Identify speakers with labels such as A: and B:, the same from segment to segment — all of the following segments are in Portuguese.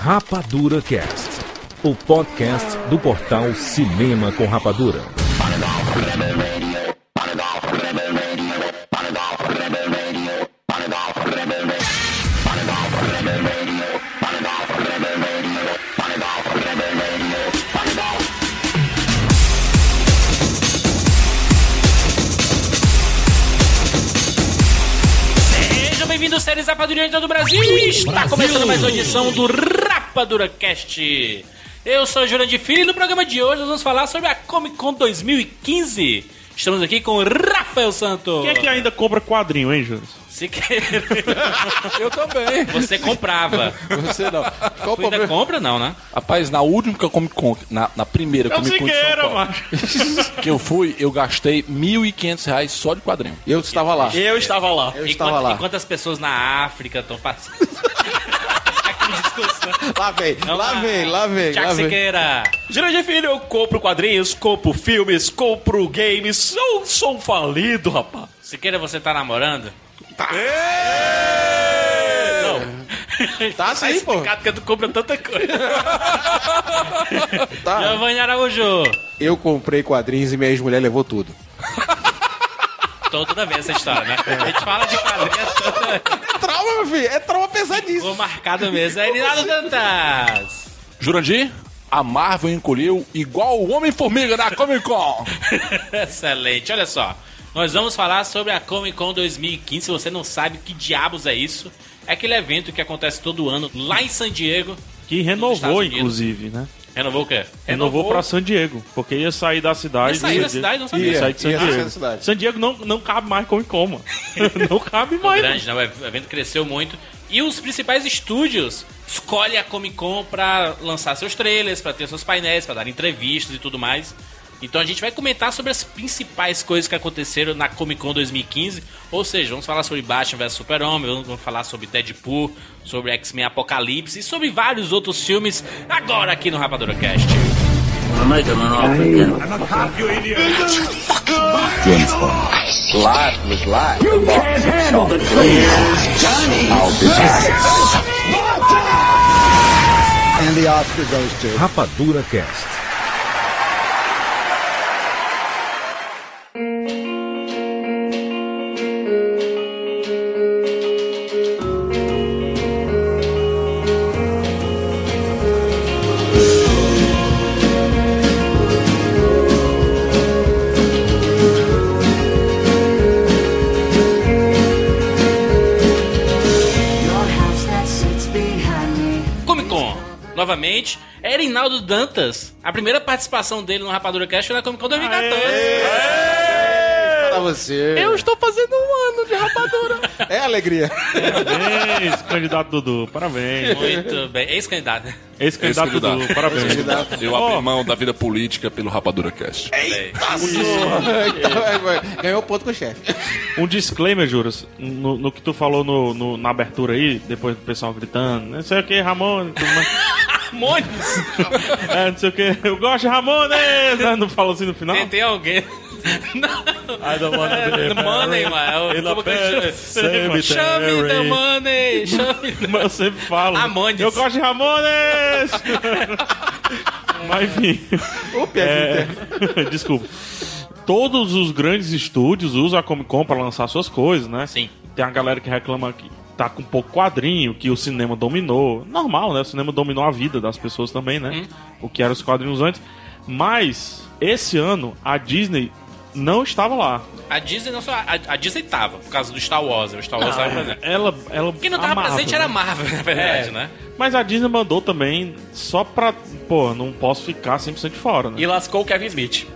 A: Rapadura Cast, o podcast do portal Cinema com Rapadura.
B: Sejam bem-vindos, séries Rapadura de todo o Brasil! Está começando mais uma edição do RapaduraCast. Eu sou o Jurandir Filho e no programa de hoje nós vamos falar sobre a Comic Con 2015. Estamos aqui com o Rafael Santos.
C: Quem é que ainda compra quadrinho, hein, Júnior?
B: Se querer. Eu também. Você comprava.
D: Você não. Qual o
B: Tu ainda
D: problema?
B: compra, não, né?
D: Rapaz, na última Comic Con, na, na primeira Comic Con de São Paulo,
C: macho.
D: que eu fui, eu gastei R$ 1.500 reais só de quadrinho. Eu estava lá.
C: Eu estava lá.
D: Eu
B: Enquanto,
D: estava lá.
B: enquanto as pessoas na África estão passando. Aquele discurso.
E: Lá vem,
F: É
B: Vamos
E: lá vem, lá vem, lá
B: Tiago
E: vem.
B: Siqueira.
C: Jurandir Filho, eu compro quadrinhos, compro filmes, compro games. Eu sou um falido, rapaz.
B: Siqueira, você tá namorando?
C: Não.
E: Tá
B: Tá
E: sim, pô.
B: explicado porque tu compra tanta coisa.
E: Tá.
B: Giovanni Araújo.
E: Eu comprei quadrinhos e minha ex-mulher levou tudo.
B: Tô toda vez essa história, né? A gente fala de quadrinha toda.
E: Trauma, meu filho. É trauma
B: Vou
E: pesadíssimo.
B: marcado mesmo. É Nada Dantas.
D: Jurandir, a Marvel encolheu igual o Homem-Formiga na Comic Con.
B: Excelente. Olha só. Nós vamos falar sobre a Comic Con 2015. Se você não sabe que diabos é isso, é aquele evento que acontece todo ano lá em San Diego.
C: Que
B: Estados
C: renovou,
B: Unidos.
C: inclusive, né?
B: Renovou o quê?
C: Renovou pra San Diego, porque ia sair da cidade.
B: Ia sair da
C: San Diego-
B: cidade, não sabia.
C: Ia sair de San
E: Ia sair
C: Diego.
E: da cidade.
C: San Diego não, não cabe mais Comic Con, mano. não cabe
B: Ficou
C: mais.
B: grande, né? O evento cresceu muito. E os principais estúdios escolhem a Comic Con pra lançar seus trailers, pra ter seus painéis, pra dar entrevistas e tudo mais. Então a gente vai comentar sobre as principais coisas que aconteceram na Comic Con 2015. Ou seja, vamos falar sobre Batman vs Super-Homem, vamos- vamos falar sobre Deadpool, sobre X-Men Apocalipse e sobre vários outros filmes agora aqui no Rapadura Cast.
A: Rapadura Cast.
G: Your house that sits behind me.
B: Comic Con, novamente, é Rinaldo Dantas. A primeira participação dele no Rapadura Cast foi na Comic Con 2014.
E: Pra você. Eu estou fazendo um ano de rapadura. É alegria.
C: Parabéns, candidato Dudu. Parabéns.
B: Muito bem. Ex-candidato. né?
C: Ex-candidato Dudu. Parabéns.
D: Eu abri mão da vida política pelo Rapadura Cast.
E: Então, é, vai. Ganhou ponto com o chefe.
C: Um disclaimer, Juras, no, no que tu falou no, no- na abertura aí, depois do pessoal gritando, não sei o que, Ramon, tudo mais.
B: Ramones.
C: é, não sei o que, eu gosto de Ramon, né? Não, não falou assim no final?
B: Tem, tem alguém. Não.
C: I don't wanna be
B: The money,
C: married
B: mano.
C: in a
B: Como que
C: bed,
B: chama?
C: cemetery.
B: Chame the money. Chame the...
C: Mas eu sempre falo.
B: Ramones.
C: Eu gosto de Ramones! Mas enfim.
E: Ô, piadinha.
C: É, desculpa. Todos os grandes estúdios usam a Comic Con pra lançar suas coisas, né?
B: Sim.
C: Tem a galera que reclama que tá com pouco quadrinho, que o cinema dominou. Normal, né? O cinema dominou a vida das pessoas também,
B: Uhum.
C: né? O que eram os quadrinhos antes. Mas, esse ano, a Disney não estava lá.
B: A Disney não só... A, a Disney tava, por causa do Star Wars. né? O Star Wars tava presente.
C: Ela, ela
B: Quem não tava
C: Ah, é. a Marvel,
B: presente era a
C: né?
B: Marvel, na verdade, né?
C: Mas a Disney mandou também só pra... Pô, não posso ficar 100% fora, né?
B: E lascou o Kevin Smith.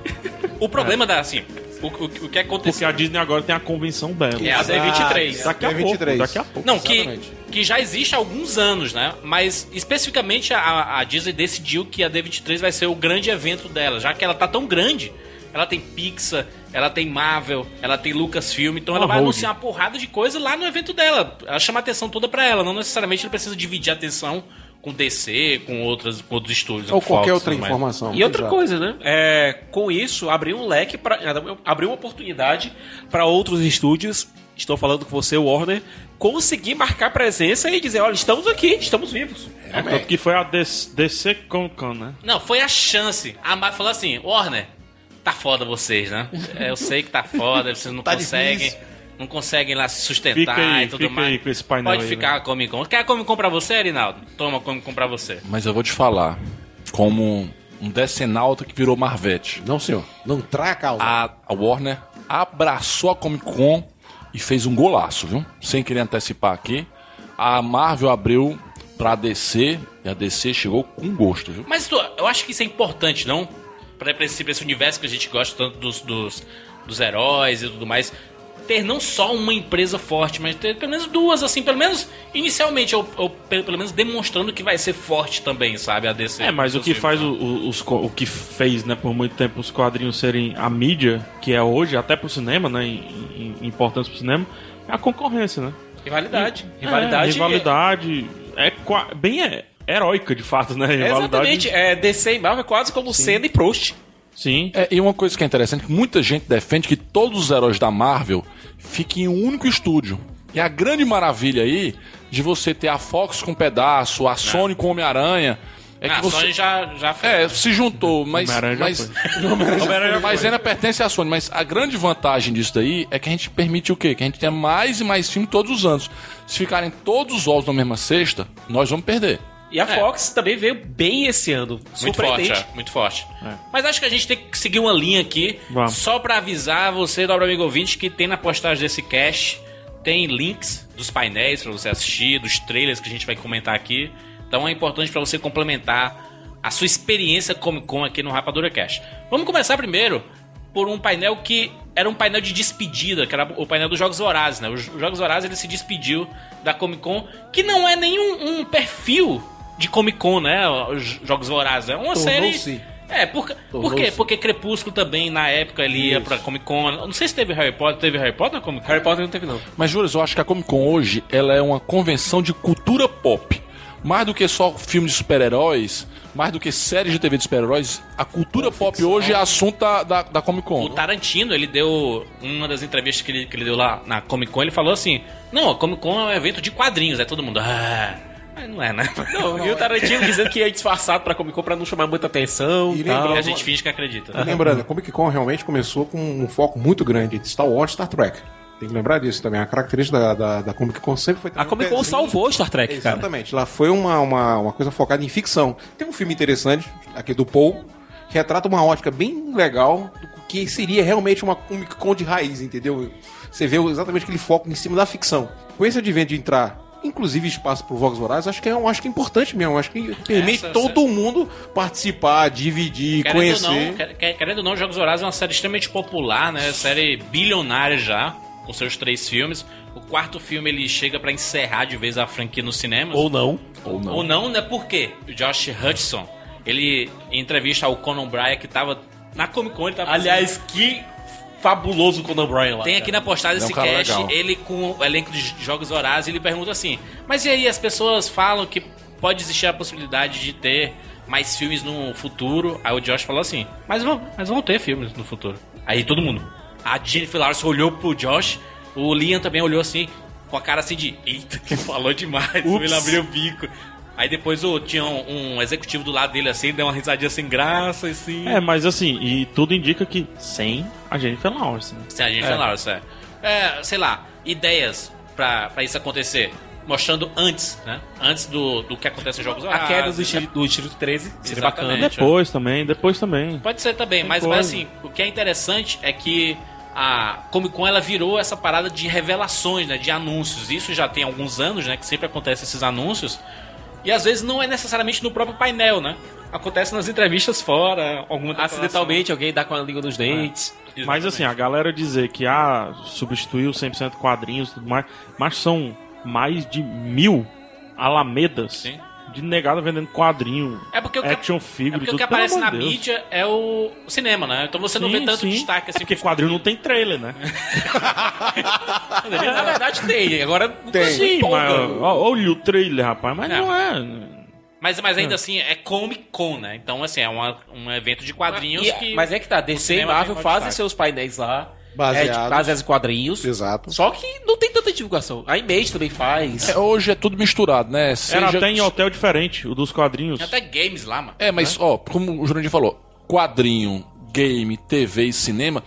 B: O
C: É.
B: problema da... Assim, o, o, o que
C: Porque
B: aconteceu...
C: a Disney agora tem a Ah, convenção dela.
B: É a D23.
E: Exato.
C: Daqui a
E: É 23.
C: pouco, daqui a pouco.
B: Não, que,
E: Exatamente.
B: que já existe há alguns anos, né? Mas especificamente a, a Disney decidiu que a D23 vai ser o grande evento dela, já que ela tá tão grande. Ela tem Pixar, ela tem Marvel, ela tem Lucasfilm, então ela
C: Ela
B: vai
C: rogue.
B: anunciar uma porrada de coisa lá no evento dela. Ela chama a atenção toda pra ela, não necessariamente ela precisa dividir a atenção com DC, com, outras, com outros estúdios.
E: Ou
B: com
E: qualquer
B: Fox,
E: outra
B: tudo mais.
E: informação.
F: E outra
E: Exato.
F: coisa, né? É, com isso, abriu um leque para abriu uma oportunidade para outros estúdios
B: estou falando com você, Warner, conseguir marcar presença e dizer, olha, estamos aqui, estamos vivos.
C: É, tanto que foi a DC, DC Comic Con, né?
B: Não, foi a chance. A Marvel falou assim, Warner, tá foda vocês, né? É, Eu sei que tá foda, vocês não
E: Tá
B: conseguem.
E: difícil.
B: Não conseguem lá se sustentar
C: Fica aí,
B: e tudo
C: fica
B: mais.
C: aí com esse painel
B: Pode
C: aí, né?
B: ficar a Comic Con. Quer a Comic Con pra você, Arinaldo? Toma a Comic Con pra você.
D: Mas eu vou te falar, como um decenalto que virou Marvete.
E: Não, senhor. Não traga a causa.
D: a, a Warner abraçou a Comic Con e fez um golaço, viu? Sem querer antecipar aqui. A Marvel abriu pra DC e a DC chegou com gosto, viu?
B: Mas tu, eu acho que isso é importante, não? Pra, pra, esse, pra esse universo que a gente gosta tanto dos, dos, dos heróis e tudo mais. Ter não só uma empresa forte, mas ter pelo menos duas, assim, pelo menos inicialmente, ou, ou pe- pelo menos demonstrando que vai ser forte também, sabe? A DC.
C: É, mas o que faz o, o- os, co- o que fez, né, por muito tempo os quadrinhos serem a mídia que é hoje, até pro cinema, né, em, em, importante pro cinema, é a concorrência, né?
B: Rivalidade. Rivalidade.
C: É, rivalidade é, qua- bem é, heróica de fato, né?
B: É,
C: Rivalidade.
B: exatamente. É, DC e Marvel é quase como Senna e Proust.
C: Sim.
D: É, e uma coisa que é interessante, que muita gente defende que todos os heróis da Marvel fiquem em um único estúdio. E a grande maravilha aí de você ter a Fox com um pedaço, a Sony com Homem-Aranha, é
B: ah,
D: que você
B: Sony já, já foi.
D: É, se juntou, mas.
C: Homem-Aranha já
D: mas,
C: Homem-Aranha já
D: mas ainda pertence à Sony. Mas a grande vantagem disso daí é que a gente permite o quê? Que a gente tenha mais e mais filme todos os anos. Se ficarem todos os ovos na mesma cesta, nós vamos perder.
F: E a Fox também veio bem esse ano.
B: Muito
F: Surpreendente.
B: forte, é, muito forte. Mas acho que a gente tem que seguir uma linha aqui,
C: Vamos.
B: só pra avisar você, nobre amigo ouvinte, que tem na postagem desse cast, tem links dos painéis pra você assistir, dos trailers que a gente vai comentar aqui. Então é importante pra você complementar a sua experiência Comic Con aqui no Rapadura Cast. Vamos começar primeiro por um painel que era um painel de despedida, que era o painel dos Jogos Vorazes, né? Os Jogos Vorazes ele se despediu da Comic Con, que não é nenhum um perfil de Comic Con, né? Os Jogos Vorazes é uma série
E: Tornou-se.
B: é, por, ca- por
E: Tornou-se.
B: quê? Porque Crepúsculo também, na época, ele ia pra Comic Con. Não sei se teve Harry Potter. Teve Harry Potter na Comic Con?
F: Harry Potter não teve, não.
D: Mas, Július, eu acho que a Comic Con hoje ela é uma convenção de cultura pop. Mais do que só filme de super-heróis, mais do que séries de TV de super-heróis, a cultura pop hoje é assunto da, da, da Comic Con.
B: O Tarantino, ele deu. Uma das entrevistas que ele, que ele deu lá na Comic Con, ele falou assim: Não, a Comic Con é um evento de quadrinhos. É todo mundo. Ah, mas não é, né?
F: Não, e o Tarantino dizendo que ia disfarçado pra Comic Con pra não chamar muita atenção.
E: E
F: tal.
E: lembrando-
B: a gente finge que acredita.
F: Uhum.
E: E Ah. Lembrando, a Comic Con realmente começou com um foco muito grande de Star Wars e Star Trek. Tem que lembrar disso também. A característica da, da, da Comic Con sempre foi... ter
F: A
E: um
F: Comic Con
E: pezinho-
F: salvou Star Trek, cara.
E: Exatamente. Lá foi uma, uma, uma coisa focada em ficção. Tem um filme interessante, aqui do Paul, que retrata uma ótica bem legal do que seria realmente uma Comic Con de raiz, entendeu? Você vê exatamente aquele foco em cima da ficção. Com esse advento de entrar, inclusive espaço pro Vox Voraz, acho que é um, acho que é importante mesmo. Acho que permite
B: Essa-
E: todo mundo participar, dividir,
B: Querendo
E: conhecer.
B: ou não, é quer- quer- querendo ou não, Jogos Vorazes é uma série extremamente popular, né? Série bilionária já, com seus três filmes. O quarto filme ele chega pra encerrar de vez a franquia nos cinemas.
F: Ou não.
B: Ou não. né? Por quê? O Josh Hudson, ele em entrevista ao Conan Bryan, que tava na Comic Con, ele tava
F: Aliás, que fabuloso o Conan Bryan lá.
B: tem aqui na postagem
D: É um
B: esse
D: cara
B: cast,
D: legal.
B: ele com o elenco de Jogos Horazes, ele pergunta assim: Mas e aí, as pessoas falam que pode existir a possibilidade de ter mais filmes no futuro? Aí o Josh falou assim: Mas vão, mas vão ter filmes no futuro. Aí todo mundo. A Jennifer Lawrence olhou pro Josh, o Liam também olhou assim, com a cara assim de: Eita, que falou demais, ele abriu o bico. Aí depois o, tinha um, um executivo do lado dele assim, deu uma risadinha sem graça, assim.
C: É, mas assim, e tudo indica que sem a Jennifer Lawrence. Né?
B: Sim, a gente é. é. É, sei lá, ideias pra, pra isso acontecer. Mostrando antes, né? Antes do, do que acontece nos jogos.
F: A queda do,
B: Horazes.
F: Instituto do Instituto 13 seria
B: Exatamente. é.
F: bacana.
C: Depois também, depois também.
B: Pode ser também, mas,
C: coisa.
B: mas assim, o que é interessante é que a Comic Con ela virou essa parada de revelações, né? De anúncios. Isso já tem alguns anos, né? Que sempre acontece esses anúncios. E às vezes não é necessariamente no próprio painel, né? Acontece nas entrevistas fora, alguma é.
F: Acidentalmente alguém dá com a língua nos dentes.
B: declaração.
C: Mas assim, a galera dizer que ah, substituiu 100% quadrinhos e tudo mais, mas são mais de mil alamedas
B: Sim.
C: de negada vendendo quadrinho,
B: É porque o que,
C: action
B: é
C: figure,
B: porque o
C: tudo.
B: que
C: Pelo
B: aparece
C: amor
B: na
C: de Deus.
B: mídia é o o cinema, né? Então você não vê
C: Sim,
B: tanto
C: sim.
B: destaque assim.
C: É porque
B: pro-
C: quadrinho não tem trailer, né?
F: Na verdade tem, agora não
E: Tem.
C: é. Sim, mas ó, olha o trailer, rapaz, mas
B: É.
C: não é.
B: Mas, mas ainda assim, é Comic Con, né? Então, assim, é uma- um evento de quadrinhos
F: E-
B: que.
F: Mas é que tá, DC e
B: cinema tem
F: Marvel
B: mais
F: fazem
B: destaque.
F: seus painéis lá.
E: Baseados.
F: É, baseados em quadrinhos.
E: Exato.
F: Só que não tem tanta divulgação. A Image também faz.
D: É, hoje é tudo misturado, né?
C: Era
D: Seja-
C: até em hotel diferente, o dos quadrinhos.
B: Tem até games lá, mano.
D: É, mas, ó, como o Jurandir falou, quadrinho, game, TV e cinema,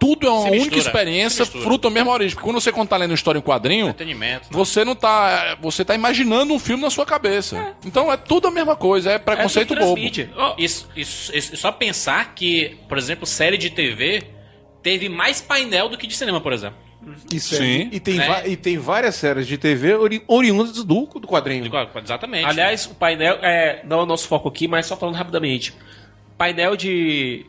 D: tudo é uma
B: Se mistura,
D: única experiência,
B: se mistura.
D: fruto da mesma origem. Porque quando você conta lendo história em quadrinho,
B: Entretenimento. né?
D: você não tá. Você tá imaginando um filme na sua cabeça. Então é tudo a mesma coisa, é
F: É
D: preconceito
F: tudo
D: bobo.
F: transmídia.
B: Ó, Oh, Isso, isso, isso- só pensar que, por exemplo, série de TV teve mais painel do que de cinema, por exemplo.
E: Isso
D: Sim.
E: E tem,
B: É.
E: va- e tem várias séries de TV ori- oriundas do, do quadrinho.
B: Exatamente.
F: Aliás, o painel. É, não é o nosso foco aqui, mas só falando rapidamente. Painel de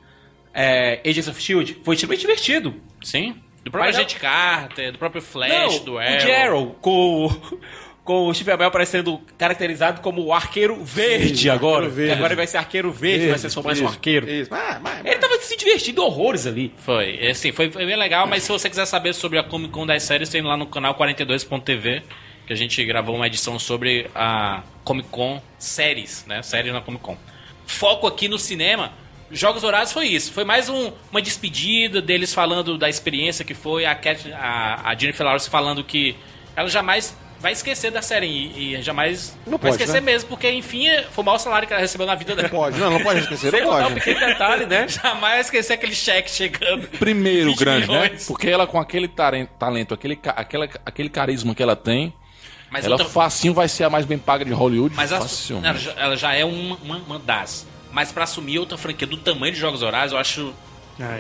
F: é, Agents of Shield foi extremamente divertido.
B: sim. Do próprio
F: Painel-
B: Agente Carter, do próprio Flash, do
F: o
B: Arrow.
F: Gerald com, o- com o Steve Amell parecendo caracterizado como o arqueiro verde
E: Sim,
F: agora.
E: arqueiro verde.
F: Agora ele vai ser arqueiro verde, vai ser só mais um
E: Isso,
F: arqueiro.
E: Isso. Ah, mas,
F: Ele tava se divertindo horrores ali.
B: Foi, é, sim, foi, foi bem legal, mas se você quiser saber sobre a Comic Con das séries, tem lá no canal 42.tv, que a gente gravou uma edição sobre a Comic Con séries, né? Séries na Comic Con. Foco aqui no cinema. Jogos Horários foi isso. Foi mais um- uma despedida deles falando da experiência que foi. A, Cat, a, a Jennifer Lawrence falando que ela jamais vai esquecer da série e, e jamais
E: Não
B: vai
E: pode,
B: esquecer
E: né?
B: mesmo, porque enfim é, foi o maior salário que ela recebeu na vida dela.
E: pode. Não, não pode esquecer,
F: Sem
E: não
F: contar um
E: pode.
F: pequeno detalhe, né?
B: Jamais vai esquecer aquele cheque chegando.
D: Primeiro
B: 20
D: grande, né?
B: milhões.
D: Porque ela com aquele taren- talento, aquele, ca- aquela, aquele carisma que ela tem,
B: Mas
D: ela
B: outra-
D: facinho vai ser a mais bem paga de Hollywood.
B: Mas as-
D: facilmente.
B: ela, já- ela já é uma, uma, uma das. Mas pra assumir outra franquia do tamanho de Jogos Horários, eu acho.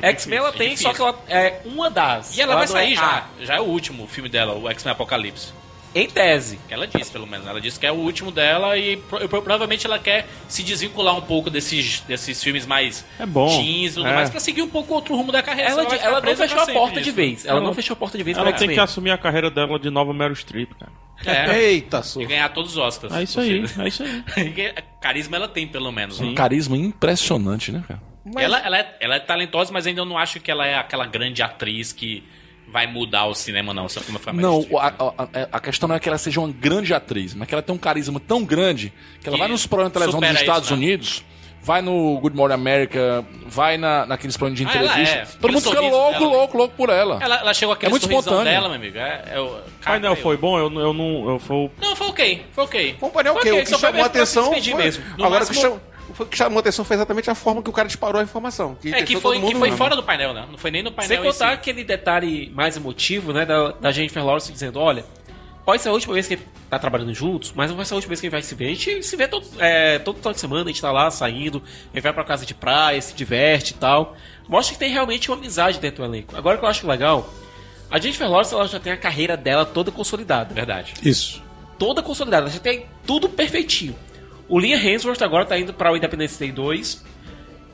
C: É,
F: X-Men ela tem,
B: difícil.
F: só que ela é uma das.
B: E ela vai
F: não é
B: sair
F: a.
B: já. Já é o último filme dela, o X-Men Apocalipse.
F: Em tese.
B: Que Ela disse, pelo menos. Ela disse que é o último dela e pro- pro- provavelmente ela quer se desvincular um pouco desses, desses filmes mais
C: É bom.
B: teens e tudo
C: É.
B: mais, pra seguir um pouco outro rumo da carreira.
F: Ela,
B: senão vai
F: ela,
B: ficar
F: não
B: presa pra
F: fechou a
B: sempre
F: porta de
B: nisso.
F: vez. Ela
C: Ela-
F: não fechou a porta de vez
C: Ela
F: pra
B: né?
C: tem que
F: X-Men.
C: assumir a carreira dela de nova Meryl Streep, cara.
B: É.
E: Eita,
B: E
E: sua.
B: ganhar todos os Oscars.
C: É isso aí, é isso aí.
B: Carisma ela tem, pelo menos. né?
D: Um carisma impressionante, né, cara?
B: Ela, ela, é, ela é talentosa, mas ainda eu não acho que ela é aquela grande atriz que vai mudar o é cinema, não. Só como eu falei,
D: Não,
B: mas-
D: a, a- a- a questão não é que ela seja uma grande atriz, mas que ela tem um carisma tão grande que ela
B: Que
D: vai nos programas de televisão dos
B: supera
D: Estados
B: isso, né?
D: Unidos, vai no Good Morning America, vai na, naqueles programas de
B: Ah, ela
D: entrevista.
B: é.
D: Todo mundo
B: Aquele
D: fica
B: sorriso
D: louco,
B: dela.
D: louco, louco por ela.
B: Ela, ela chegou aquele
D: É muito
B: sorrisão
D: espontâneo.
B: dela, meu amigo. É, é o...
C: O painel
B: Cara,
C: foi bom, eu, eu não. Eu fui
B: eu- Não, foi ok. Foi ok.
E: Foi um painel que,
F: Ok,
E: o que
F: só foi
E: chamou a
F: mesmo pra se
E: atenção.
F: despedir
E: foi-
F: mesmo. No
E: Agora, o que
F: máximo-
E: chamou- foi- o que chamou a atenção foi exatamente a forma que o cara disparou a informação.
B: É que
E: deixou
B: foi,
E: todo
B: que
E: mundo-
B: foi fora do painel, né? Não foi nem no painel.
F: Sem
B: em
F: contar
B: si.
F: aquele detalhe mais emotivo, né, da, da Jennifer Lawrence dizendo, olha, pode ser a última vez que tá trabalhando juntos, mas não vai ser a última vez que a gente vai se ver. A gente se vê todo, é, todo final de semana, a gente tá lá saindo, a gente vai pra casa de praia, se diverte e tal. Mostra que tem realmente uma amizade dentro do elenco. Agora o que eu acho legal, a Jennifer Lawrence ela já tem a carreira dela toda consolidada
B: Verdade.
E: Isso.
F: toda consolidada, já tem tudo perfeitinho. O Liam Hemsworth agora tá indo pra o Independence Day 2.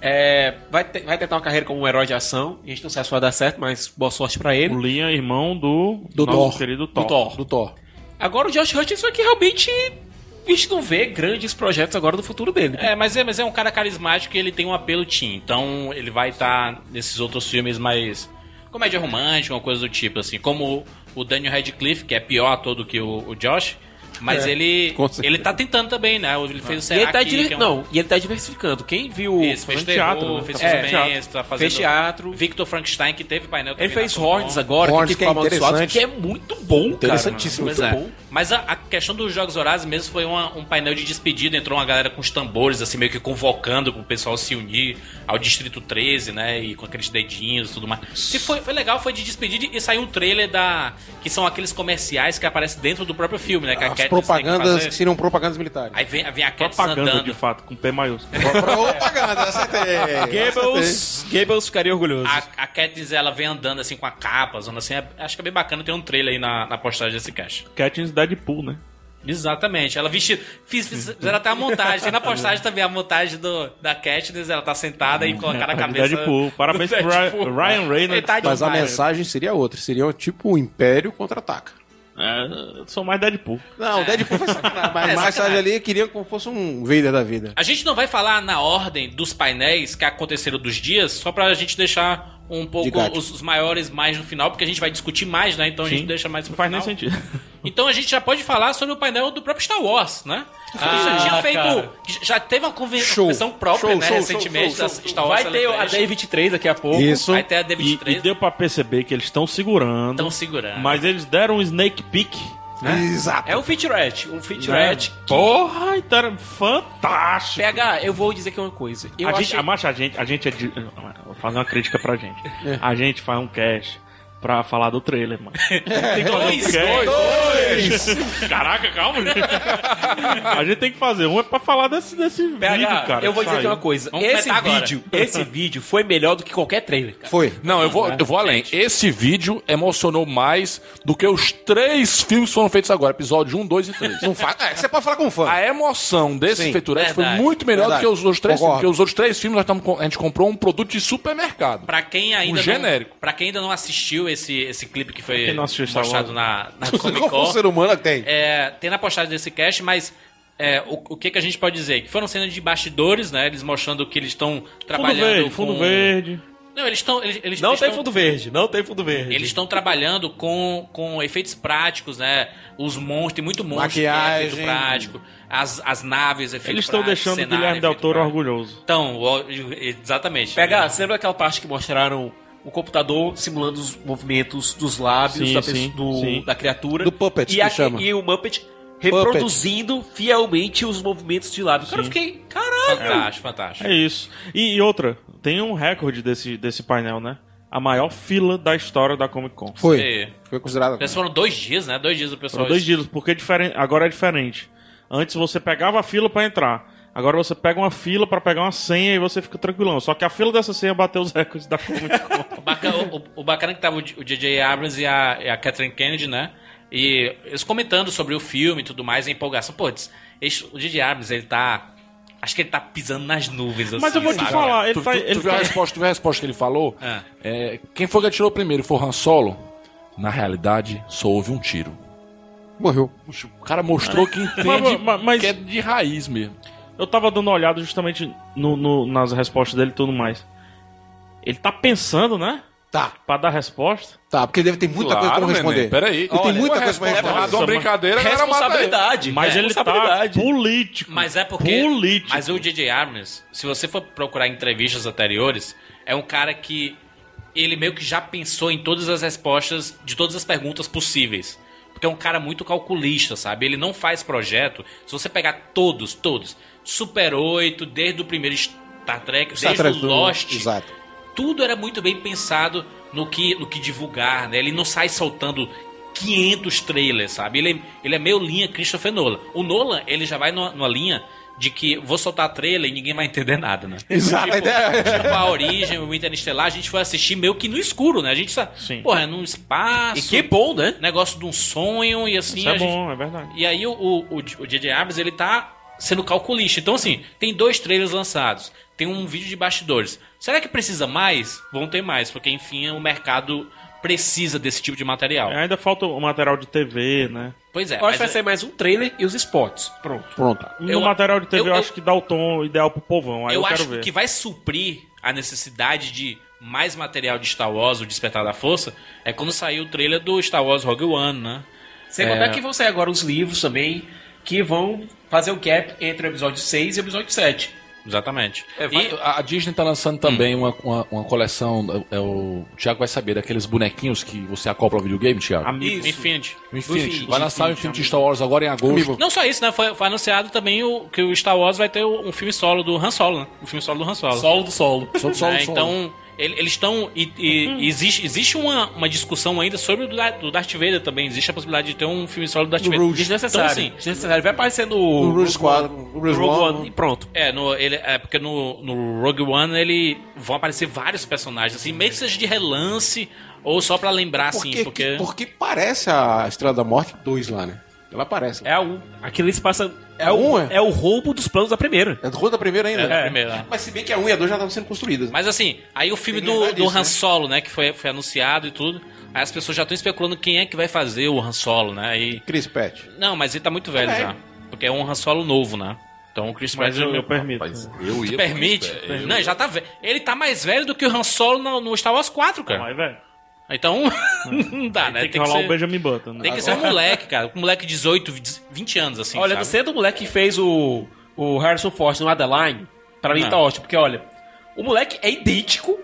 F: É, vai, te- vai tentar uma carreira como um herói de ação. A gente não sabe se vai dar certo, mas boa sorte pra ele.
C: O Liam, irmão do.
E: Do
C: nosso
E: Thor.
C: querido
E: Do
C: Thor.
E: Thor. Do Thor.
F: Agora o Josh Hutcherson é que realmente a gente não vê grandes projetos agora no futuro dele.
B: É mas, é, mas é um cara carismático e ele tem um apelo teen. Então ele vai estar nesses outros filmes mais. comédia romântica, uma coisa do tipo, assim. Como o Daniel Radcliffe, que é pior ator do que o, o Josh. Mas ele.
E: É, com certeza.
B: Ele tá tentando também, né? Ele fez o
F: e, ele
B: Será
F: tá
B: que,
F: diver-
B: que é um-
F: não, e ele tá diversificando. Quem viu. é,
B: Isso, fez
C: fazendo
B: terror,
C: teatro, né?
B: fez
C: Tá fazendo
B: suspense, tá fazendo...
F: Fez teatro.
B: Victor Frankenstein, que teve painel também
F: Ele fez
B: na Comic
F: Horns
B: Con.
F: agora,
E: Horns,
F: que
E: que
F: tem
E: é
F: amaldiçoado,
E: interessante.
F: que é muito bom, cara.
E: Interessantíssimo,
F: Muito
B: Pois é.
F: bom.
B: Mas a, a questão dos Jogos Horários mesmo foi uma- um painel de despedida. Entrou uma galera com os tambores, assim, meio que convocando pro pessoal se unir ao Distrito 13, né? E com aqueles dedinhos e tudo mais. E foi, foi legal, foi de despedida e saiu um trailer da... Que são aqueles comerciais que aparecem dentro do próprio filme, né? Que a
E: As
B: Katniss tem
E: propagandas
B: que
E: que
B: fazer.
E: seriam propagandas militares.
B: Aí vem, vem a Katniss
C: Propaganda, de
B: andando.
C: fato, com P maiúsculo.
E: Propaganda, acertei. Acertei.
F: Gables, Gables ficaria orgulhoso.
B: A, a Katniss, ela vem andando assim com a capa, zona assim. é- acho que é bem bacana ter um trailer aí na, na postagem desse caixa.
C: Catchings Deadpool, né?
B: Exatamente. Ela vestida. Fiz, fiz, fizeram até a montagem. Tem na postagem também a montagem do, da Katniss. Ela tá sentada e colocaram a cabeça.
C: É, Deadpool. Parabéns
B: do
C: pro
B: Deadpool.
C: Ryan Reynolds.
B: Ele tá
E: Mas a
B: demais.
E: mensagem seria outra. Seria tipo o Império contra-ataca.
C: É, eu sou mais Deadpool.
E: Não, o Deadpool foi sacanagem. Mas
B: É,
E: mais tarde
B: sacanagem.
E: ali queria que fosse um Vader da vida.
B: A gente não vai falar na ordem dos painéis que aconteceram dos dias, só pra gente deixar um pouco
E: Didático.
B: os, os maiores mais no final, porque a gente vai discutir mais, né? Então a gente
C: Sim.
B: deixa mais pro
C: Não faz nem
B: final.
C: sentido.
B: Então a gente já pode falar sobre o painel do próprio Star Wars, né? que já tinha
F: Ah,
B: feito.
F: cara.
B: Já teve uma conven-
E: Show.
B: convenção própria,
E: Show,
B: né?
E: show,
B: recentemente,
E: show, show,
B: da
E: show.
B: Star Wars.
F: Vai ter a
B: Celebration.
F: Day 23 daqui a pouco.
E: Isso.
B: Vai ter a
C: E,
B: D23.
C: e deu pra perceber que eles estão segurando.
B: Estão segurando.
C: Mas eles deram um sneak peek.
E: né? Exato.
F: É um featurette. Um featurette.
C: Né? Porra, então era fantástico.
F: PH, eu vou dizer que é uma coisa. Eu
C: a,
F: achei...
C: gente, a, macho, a gente, a gente é de... Vou fazer uma crítica pra gente.
E: É.
C: A gente faz um cast pra falar do trailer, mano. Tem que fazer um
B: Dois,
C: cast. é
E: Dois.
C: Caraca, calma. gente. a gente tem que fazer um é pra falar desse, desse vídeo, cara.
F: eu vou dizer que é uma
C: saiu.
F: coisa.
B: Vamos
F: esse
B: completar agora.
F: vídeo, esse vídeo foi melhor do que qualquer trailer, cara.
E: Foi.
D: Não, eu vou, eu vou além. Esse vídeo emocionou mais do que os três filmes que foram feitos agora: episódio 1, 2 e 3.
E: Não fa... é, você pode falar com fã.
D: A emoção desse
E: Sim,
D: featurette foi
B: verdade.
D: muito melhor
E: Verdade.
D: do que os outros três filmes.
E: Concordo.
D: Porque os outros três filmes nós tamo com- a gente comprou um produto de supermercado.
B: Pra quem ainda não,
D: genérico.
B: Pra quem ainda não assistiu esse, esse clipe que foi
C: Um quem não assistiu Star
B: mostrado
C: Wars?
B: na, na Comic
E: Qual foi o
B: Con,
E: um ser humano que tem?
B: é, tem na postagem desse cast, mas é, o, o que, que a gente pode dizer? Que foram cenas de bastidores, né? Eles mostrando que eles estão
C: Fundo
B: trabalhando
C: verde,
B: com...
C: fundo verde.
B: Não, eles estão... Eles, eles,
F: Não
B: eles
F: tem
B: tão-
F: fundo verde, não tem fundo verde.
B: Eles estão trabalhando com, com efeitos práticos, né? Os monstros, tem muito monstro que é efeito
E: Maquiagem.
B: prático. As, as naves, efeito
C: Eles estão
B: prático.
C: deixando o
B: cenário,
C: Guilherme Del
B: efeito
C: Toro
B: prático.
C: orgulhoso.
B: Então, o- exatamente.
F: PH, você lembra aquela parte que mostraram o computador simulando os movimentos dos lábios
C: Sim,
F: da, pessoa-
C: sim,
F: do-
C: sim.
F: da criatura?
E: Do puppet,
F: e
E: que
F: aque-
E: chama.
F: E o Muppet reproduzindo fielmente os movimentos de lábio. Cara, eu fiquei, caralho!
B: Fantástico, fantástico.
C: É isso. E, e outra, tem um recorde desse, desse painel, né? A maior fila da história da Comic Con.
E: Foi.
B: E-
E: Foi considerado.
B: Mas foram dois dias, né? Dois dias o pessoal.
C: Foram dois dias, porque é diferen- agora é diferente. Antes você pegava a fila pra entrar. Agora você pega uma fila pra pegar uma senha e você fica tranquilão. Só que a fila dessa senha bateu os recordes da Comic Con.
B: O bacana, o, o bacana que tava o DJ Abrams e a, e a Catherine Kennedy, né? E eles comentando sobre o filme e tudo mais, a empolgação. Pô, diz- esse- o DJ Abrams, ele tá. Acho que ele tá pisando nas nuvens, assim.
C: Mas eu vou te
B: sabe?
C: falar, ele
D: tu,
C: tá.
D: tu- tu
C: Ele
D: viu a
C: tá-
D: resposta, tu viu a resposta que ele falou?
B: Ah.
D: É, quem foi que atirou primeiro? Foi o Han Solo? Na realidade, só houve um tiro.
E: Morreu.
D: Puxa, O cara mostrou que entende
C: mas- mas-
D: que é de raiz mesmo.
C: Eu tava dando uma olhada justamente no- no- nas respostas dele e tudo mais. Ele tá pensando, né?
E: Tá,
C: Pra dar resposta.
E: tá. Porque deve ter muita coisa pra
D: Claro,
E: não responder.
D: neném, Peraí.
E: Ele tem muita coisa pra
D: É
E: responder. Tá
D: errado uma brincadeira, a galera mata ele.
F: Responsabilidade.
C: Mas ele tá
F: responsabilidade.
C: político.
B: É Mas é porque.
C: Político.
B: Mas o DJ Abrams, se você for procurar entrevistas anteriores, é um cara que ele meio que já pensou em todas as respostas de todas as perguntas possíveis. Porque é um cara muito calculista, sabe? Ele não faz projeto. Se você pegar todos, todos, Super 8, desde o primeiro Star Trek,
E: Star
B: desde
E: Trek
B: o
E: do-
B: Lost,
E: Exato.
B: tudo era muito bem pensado no que, no que divulgar, né? Ele não sai soltando 500 trailers, sabe? Ele, é- ele é meio linha Christopher Nolan. O Nolan, ele já vai numa, numa linha de que vou soltar trailer e ninguém vai entender nada, né?
E: Exato, É,
B: Tipo,
E: a ideia-
B: tipo a Origem, o Interestelar, a gente foi assistir meio que no escuro, né? A gente sabe,
C: Sim.
B: porra, é num espaço,
F: E que bom, né?
B: negócio de um sonho e assim...
C: Isso é
B: a gente-
C: bom, é verdade.
B: e aí o, o, o J.J. Abrams, ele tá sendo calculista. Então, assim, tem dois trailers lançados. Tem um vídeo de bastidores. Será que precisa mais? Vão ter mais, porque, enfim, o mercado precisa desse tipo de material.
C: Ainda falta o material de TV, né?
B: Pois é,
F: É. Eu acho que vai
B: mas
F: ser mais um trailer e os spots. Pronto.
E: Pronto.
C: No
B: Eu-
C: material de TV eu,
B: eu- eu-
C: acho que dá o tom ideal pro povão. Aí eu,
B: eu
C: quero
B: acho
C: ver.
B: que vai suprir a necessidade de mais material de Star Wars, o Despertar da Força, é quando saiu o trailer do Star Wars Rogue One, né?
C: É.
F: Sem contar que vão sair agora os livros também, que vão fazer o gap entre o episódio 6 e o episódio 7.
B: Exatamente.
D: E
B: e,
D: a a Disney tá lançando também uma, uma, uma coleção. é, é, o Thiago vai saber, daqueles bonequinhos que você acopla ao videogame, Thiago.
C: Amigos.
B: Infinity.
D: O Infinity.
F: Infinity,
D: Vai lançar o Infinity Star Wars agora em agosto.
B: Não só isso, né? Foi, foi anunciado também o, que o Star Wars vai ter o- um filme solo do Han Solo, né? Um filme solo do Han Solo.
F: Solo do solo. Uhum.
D: Só- só-
B: né?
D: só-
B: Então, ele- eles estão. E, e- existe, existe uma, uma discussão ainda sobre o do, Dar- do Darth Vader também. Existe a possibilidade de ter um filme solo do Darth Vader.
E: Rouge.
B: Então,
F: Desnecessário.
B: assim,
F: Desnecessário. Vai aparecer no.
E: No Rouge Squadron, no Rouge One.
F: E pronto.
B: é, no, ele, é porque no, no Rogue One ele vão aparecer vários personagens, assim, meio que seja de relance ou só pra lembrar, assim,
E: Porque,
B: porque.
E: porque... parece a Estrela da Morte 2 lá, né? Ela aparece.
F: É a 1. Aquilo se passa.
E: É a um, é?
F: É o roubo dos planos da primeira.
E: É do Rua da primeira ainda.
B: É, da
E: né?
B: primeira.
E: Mas se bem que a 1 e a 2 já estavam sendo construídas. né?
B: Mas assim, aí o filme
E: Tem que
B: do,
E: lembrar
B: do
E: disso,
B: Han
E: né?
B: Solo, né? Que foi, foi anunciado e tudo. Aí as pessoas já estão especulando quem é que vai fazer o Han Solo, né? E,
E: Chris Pratt.
B: não, mas ele tá muito velho
E: É.
B: já. Porque é um Han Solo novo, né? Então o Chris Pratt
C: Mas eu,
B: já-
C: eu permito.
D: eu ia.
B: Permite?
D: Eu-
B: Não, ele já tá velho. Ele tá mais velho do que o Han Solo no, no Star Wars 4, cara.
C: Mas, velho.
B: Então, não dá, né?
C: Tem que rolar
B: ser,
C: o Benjamin Button, né?
B: tem que ser um moleque, cara. Um moleque de 18, 20 anos, assim,
F: olha,
B: sabe?
F: você é do moleque que fez o, o Harrison Ford no Adeline. Pra mim
B: Não.
F: tá ótimo, porque olha, o moleque é idêntico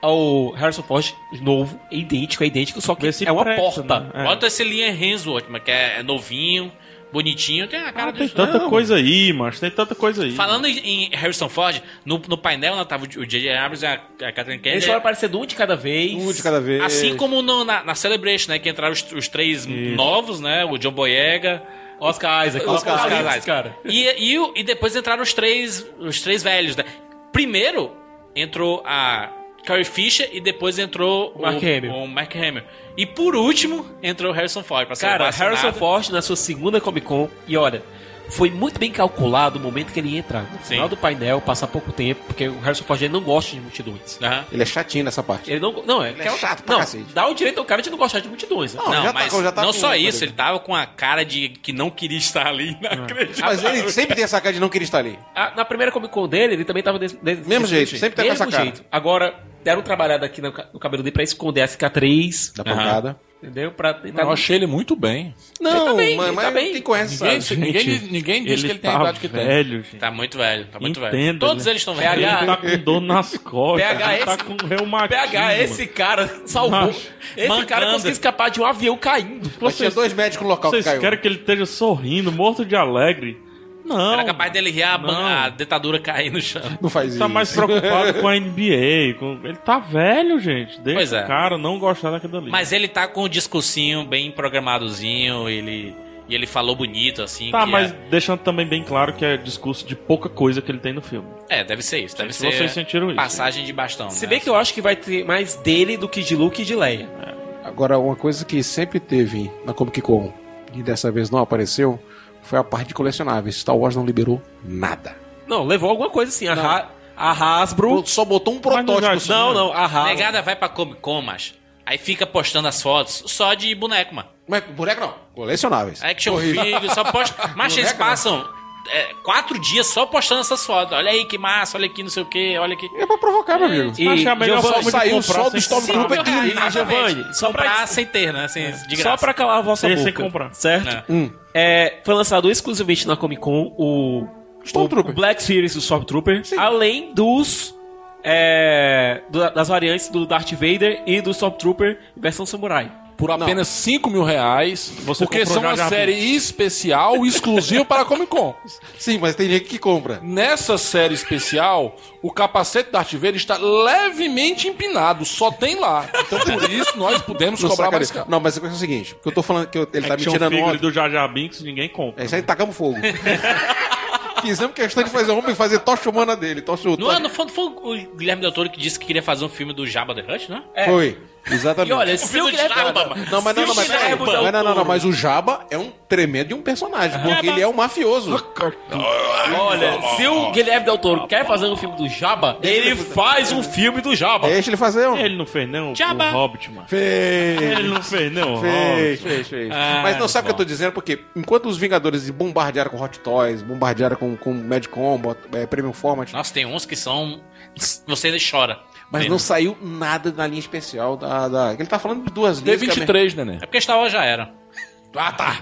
F: ao Harrison Ford novo, é idêntico, é idêntico, só que
C: Vê se
F: é uma
C: presta,
F: porta.
C: né? É.
B: Bota esse linha Renzo, mas que é novinho, bonitinho, tem a cara
C: Ah, tem
B: disso,
C: tanta
B: né?
C: coisa aí, macho. Tem tanta coisa aí.
B: Falando em em Harrison Ford, no, no painel né, tava o J.J. Abrams e a, a Catherine
F: Eles
B: Kennedy.
F: foram aparecendo um de cada vez.
E: Um de cada vez.
B: Assim como no- na, na Celebration, né? Que entraram os, os três novos, né? O John Boyega.
F: Oscar Isaac, Oscar,
B: Oscar
F: Isaac,
B: Isaac.
F: cara.
B: E, e, o- e depois entraram os três, os três velhos, né? Primeiro entrou a Carrie Fisher e depois entrou o,
F: Mark Hamill.
B: o Mark Hamill. E por último entrou o Harrison Ford. Pra
F: Cara,
B: ser vacinado.
F: Harrison Ford na sua segunda Comic Con, e olha, foi muito bem calculado o momento que ele ia entrar. No
B: Sim.
F: final do painel, passar pouco tempo, porque o Harrison Ford ele não gosta de multidões.
B: Aham.
E: Ele é chatinho nessa parte.
F: Ele não. Não, é,
E: Ele é chato pra
F: não,
E: cacete.
F: Dá o direito ao cara de não gostar de multidões. né?
E: Não,
B: Não,
E: já tá
B: mas
E: com- já tá
B: não
E: com-
B: só isso, ele tava com a cara de que não queria estar ali,
F: É.
B: não acredito.
E: Mas ele sempre tem essa cara de não querer estar ali.
F: Ah, na primeira Comic Con dele, ele também tava desse, desse-
E: Mesmo
F: desse
E: jeito, sempre teve
F: Mesmo
E: essa cara.
F: jeito. Agora, deram um trabalhado aqui no, ca- no cabelo dele pra esconder a cicatriz,
E: Da pancada.
F: entendeu? Pra tentar.
D: Eu achei ele muito bem.
E: Não,
F: Ele tá bem,
E: mas,
F: ele tá
E: mas
F: bem.
E: quem conhece
D: Ninguém,
E: sabe.
D: ninguém, ninguém diz que ele tem a idade que tem.
C: tá velho, gente.
B: Tá muito velho, tá muito velho.
C: Entendo,
B: Todos
C: né?
B: eles estão
F: PH.
B: velhos.
C: Ele tá com dor nas costas.
F: PH,
C: ele tá
F: esse-
C: com reumatismo.
F: PH, esse cara salvou.
C: Macho.
F: Esse cara
B: Mancando.
F: conseguiu escapar de um avião caindo.
E: Mas tinha
C: Vocês,
E: dois médicos no local
C: vocês
E: que caiu.
C: querem que ele esteja sorrindo, morto de alegre? Não.
B: Era capaz dele rir a, ban-
C: Não.
B: a dentadura cair no chão.
E: Não faz
C: Ele
E: isso.
C: tá mais preocupado com a NBA. com- Ele tá velho, gente. Deixa
B: Pois é.
C: o cara não gostar daquilo ali.
B: Mas ele tá com o discursinho bem programadozinho, ele. E ele falou bonito, assim.
C: Tá,
B: que
C: mas deixando também bem claro que é discurso de pouca coisa que ele tem no filme.
B: É, é, deve ser isso. Deve
C: Se
B: ser
C: vocês sentiram isso.
B: passagem de bastão.
F: Se
B: né?
F: bem que eu acho que vai ter mais dele do que de Luke e de Leia.
E: Agora, uma coisa que sempre teve na Comic Con e dessa vez não apareceu foi a parte de colecionáveis. Star Wars não liberou nada.
F: Não, levou alguma coisa assim. A, Ha- a Hasbro.
E: Só botou um
C: Mas não
E: protótipo.
C: já-
F: Não, né? não, a Hasbro.
B: Negada vai pra Comic Con, macho. Aí fica postando as fotos só de boneco, mano.
E: Mas boneco não. Colecionáveis.
B: Action
E: Corrida.
B: figure, só posta. Mas eles passam é, quatro dias só postando essas fotos. Olha aí que massa, olha aqui, não sei o que, olha aqui.
E: É pra provocar, meu amigo.
F: E-
C: Acho que é a melhor
F: Giovanni,
C: forma de
E: saiu
C: comprar
E: só
C: sem
E: do Stormtrooper.
C: comprar.
E: Desculpa,
B: Meu,
E: Guilherme,
B: exatamente.
F: Giovanni, só pra- É.
B: Comprar sem ter, né? Sem, de graça.
F: Só pra calar a vossa
C: Sem-
F: boca.
C: sem comprar.
F: Certo? É, foi lançado exclusivamente na Comic Con o, o
E: Stormtrooper.
F: Black Series do Stormtrooper, além dos é, do- das variantes do Darth Vader e do Stormtrooper versão samurai.
D: Por apenas 5 mil reais,
C: Você
D: porque
C: comprou
D: são uma
C: Jar Jar
D: série especial exclusiva para a Comic Con.
E: Sim, mas tem gente que compra.
D: Nessa série especial, o capacete da Darth Vader está levemente empinado, só tem lá. Então por isso nós podemos
E: Não,
D: cobrar
E: sacaneia.
D: mais caro.
E: não, mas é o seguinte, porque eu tô falando que eu- ele tá me
C: Action
E: tirando
C: figure
E: onda.
C: do Jar Jar Binks, ninguém compra.
E: É isso aí, tacamos fogo. Fizemos questão de fazer homem e fazer tocha humana dele. Tocha,
F: Então-
B: Não, é,
E: tocha.
B: no fundo foi o Guilherme Del Toro que disse que queria fazer um filme do Jabba the Hutt, né?
E: Foi. Exatamente.
F: É, E olha,
B: O
F: se o
B: filme do
F: Guilherme
B: Jabba, mano.
E: Não, mas
F: se
E: não,
F: o
E: não, mas,
F: Guilherme
E: peraí.
F: Del
E: Mas não, não, não,
F: Toro-
E: mas o Jaba é um tremendo de um personagem, porque ele é um mafioso.
F: Olha, se o Guilherme Del Toro quer fazer um filme do Jabba, ele faz um filme do Jabba.
E: Deixa ele fazer um.
C: Ele não fez nem o,
B: Jabba.
C: o Hobbit, mano.
E: Fez,
C: Ele É. não fez nem o Hobbit.
E: fez, fez, fez. Mas não sabe o que eu tô dizendo, porque enquanto os Vingadores bombardearam com Hot Toys, bombardearam com, com Mad Combo, é, Premium Format,
C: Ah,
B: Nossa, tem uns que são. Você ainda chora.
E: mas
B: Tem,
E: não
B: né?
E: saiu nada na linha especial da. da- Ele tá falando de duas linhas. que é a
D: D23, neném.
B: É porque Star Wars já era.
E: Ah, tá.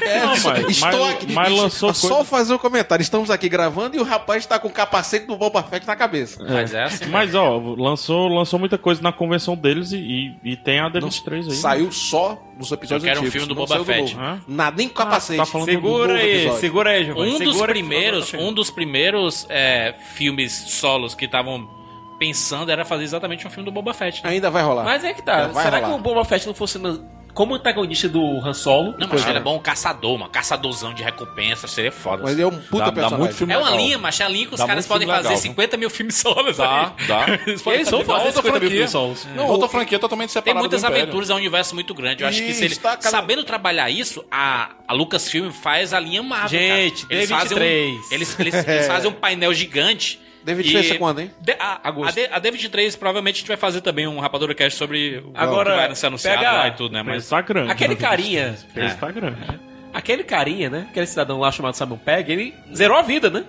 E: É,
C: Não,
E: só-
C: mas-
E: estoque.
C: mas- mas lançou
E: Só
C: coisa-
E: fazer um comentário. Estamos aqui gravando e o rapaz tá com o capacete do Boba Fett na cabeça.
B: Mas é assim.
C: Mas ó, lançou, lançou muita coisa na convenção deles e, e, e tem a D23 aí. né?
E: Saiu só dos episódios
B: Eu quero um
E: antigos,
B: filme do
E: não
B: Boba
E: saiu
B: Fett.
E: novo.
C: Hã?
E: Nada, nem com capacete.
C: tá falando do
F: Segura
E: novo
F: aí,
E: episódio.
F: segura aí, Giovanni.
B: Um dos
F: segura que-
B: primeiros, um dos primeiros é, filmes solos que estavam pensando era fazer exatamente um filme do Boba Fett. né?
E: Ainda vai rolar.
F: Mas é que tá.
E: Ainda vai
F: Será
E: rolar.
F: que o Boba Fett não fosse na- como antagonista do Han Solo?
B: Não, mas
E: coisa,
B: ele é
E: né?
B: bom um caçador, mano. Caçadorzão de recompensa, seria foda.
E: Mas ele é um puta
D: Dá- dá
E: personagem.
D: muito filme.
B: É uma
D: legal.
B: linha, mas é a linha que os
D: Dá
B: caras
D: muito
B: podem
D: filme
B: fazer
D: legal,
B: 50 mil filmes né? solos.
D: Dá,
B: aí.
D: dá.
B: Eles podem
F: Eles vão
B: fazer
F: fazer
D: outra
F: 50 mil
D: franquia.
F: pessoas.
D: Não, outra franquia totalmente
B: Tem
D: separada.
B: muitas
D: do Império.
B: aventuras, é um universo muito grande. Eu acho que se
E: Isso,
B: ele,
E: tá, cara.
B: sabendo trabalhar isso, a, a Lucasfilm faz a linha Marvel.
F: Gente,
B: cara. Eles fazem um,
F: D23.
B: eles, eles- eles fazem um painel gigante.
E: D23 é quando, hein?
B: De- a, a, D, a D23 provavelmente a gente vai fazer também um Rapadura Cast sobre o
F: Agora,
B: que vai ser anunciado
F: pega-
B: lá e tudo, né?
C: Mas
B: Mas
C: tá grande.
F: um Aquele carinha,
B: É.
C: Esse tá grande.
F: aquele carinha, né? Aquele cidadão lá chamado Simon Pegg, ele zerou a vida, né?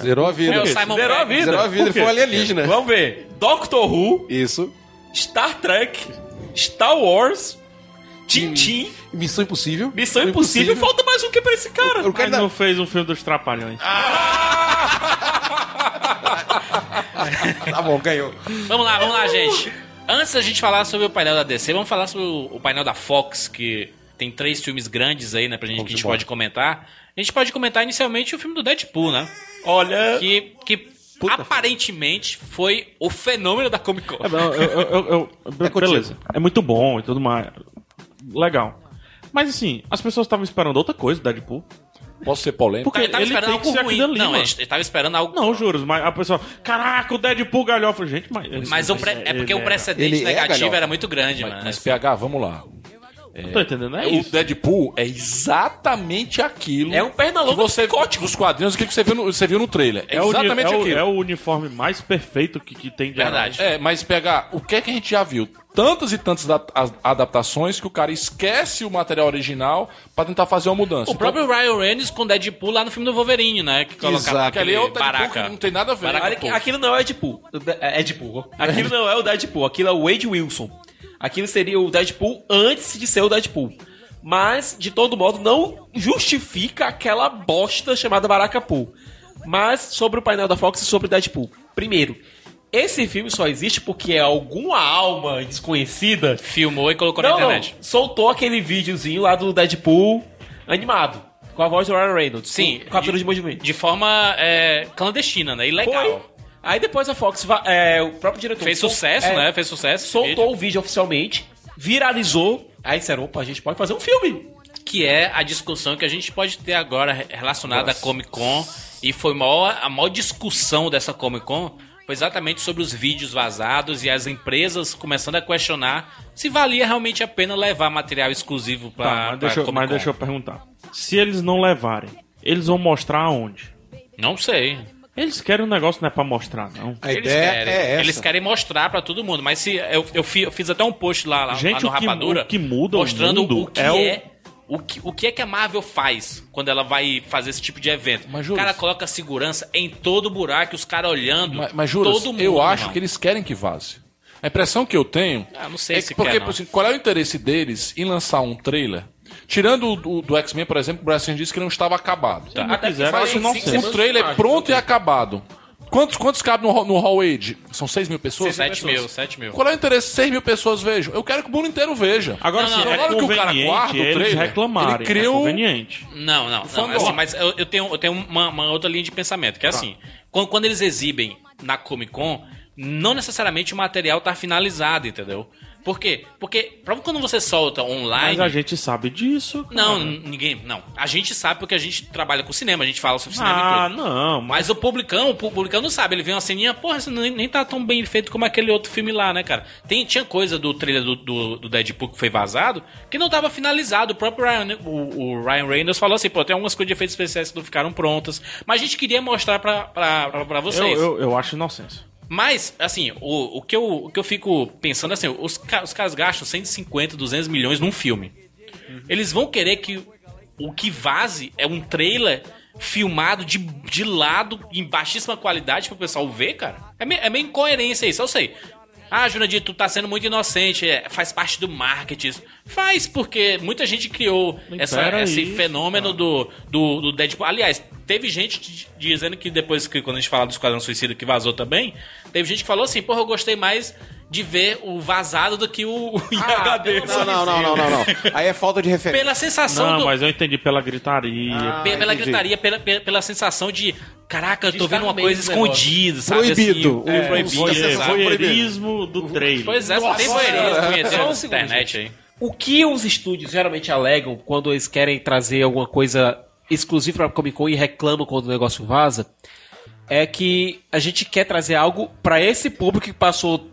E: Zerou a
B: É
E: vida.
B: o Simon
F: zerou a
B: Pegg.
F: vida.
E: Zerou a
C: Por
E: vida.
F: né?
E: Ele
C: quê?
E: foi um alienígena.
F: Vamos ver. Doctor Who,
E: Isso.
F: Star Trek,
B: Star Wars, Tintin,
F: Hum.
E: Missão Impossível.
B: Missão
F: É
B: Impossível. Falta mais um que pra esse cara.
E: Eu
C: Mas
E: quero dar-
C: não fez um filme dos Trapalhões.
E: Tá bom, ganhou.
F: Vamos lá, vamos lá, gente. Antes da gente falar sobre o painel da DC, vamos falar sobre o, o painel da Fox, que tem três filmes grandes aí, né, pra gente, que a gente pode comentar. A gente pode comentar inicialmente o filme do Deadpool, né?
B: Olha,
F: Que, que aparentemente foi o fenômeno da Comic Con.
C: É, eu- eu- eu- eu- be-
E: contigo.
C: beleza. É muito bom e tudo mais. Legal. Mas assim, as pessoas estavam esperando outra coisa do Deadpool.
D: Posso ser polêmico?
B: Tá,
C: Porque
F: Ele tava
C: ele
F: esperando
C: tem que
F: algo
C: ser
F: ruim.
C: aquilo ali,
F: não, é.
C: mano.
F: ele tava esperando algo.
C: Não, juros, mas a pessoa. Caraca, o Deadpool galhofa, gente, mas.
B: um
F: mas o pre- é porque o precedente
E: Ele é
F: negativo
E: galhofa.
F: era muito grande,
D: Mas,
F: mano. é
D: mas, PH, vamos lá.
C: Não tô entendendo, é
D: o
C: isso.
D: Deadpool é exatamente aquilo.
B: É um pernalonga
D: que você dos quadrinhos, o que que você viu no, você viu no trailer. É,
C: É o uni-
D: exatamente
C: é o,
D: aquilo.
C: é o uniforme mais perfeito que, que tem de
F: Verdade.
D: É, mas PH, o que é que a gente já viu? Tantas e tantas da- as- adaptações que o cara esquece o material original pra tentar fazer uma mudança.
F: O próprio Ryan Reynolds com Deadpool lá no filme do Wolverine, né? Que colocaram
E: Exato.
D: que ali é
F: aquele
D: outra
F: baraca.
D: não tem nada a ver.
F: Baraca,
B: olha que- aquilo não é o Deadpool. O De- É Deadpool. Aquilo não é o Deadpool, aquilo é o Wade Wilson. Aquilo seria o Deadpool antes de ser o Deadpool. Mas, de todo modo, não justifica aquela bosta chamada Baracapool. Mas, sobre o painel da Fox e sobre o Deadpool. Primeiro, esse filme só existe porque é alguma alma desconhecida
F: Filmou e colocou na internet.
B: soltou aquele videozinho lá do Deadpool animado. Com a voz do Ryan Reynolds.
F: Sim.
B: Com captura de, movimento.
F: De forma é, clandestina, né? Ilegal.
B: Foi. Aí depois a Fox, va- é, o próprio diretor...
F: Fez
B: sol-
F: sucesso,
B: é,
F: né? Fez sucesso.
B: Soltou o vídeo oficialmente, viralizou. Aí disseram, opa, a gente pode fazer um filme.
F: Que é a discussão que a gente pode ter agora relacionada à Comic Con. E foi maior, a maior discussão dessa Comic Con foi exatamente sobre os vídeos vazados e as empresas começando a questionar se valia realmente a pena levar material exclusivo pra,
C: Tá,
F: pra
C: mas, deixa, eu-
F: Comic
C: mas
F: Con.
C: deixa eu perguntar. Se eles não levarem, eles vão mostrar aonde?
F: Não sei.
C: Eles querem um negócio não é pra mostrar, não.
E: A ideia
F: querem,
E: é essa.
F: eles querem mostrar pra todo mundo. Mas se eu, eu fi- eu fiz até um post lá, lá, lá
C: Gente,
F: no
C: o que mu-
F: Rapadura
C: o que muda o
F: mostrando
C: mundo
F: que
C: é
F: é.
C: o-
F: O que, o que é que a Marvel faz quando ela vai fazer esse tipo de evento?
D: Mas,
F: o
D: Juras-
F: cara coloca segurança em todo buraco, os caras olhando.
D: Mas, mas juras,
F: todo mundo,
D: eu acho
F: irmão.
D: que eles querem que vaze. A impressão que eu tenho
F: Ah, não sei
D: é
F: se
D: que porque
F: quer, não.
D: assim, qual é o interesse deles em lançar um trailer? Tirando o do, do X-Men, por exemplo, o Bryson disse que não estava acabado.
F: Tá.
C: Se não quiser,
D: Mas
C: isso não
D: um
C: sei.
D: trailer pronto e acabado. Quantos, quantos cabe no, hall- no Hall Age? São 6 mil pessoas?
F: 7 mil, 7 mil.
D: Qual é o interesse? 6 mil pessoas vejam. Eu quero que o mundo inteiro veja. Então,
C: Agora
F: Não,
C: sim,
F: não,
C: é
D: na hora que o cara
C: conveniente
D: guarda o
C: eles
D: trailer,
C: reclamarem.
D: ele cria um
C: é
D: o-
F: um
C: conveniente.
F: Não, não, não.
D: Fandom.
F: assim, mas eu, eu tenho, eu tenho uma, uma outra linha de pensamento,
C: Tá.
F: que é assim: quando, quando eles exibem na Comic Con, não necessariamente o material tá finalizado, entendeu? Por quê? Porque pra- quando você solta online.
C: Mas a gente sabe disso. cara.
F: Não, n- ninguém. Não. A gente sabe porque a gente trabalha com cinema, a gente fala sobre cinema e
C: Ah,
F: tudo.
C: não, mas.
F: Mas o publicão, o publicão não sabe. Ele vê uma ceninha, porra, isso nem, nem tá tão bem feito como aquele outro filme lá, né, cara? Tem, tinha coisa do trailer do, do, do Deadpool que foi vazado que não tava finalizado. O próprio Ryan, o, o Ryan Reynolds falou assim, pô, tem algumas coisas de efeitos especiais que não ficaram prontas. Mas a gente queria mostrar pra, pra, pra, pra
C: Eu,
F: vocês.
C: eu, eu acho inocência.
F: Mas, assim, o, o, que eu, o que eu fico pensando é assim, os, ca- os caras gastam 150, 200 milhões num filme. Eles vão querer que o que vaze é um trailer filmado de, de lado, em baixíssima qualidade, pro pessoal ver, cara? É, me, é meio incoerência isso, eu sei. Ah, Jurandir, tu tá sendo muito inocente, é, faz parte do marketing. isso. Faz, porque muita gente criou
C: Mas
F: essa,
C: pera
F: esse
C: aí,
B: Ah.
F: fenômeno do, do, do Deadpool. Aliás, teve gente di- dizendo que depois que quando a gente falar do Esquadrão Suicida que vazou também, teve gente que falou assim, porra, eu gostei mais de ver o vazado do que o,
B: Ah,
F: o em HD.
E: Não, não, não, não, não, não. Aí é falta de referência. Ah,
F: Pela sensação
C: Não,
F: do, Ah,
C: mas eu entendi pela gritaria.
F: pe- pela
E: entendi.
F: gritaria, pela, pela, pela sensação de caraca, eu
B: De
F: tô
B: estar
F: vendo
B: no
F: uma
B: meio
F: coisa
B: do negócio.
F: escondida, sabe?
E: Proibido.
F: Assim,
E: É,
F: o proibido,
E: voyeur,
F: sabe?
E: voyeur.
C: voyeurismo do trailer.
F: Pois é, só tem
B: Nossa, cara.
F: voyeurismo
B: Só um
F: conhecendo na
B: segundo,
F: internet aí.
B: O que os estúdios geralmente alegam quando eles querem trazer alguma coisa exclusiva pra Comic Con e reclamam quando o negócio vaza é que a gente quer trazer algo pra esse público que passou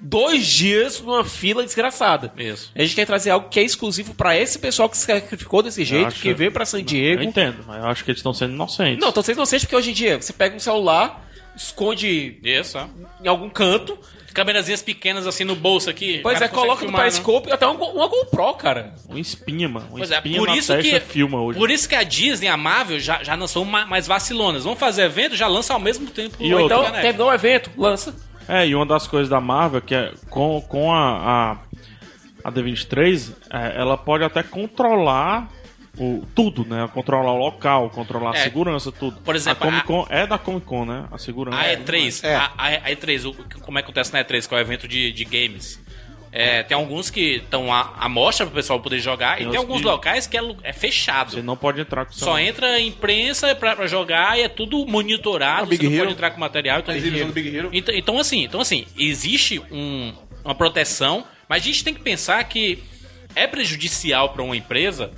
B: dois dias numa fila desgraçada.
F: Isso.
B: A gente quer trazer algo que é exclusivo pra esse pessoal que se sacrificou desse jeito,
C: acho-
B: que veio pra San
C: Eu
B: Diego.
C: entendo, mas eu acho que eles estão sendo inocentes.
B: Não, tô sendo inocente porque hoje em dia você pega um celular, esconde
F: Isso, ó.
B: em algum canto,
F: Câmerazinhas pequenas assim no bolso aqui.
B: pois
F: cara,
B: é,
F: consegue
B: coloca no
F: filmar, né?
B: periscope e até uma, Go- uma GoPro, cara.
C: Um espinha, mano. Um
F: Pois é,
C: espinha
F: por
C: na
F: isso
C: testa
F: que
C: filma hoje.
F: Por isso que a Disney, a Marvel, já, já lançou uma, mais vacilonas. Vão fazer evento, já lança ao mesmo tempo.
C: E
F: Ou
C: outra.
F: então,
B: Então, terminou o evento, lança.
C: É, e uma das coisas da Marvel que é com, com a, a- a D23, é, ela pode até controlar o, tudo, né? Controlar o local, controlar a
B: É.
C: segurança, tudo.
B: Por exemplo,
C: a Comic Con é da Comic Con, né? A segurança.
B: A E3,
E: É.
B: a, a- a E3, o- como é que acontece na E3, que é o evento de, de games? É, tem alguns que estão à, à mostra pro pessoal poder jogar,
C: Tem
B: e tem
C: uns
B: alguns
C: que-
B: locais que é, lu- é
C: Você
B: fechado.
C: não pode entrar com o
B: Só entra a imprensa pra, pra jogar e é tudo monitorado,
E: Ah,
B: você
E: Big
B: não
E: Hero.
B: pode entrar com material e tudo
E: Mas
B: isso.
E: eles usam Big Hero.
B: Então, então assim, então assim, existe um- uma proteção, mas a gente tem que pensar que é prejudicial para uma empresa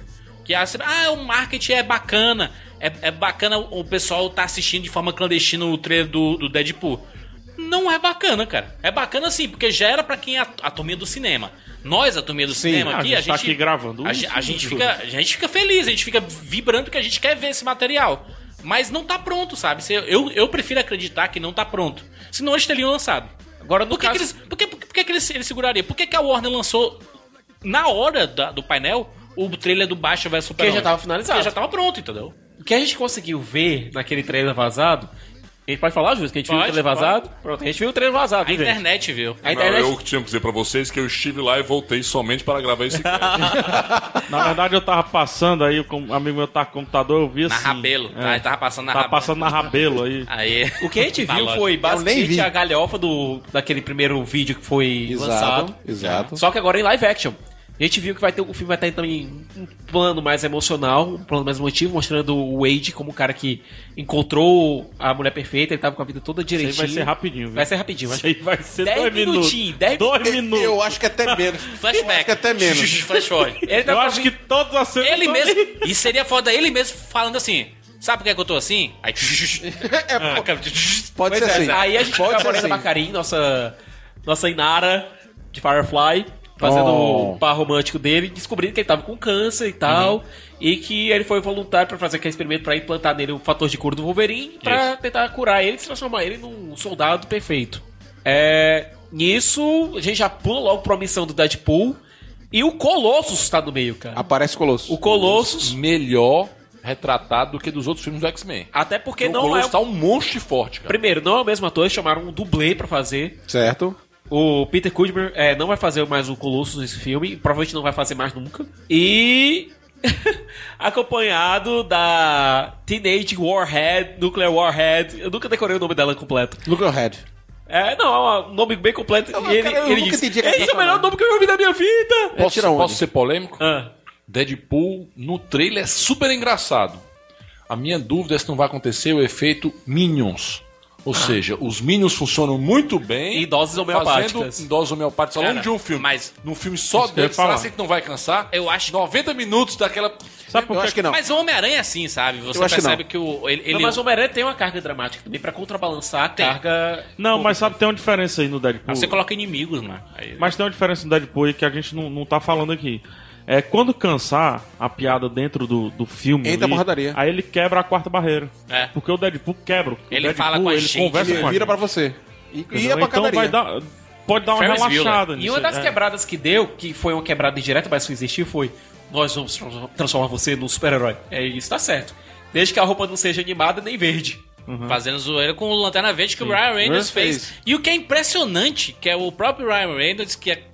B: que ah, se- ah, o marketing é bacana, é, é bacana o o pessoal tá assistindo de forma clandestina o trailer do, do Deadpool. Não é bacana, cara. É bacana sim, porque já era pra quem é a, a turminha do cinema. Nós, a turminha do cinema
C: a
B: aqui,
C: gente tá aqui gravando
B: a,
C: um
B: ge- a
C: filme,
B: gente
C: tudo.
B: fica, a gente fica feliz, a gente fica vibrando que a gente quer ver esse material. Mas não tá pronto, sabe? Se Eu, eu, eu prefiro acreditar que não tá pronto. Senão eles teriam lançado.
F: Agora, no
B: Por que,
F: caso...
B: que eles, por que, por que, por que que eles, eles segurariam? Por que, que a Warner lançou na hora da- do painel o trailer do Baixa vs Super
F: Porque já tava finalizado.
B: Porque já tava pronto, entendeu?
F: O que a gente conseguiu ver naquele trailer vazado... A gente pode falar, Júlio, que a gente viu o
B: Pode,
F: trailer vazado? Pronto, a gente viu o trailer vazado,
B: A
F: hein, gente?
B: internet viu.
F: A
D: Não,
F: internet...
D: eu que tinha que dizer pra vocês é que eu estive lá e voltei somente para gravar esse cast.
C: Na verdade, eu tava passando aí, um amigo meu tá com o computador, eu vi
B: Na
C: assim.
B: Rabelo.
C: é.
B: Tá, ele tava passando na
C: Tava
B: Rabelo.
C: passando na Rabelo aí.
F: Ah,
B: Aí. é.
F: O que a gente
B: Na
F: viu
B: loja.
F: foi
E: Eu nem
F: basicamente
E: vi.
F: a galhofa do, daquele primeiro vídeo que foi
E: Exato,
F: lançado.
E: exato.
F: Só que agora em live action. A gente viu que vai ter, o filme vai estar então em um plano mais emocional, um plano mais emotivo, mostrando o Wade como o cara que encontrou a mulher perfeita, ele tava com a vida toda
C: Isso aí
F: direitinho.
C: vai ser rapidinho, viu?
F: Vai ser rapidinho,
C: Isso
F: acho
C: aí
F: que-
C: vai ser
F: Dez
C: dois minutos.
F: minutinhos, dez
C: dois minutos.
E: É, Eu acho que até menos. Eu acho
B: Flashback.
E: que até menos.
B: Flash forward.
F: Ele
C: é
F: tá
C: Eu
F: com a
C: acho que todos as cenas
B: Ele
C: estão ali.
B: mesmo. E seria foda ele mesmo falando assim. Sabe por que, é que eu tô assim? Aí. Ah, cara,
E: É, Pode
F: Pois
E: ser
F: é,
E: assim.
F: Aí a gente
E: Pode
F: viu a
E: ser
F: Vanessa
E: assim.
F: Bacarin, nossa, nossa Inara de Firefly, fazendo
E: Oh. Uhum.
F: o par romântico dele, descobrindo que ele tava com câncer e tal, e que ele foi voluntário pra fazer aquele experimento pra implantar nele o fator de cura do Wolverine, pra tentar curar ele e se transformar ele num soldado perfeito. É, nisso, a gente já pula logo pra missão do Deadpool, e o Colossus tá no meio, cara.
E: Aparece Colosso.
F: O Colossus,
D: Melhor retratado do que dos outros filmes do X-Men.
F: até porque
D: o
F: não é...
D: Colosso tá um monstro de forte, cara.
F: Primeiro, não é o mesmo ator, eles chamaram um dublê pra fazer.
E: Certo.
F: O Peter Kudmer é, não vai fazer mais o Colossus nesse filme, provavelmente não vai fazer mais nunca. E acompanhado da Teenage Warhead, Nuclear Warhead. Eu nunca decorei o nome dela completo.
E: Knucklehead.
F: É, não, é um nome bem completo.
E: Eu-
F: e ele,
E: cara, eu
F: ele
E: nunca
F: disse,
E: entendi né?" aquele
F: Esse é o
E: personagem."
F: melhor nome que eu ouvi na minha vida.
D: Posso,
E: tira onde?
D: posso ser polêmico?
F: Ah,
D: Deadpool no trailer é super engraçado. A minha dúvida é se não vai acontecer o efeito Minions. Ou seja, os Minions funcionam muito bem.
F: Em doses homeopáticas.
D: Fazendo em doses homeopáticas ao
B: Cara,
D: longo de um filme.
B: mas-
D: num filme só
C: Isso que eu ia
D: dele, será
C: falar.
D: assim que não vai cansar?
B: Eu acho que-
D: 90 minutos daquela.
C: Sabe por
E: Eu
C: quê?
E: acho que não.
B: Mas o Homem-Aranha é assim, sabe? Você
E: Eu acho que
B: percebe que, o. Ele,
F: não,
B: ele-
F: mas o Homem-Aranha tem uma carga dramática também pra contrabalançar a carga.
C: Não, mas sabe, tem uma diferença aí no Deadpool.
B: Você coloca inimigos, mano. Aí-
C: Mas tem uma diferença no Deadpool aí que a gente não, não tá falando aqui. É quando cansar a piada dentro do, do filme. ali,
E: Entra a porradaria.
C: Aí ele quebra a quarta barreira.
B: É.
C: Porque o Deadpool quebra. O
B: Ele
C: Deadpool,
B: fala com a
C: ele
B: gente,
C: conversa
E: Ele
C: com a
E: vira
C: gente,
E: pra você. E, e é
C: entendeu?
E: a
C: Então
E: pancadaria.
C: vai dar. Pode dar uma
B: Ferris
C: relaxada
F: E
C: nisso.
F: uma das
C: é.
F: quebradas que deu, que foi uma quebrada indireta, mas não existiu, foi: Nós vamos tra- transformar você num super-herói. É, isso tá certo. Desde que a roupa não seja animada nem verde.
C: Uhum.
B: Fazendo zoeira com o Lanterna Verde que o Ryan Reynolds
E: Reynolds
B: fez.
E: Uhum. fez.
B: E o que é impressionante, que é o próprio Ryan Reynolds, que é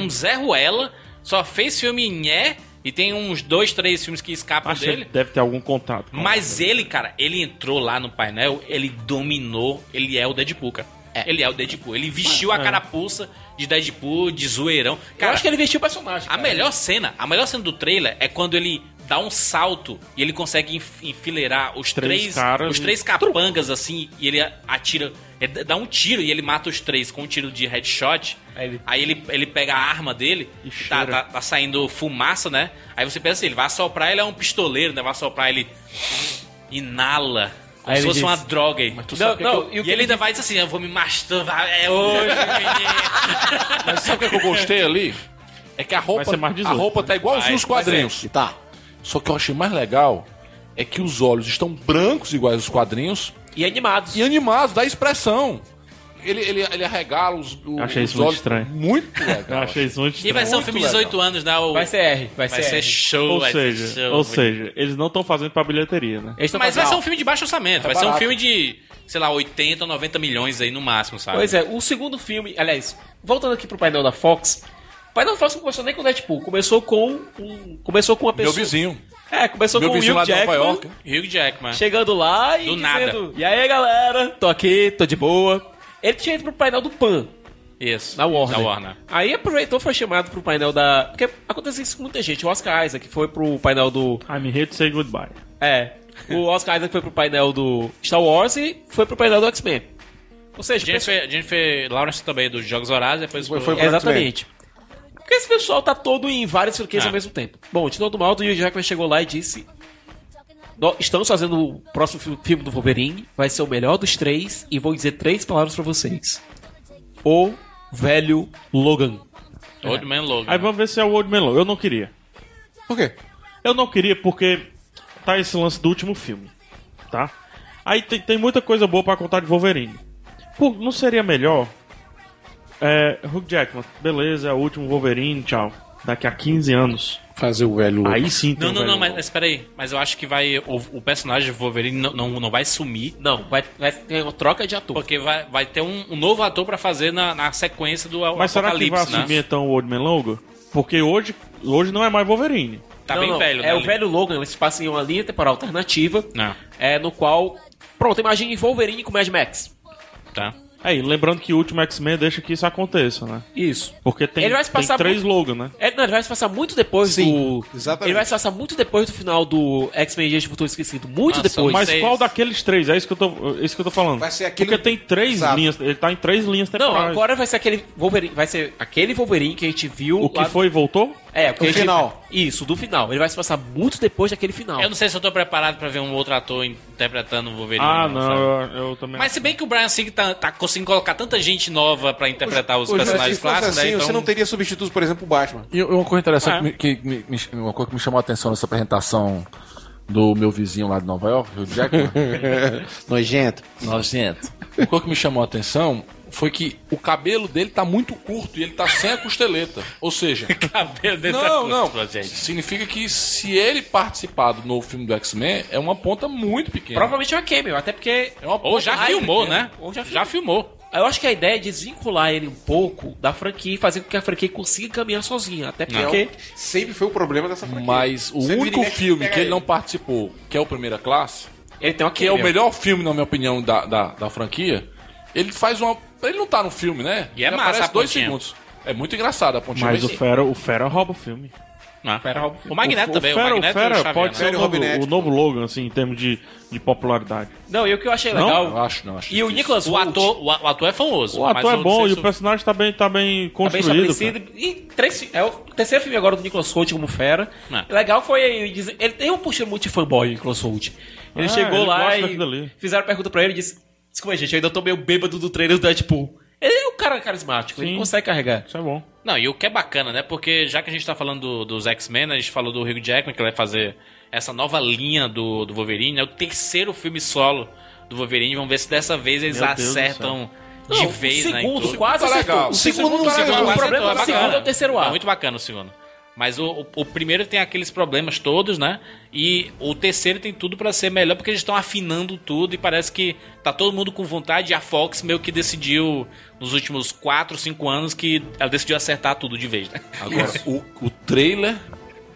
B: um Zé Ruela, só fez filme nhé, e tem uns dois, três filmes que escapam
C: Acho que
B: dele.
C: ele deve ter algum contato. com
B: Mas ele, cara, ele entrou lá no painel, ele dominou, ele é o Deadpool, cara. Ele é o Deadpool. Ele vestiu a carapuça de Deadpool, de zoeirão.
F: eu
B: Cara,
F: acho que ele vestiu o personagem.
B: a
F: cara.
B: melhor cena, a melhor cena do trailer é quando ele dá um salto e ele consegue enf- enfileirar os três,
C: Três caras
B: os
C: e-
B: três capangas assim e ele atira, é, d- dá um tiro e ele mata os três com um tiro de headshot.
F: Aí ele-
B: Aí ele, ele pega a arma dele,
C: E
B: tá,
C: cheira.
B: tá- tá saindo fumaça, né? Aí você pensa assim, ele vai assoprar, ele é um pistoleiro, né? Vai assoprar, ele inala. Como
F: Aí
B: se
F: ele
B: fosse
F: diz,
B: uma droga aí.
F: sabe que eu-
B: e, ele ainda vai dizer assim, eu vou me masturbar, é hoje, menino.
D: Mas sabe o que eu gostei ali? É que a
C: Vai
D: roupa,
C: ser mais né? 18,
D: a roupa tá igualzinho
B: Vai,
D: os quadrinhos.
E: Tá.
D: Só que eu achei mais legal é que os olhos estão brancos iguais aos quadrinhos
F: E animados.
D: e animados, dá expressão. Ele, ele, ele arregala os, o-
C: Achei
D: os
C: isso muito estranho.
D: Muito
C: Eu
D: legal.
C: achei isso muito
B: E vai
C: estranho.
B: ser um filme de 18 anos, né? O-
F: Vai ser R. Vai,
B: Vai
F: ser,
B: ser
F: R.
B: show,
C: Ou
B: vai
C: seja,
B: ser show.
C: ou
B: vai-
C: seja, eles não estão fazendo pra bilheteria, né?
F: Eles tão
B: Mas vai
F: fazendo-
B: ser um filme de baixo orçamento. vai ser um
D: barato.
B: filme de, sei lá, 80 ou
F: é,
B: 90 milhões aí no máximo, sabe?
F: Pois é, o segundo filme. Aliás, voltando aqui pro painel da Fox. Pai Não Frost não começou nem com o Deadpool, começou com um, começou com uma
D: Meu
F: pessoa.
D: vizinho.
F: É, começou
D: Meu
F: com o
D: vizinho
F: Hugh
D: lá de Nova
F: Jackman,
D: York.
B: Hugh Jackman.
F: chegando lá e
B: É. Do
F: dizendo, e aí galera, tô aqui, tô de boa. Ele tinha ido pro painel do Pan,
B: Isso.
F: na Warner.
B: Da Warner.
F: Aí aproveitou, foi chamado pro painel da... Porque acontece isso com muita gente. O Oscar Isaac foi pro painel do...
C: I'm here to say goodbye.
F: É, o Oscar Isaac foi pro painel do Star Wars e foi pro painel do X-Men. Ou seja,
B: Jennifer, Jennifer Lawrence também, dos Jogos Horários, depois
E: Foi-
B: pro-
E: foi-
F: É, Exatamente. Porque esse pessoal tá todo em várias franquias
B: Ah.
F: ao mesmo tempo. Bom, de todo modo, o Hugh Jackman chegou lá e disse... "Nó- Estamos fazendo o próximo fi- filme do Wolverine, vai ser o melhor dos três, e vou dizer três palavras pra vocês. O velho Logan.
B: Old Man Logan.
C: Aí vamos ver se é o Old Melon. Eu não queria.
E: Por quê?
C: Eu não queria porque tá esse lance do último filme, tá? Aí tem, tem muita coisa boa pra contar de Wolverine. Pô, não seria melhor? É, Hugh Jackman, beleza, é o último Wolverine, tchau. Daqui a 15 anos.
E: Fazer o velho
C: Aí sim tem
B: Não,
C: um
B: não,
C: velho
B: não, mas,
C: novo.
B: mas espera aí. Mas eu acho que vai o, o personagem do Wolverine não, não, não vai sumir,
F: Não, vai, vai ter uma troca de ator.
B: porque vai, vai ter um, um novo ator pra fazer na, na sequência do
C: Mas será que vai
B: Apocalipse,
C: assumir
B: né?
C: então o Old Man Logan? Porque hoje, hoje não é mais Wolverine.
B: Tá
F: Não,
B: bem
F: não,
B: velho,
F: É
B: né, Ah.
F: o
B: ali?
F: velho Logan, eles passam em uma linha temporal alternativa,
B: Não,
F: é, no qual... Pronto, imagine Wolverine com Mad Max.
B: tá.
C: Aí, É, lembrando que o último X-Men deixa que isso aconteça, né?
F: Isso.
C: Porque tem,
F: Ele vai se
C: tem
F: passar
C: três
F: por-
C: Logan, né?
F: É, não, ele vai se passar muito depois
E: Sim,
F: do.
E: exatamente.
F: Ele vai se passar muito depois do final do X-Men Dias de Futuro Esquecido. Muito
B: Nossa,
F: depois.
C: Mas
B: Seis.
C: qual daqueles três? É isso que eu tô, é isso que eu tô falando.
E: Vai ser aquele-
C: Porque tem três
E: Exato.
C: linhas. Ele tá em três linhas
F: Não,
C: temporais.
F: agora vai ser aquele Wolverine. Vai ser aquele Wolverine que a gente viu.
C: O que
F: lá-
C: foi e voltou?
F: É, o que
E: O
F: a gente-
E: final.
F: Isso, do final. Ele vai se passar muito depois daquele final.
B: Eu não sei se eu tô preparado pra ver um outro ator interpretando o Wolverine.
C: Ah,
B: é, sabe?
C: não, eu, eu também.
B: Mas se bem que o Brian Singer tá, tá conseguindo colocar tanta gente nova pra interpretar os
E: Hoje,
B: personagens
E: se fosse
B: clássicos, né?
E: assim,
B: Então,
E: você não teria substitutos, por exemplo, o Batman.
D: E uma coisa interessante,
C: Ah, é.
D: que, me, que me- me- uma coisa que me chamou a atenção nessa apresentação do meu vizinho lá de Nova York, o Jackman,
E: Nojento.
D: Nojento. Uma coisa que me chamou a atenção foi que o cabelo dele tá muito curto e ele tá sem a costeleta. Ou seja,
B: o cabelo dele tá
D: não,
B: curto
D: não.
B: pra gente.
D: Significa que se ele participar do novo filme do X-Men, é uma ponta muito pequena.
F: Provavelmente é uma cameo, até porque.
D: É uma
B: Ou já
D: ponta-
B: filmou,
D: Ai,
B: né?
F: Ou já
B: já, filmou.
F: Eu acho que a ideia é desvincular ele um pouco da franquia e fazer com que a franquia consiga caminhar sozinha. Até
E: É o-
F: porque.
E: Sempre foi o problema dessa franquia.
D: Mas o
E: Sempre vira e
D: único
E: mexe,
D: filme
E: pega
D: que ele não participou, que é o Primeira Classe,
F: Ele tem uma
D: que é o
F: cameo.
D: melhor filme, na minha opinião, da, da, da franquia, ele faz uma. Ele não tá no filme, né?
B: E é
D: Ele
B: massa
D: aparece
B: a
D: dois
B: pontinha.
D: segundos. É muito engraçado a pontinha.
C: Mas o
D: bem-
C: Fera, o Fera rouba o filme.
B: Não.
F: rouba o é filme.
B: O Magneto
C: o,
B: também.
C: o Fera,
B: o
C: o
B: Magneto
C: Fera
B: e o Xavier,
C: pode
B: né?
E: Fera
C: ser
E: e
C: o
E: o
C: novo,
E: Robinete.
C: o novo Logan, assim, em termos de, de popularidade.
F: Não, e o que eu achei
C: Não?
F: legal.
D: Eu acho, não. Acho
F: E o
D: difícil.
F: Nicholas
B: O
F: Hoult.
B: ator, o, o ator é famoso.
C: O ator
B: mas
C: é bom
B: eu
C: e
B: não
C: o
B: sei se
C: personagem tá bem, tá bem
F: Tá bem
C: construído. cara.
F: estabelecido. E três, é o terceiro filme agora do Nicolas Hoult como fera.
B: É.
F: Legal foi ele dizer- Ele tem um postura muito de fanboy, o Nicolas Hoult. Ele
C: Ah,
F: chegou
C: ele
F: lá
C: gosta
F: e
C: daquilo ali.
F: fizeram pergunta pra ele e disse: Desculpa, gente, eu ainda tô meio bêbado do trailer do Deadpool. Ele é um cara carismático, ele
C: Sim.
F: consegue carregar.
C: Isso é bom.
B: Não, e o que é bacana, né? Porque já que a gente tá falando do- dos X-Men, né, a gente falou do Hugh Jackman, que vai fazer essa nova linha do, do Wolverine, é o terceiro filme solo do Wolverine. Vamos ver se dessa vez eles
C: Meu Deus do
B: acertam de
F: Não,
B: vez,
F: o
B: né? em
F: segundo,
B: tudo.
F: quase
D: Tá
F: acertou.
D: legal.
F: O
D: O
F: segundo,
E: segundo
F: não
E: tá
F: acertou.
E: legal.
F: O um problema
B: Acertou,
F: do segundo é o terceiro
B: É
F: ato.
B: muito bacana o segundo. Mas o, o- o primeiro tem aqueles problemas todos, né? E o terceiro tem tudo pra ser melhor, porque eles estão afinando tudo e parece que tá todo mundo com vontade. E a Fox meio que decidiu, nos últimos 4, 5 anos, que ela decidiu acertar tudo de vez, né?
D: Agora, o, o trailer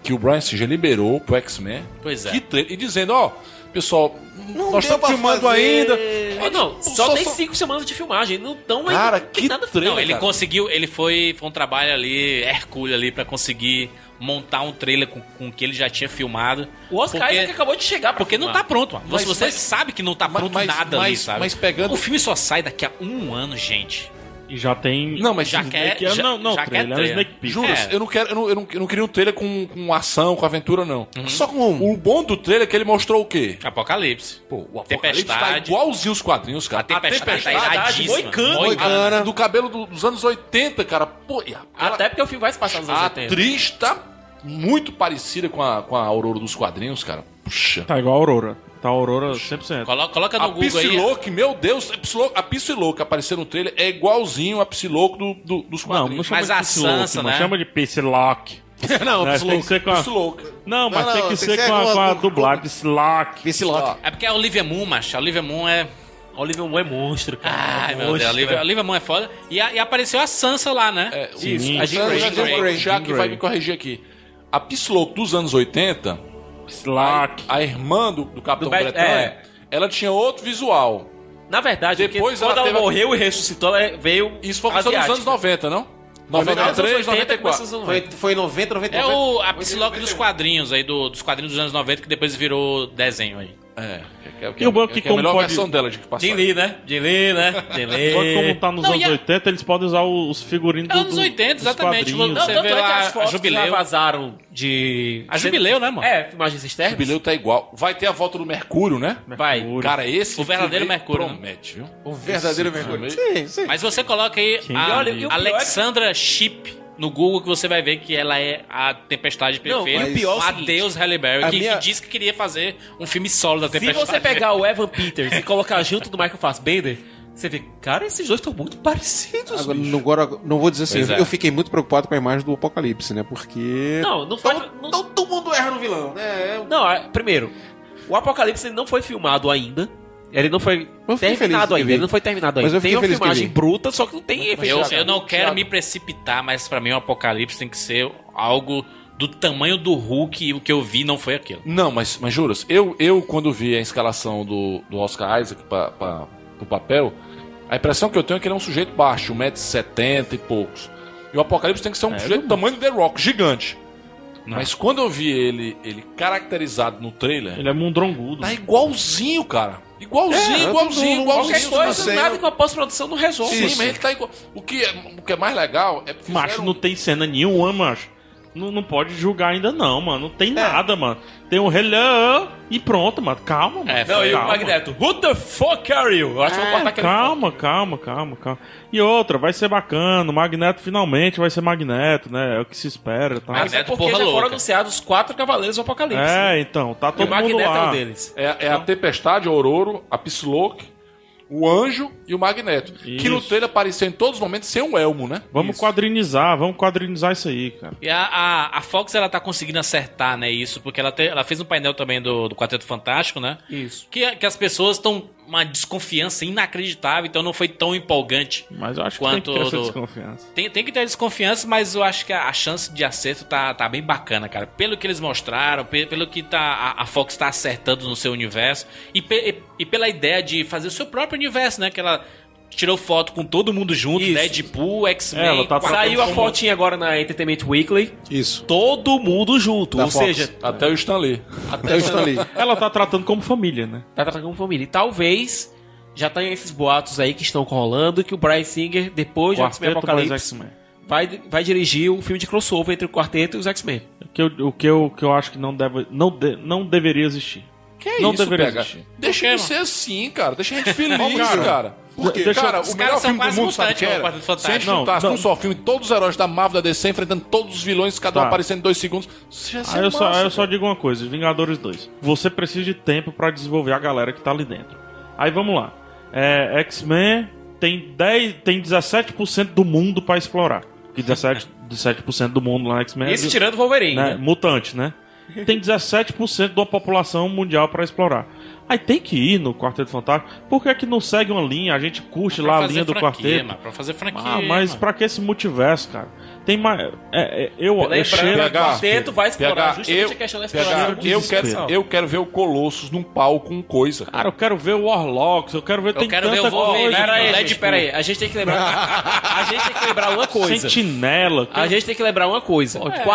D: que o Brian Singer liberou pro X-Men.
B: Pois é.
D: Que trailer, e dizendo, ó, pessoal, nós
E: deu
D: estamos
E: pra
D: filmando
E: fazer.
D: ainda.
F: Ah, não, só,
D: Só-
F: tem
D: só-
F: cinco semanas de filmagem. Não tão
D: Cara,
F: não tem
D: que
F: nada feito.
D: trailer,
B: Não, ele
D: cara.
B: conseguiu, ele foi, foi um trabalho ali, hercúleo ali, pra conseguir montar um trailer com, com o que ele já tinha filmado.
F: O Oscar
B: porque,
F: Isaac acabou de chegar pra
B: porque não tá
F: filmar.
B: pronto, mano.
D: Mas-
B: você
D: mas-
B: sabe que não tá
D: mas-
B: pronto
D: mas-
B: nada ali,
D: mas-
B: sabe?
D: mas pegando-
B: O filme só sai daqui a um ano, gente.
C: E já tem.
D: Não, mas
B: Já
D: sim,
B: quer.
C: é-
B: já,
C: não, não,
B: já
C: trailer, é um
B: quer
C: sneak peek.
D: Juro,
B: É.
D: eu não quero, eu não, eu não, eu não queria um trailer com, com ação, com aventura, não.
B: Uhum.
E: Só com um.
D: O bom do trailer é que ele mostrou o quê?
B: Apocalipse.
D: Pô, o Apocalipse tá
B: Tempestade.
D: igualzinho os quadrinhos, cara.
B: A tempestade, tá iradíssima.
F: Moicano.
B: Moicano.
D: Do cabelo do- dos anos 80, cara. Pô, e a- ela-
F: Até porque o filme vai se passar nos anos
D: a
F: 80.
D: atriz tá muito parecida com a, com a Aurora dos quadrinhos, cara. Puxa.
C: Tá igual a Aurora. Tá a Aurora 100%.
B: Coloca, coloca Tá no
D: A
B: Google aí.
D: Psylocke, meu Deus, a Psylocke, a Psylocke que apareceu no trailer é igualzinho a Psylocke do, do- dos
C: Não, não
D: quadrinhos.
C: chama
B: Mas
C: de
B: a
C: Psylocke,
B: Sansa,
C: mas
B: né?
C: chama de Psylocke.
D: não,
C: Né, tem que ser
D: é
C: com a-
D: Psylocke.
C: Não, mas
E: Não,
C: tem
E: não,
C: que ser com a, com a dublagem. Psylocke.
E: Esse Loki.
B: É porque é a Olivia Moon, macho. A Olivia Moon é
F: A Olivia Moon é monstro, cara.
B: Ai, meu
F: É
B: Deus,
F: monstro,
B: a Olivia, a
F: né?
B: Olivia Moon é foda. E, a- e apareceu a Sansa lá, né?
D: É,
C: Sim.
D: o- a gente
E: Jean
D: já
E: Grey.
D: deu
E: Jean
D: uma-
E: Grey.
D: já que
C: Jean
D: vai
C: Grey.
D: me corrigir aqui. A Psylocke dos anos 80,
C: Slack.
D: a irmã do, do Capitão
F: Do Bat-
D: Bretanha,
F: é.
D: ela tinha outro visual.
F: Na verdade,
D: Depois
F: porque quando
D: ela
F: ela,
D: teve a-
F: morreu e ressuscitou, é, ela veio.
D: Isso foi começando nos
F: asiática.
D: anos 90, não?
F: Final dos anos
D: 93,
F: 80,
D: 94.
F: começa nos anos 90.
E: Foi, foi 90, 90,
B: É o, a Psylocke dos quadrinhos aí, do- dos quadrinhos dos anos 90, que depois virou desenho aí.
D: É. que- que-
C: E o Bucky
D: que é a
C: como
D: melhor
C: pode-
D: versão dela de passar.
F: Jin Lee, né? Jin Lee, né? Jin Lee.
C: Agora, como tá nos
B: Não,
C: anos
B: e a-
C: 80, eles podem usar os figurinos do,
B: Anos 80,
C: dos
B: exatamente.
C: quadrinhos.
F: Não,
B: Você
F: tanto
B: vê
F: é que
B: lá
F: as
B: a
F: fotos
B: Jubileu.
F: já vazaram de...
B: A Jubileu, né, mano?
F: É, imagens
D: O
F: externas.
D: jubileu tá igual. Vai ter a volta do Mercúrio, né?
F: Vai.
C: Mercúrio.
D: Cara, esse.
B: O verdadeiro
D: filme
B: Mercúrio, né?
D: Promete, viu?
E: o verdadeiro mergulho. Sim, sim.
B: Mas você coloca aí
C: Quem
B: a
C: olha,
F: e o pior é-
B: Alexandra Ship no Google, que você vai ver que ela é a Tempestade
F: Não,
B: Perfeita.
E: e o pior é o
B: a
F: seguinte,
B: Deus Halle Berry,
E: a
B: que, que
E: minha-
B: disse que queria fazer um filme solo da
F: Se
B: Tempestade.
F: você pegar o Evan Peters e colocar junto do Michael Fassbender, você vê, cara, esses dois estão muito parecidos.
E: Agora, não- agora, não vou dizer assim,
B: Pois
E: eu-
B: é.
E: eu fiquei muito preocupado com a imagem do Apocalipse, né? Porque.
F: Não, não foi... não-
E: Todo mundo erra no vilão, né? É-
F: Não, é- primeiro, o Apocalipse ele não foi filmado ainda. Ele não foi
E: Eu fiquei feliz que
F: terminado
E: eu
F: ainda.
E: vi.
F: Ele não foi terminado
E: Mas
F: ainda.
E: eu
F: Tem
E: fiquei
F: uma
E: feliz que eu
F: filmagem
E: vi.
F: bruta, só que não tem efeito.
B: Eu,
F: especial.
B: eu não quero
D: Thiago.
B: me precipitar, mas pra mim o Apocalipse tem que ser algo do tamanho do Hulk e o que eu vi não foi aquilo.
D: Não, mas, mas juras, eu, eu quando vi a escalação do, do Oscar Isaac pra, pra, pro papel, a impressão que eu tenho é que ele é um sujeito baixo, 1,70m e poucos. E o Apocalipse tem que ser
B: É,
D: um sujeito do tamanho do The Rock, gigante. Mas quando eu vi ele, ele caracterizado no trailer,
C: Ele é mundrongudo.
D: tá igualzinho, cara. Igualzinho,
E: É, eu não-
D: igualzinho,
E: não-
D: igualzinho.
F: Qualquer coisa,
E: sei,
F: nada
E: eu-
F: com a pós-produção não resolve.
D: Sim, mas ele tá igual. O que é, o que é mais legal é porque.
C: Macho, não tem cena nenhuma, macho. Não, não pode julgar ainda não, mano. Não
F: É.
C: tem nada, mano. Tem um hello e pronto, mano. Calma, mano.
B: É,
F: Não, e o
C: calma.
F: Magneto, who the fuck are you? Eu acho que eu vou cortar aquele...
C: Calma, calma, calma, calma. E outra, vai ser bacana. O Magneto finalmente vai ser Magneto, né? É o que se espera, tá?
F: Mas é
B: Magneto,
F: porque
B: porra
F: já foram
B: louca.
F: anunciados os quatro Cavaleiros do Apocalipse. né?
C: É, então, tá
F: E
C: todo
F: o Magneto
C: mundo
F: é
C: lá.
F: um deles.
D: É, é a Tempestade, a Ororo, a Psylocke, o Anjo e o Magneto. Que no
C: Isso.
D: trailer apareceu em todos os momentos sem um elmo, né?
C: Vamos quadrinizar, vamos quadrinizar isso aí, cara.
B: E a, a, a Fox, ela tá conseguindo acertar, né, isso, porque ela, te- ela fez um painel também do, do Quarteto Fantástico, né?
F: Isso.
B: Que, que as pessoas estão uma desconfiança inacreditável, então não foi tão empolgante.
C: Mas eu acho
B: Quanto
C: que tem que ter essa
B: do-
C: desconfiança.
B: Tem, tem que ter desconfiança, mas eu acho que a, a chance de acerto tá, tá bem bacana, cara. Pelo que eles mostraram, pe- pelo que tá, a, a Fox tá acertando no seu universo e, pe- e- e pela ideia de fazer o seu próprio universo, né? Que ela tirou foto com todo mundo junto, né?
F: Isso.
B: Deadpool, X-Men...
C: É, ela tá
B: Quarteto
F: Saiu a
B: Fantástico.
F: fotinha agora na Entertainment Weekly.
E: Isso.
F: Todo mundo junto.
E: Da
F: ou
E: Fox.
F: seja,
D: Até o Stanley.
E: Até o Stanley.
C: Ela tá tratando como família, né?
F: tá tratando como família. E talvez já tenha esses boatos aí que estão rolando que o Brian Singer, depois do X-Men
C: Quarteto mais
F: é, Apocalipse,
C: X-Men.
F: vai, vai dirigir um filme de crossover entre o Quarteto e os X-Men.
C: O que eu, o que eu, o que eu acho que não, deve, não, de- não deveria existir.
D: Que é
C: Não
D: isso,
C: deveria
D: PH?
C: existir.
D: Deixa
B: Por quê,
D: de ser assim, cara. Deixa a gente feliz,
C: Cara,
D: cara.
E: por quê?
C: Deixa eu-
D: cara,
B: Os caras
D: o melhor
B: são
D: filme do
B: quase
D: mundo, sabe o que
B: mutantes,
D: era?
B: né, o Quarteto
D: Se a gente
B: Fantástico.
C: Não,
D: juntasse
C: não.
D: um só filme, todos os heróis da Marvel, da DC, enfrentando todos os vilões, cada um
C: Tá.
D: aparecendo em dois segundos. Isso já ia ser
C: Aí Ah, eu, só,
D: massa,
C: aí eu só
D: cara.
C: digo uma coisa: Vingadores 2. Você precisa de tempo pra desenvolver a galera que tá ali dentro. Aí vamos lá. É, X-Men tem 10, tem 17% do mundo pra explorar. Que 17, 17% do mundo lá na X-Men. é
F: Esse tirando o Wolverine,
C: né?
F: né?
C: Mutante, né? Tem 17% da população mundial pra explorar. Aí tem que ir no Quarteto Fantástico. Por que, é que não segue uma linha? A gente curte
B: Pra
C: lá a
B: fazer
C: linha do
B: franquia,
C: quarteto.
B: mano, pra fazer franquia.
C: Ah, mas
B: mano.
C: pra que esse multiverso, cara? Tem mais. é, é, eu, eu chego.
F: Lembrando que o
D: PH,
F: Quarteto vai explorar
D: PH,
F: justamente
D: eu-
F: a questão da
D: PH,
F: exploração.
D: eu,
C: desespero.
D: quero, eu quero ver o Colossus num pau com coisa. cara.
C: Cara, eu quero ver o Warlocks, eu quero ver.
B: Eu
C: tem
B: quero ver
C: tanta
B: o Wolverine,
C: coisa,
F: Pera aí,
C: cara.
F: gente, pera aí. A gente tem que lembrar. a gente tem que lembrar uma coisa.
C: Sentinela.
F: A
C: cara.
F: gente tem que lembrar uma coisa.
B: É.
F: O Quarteto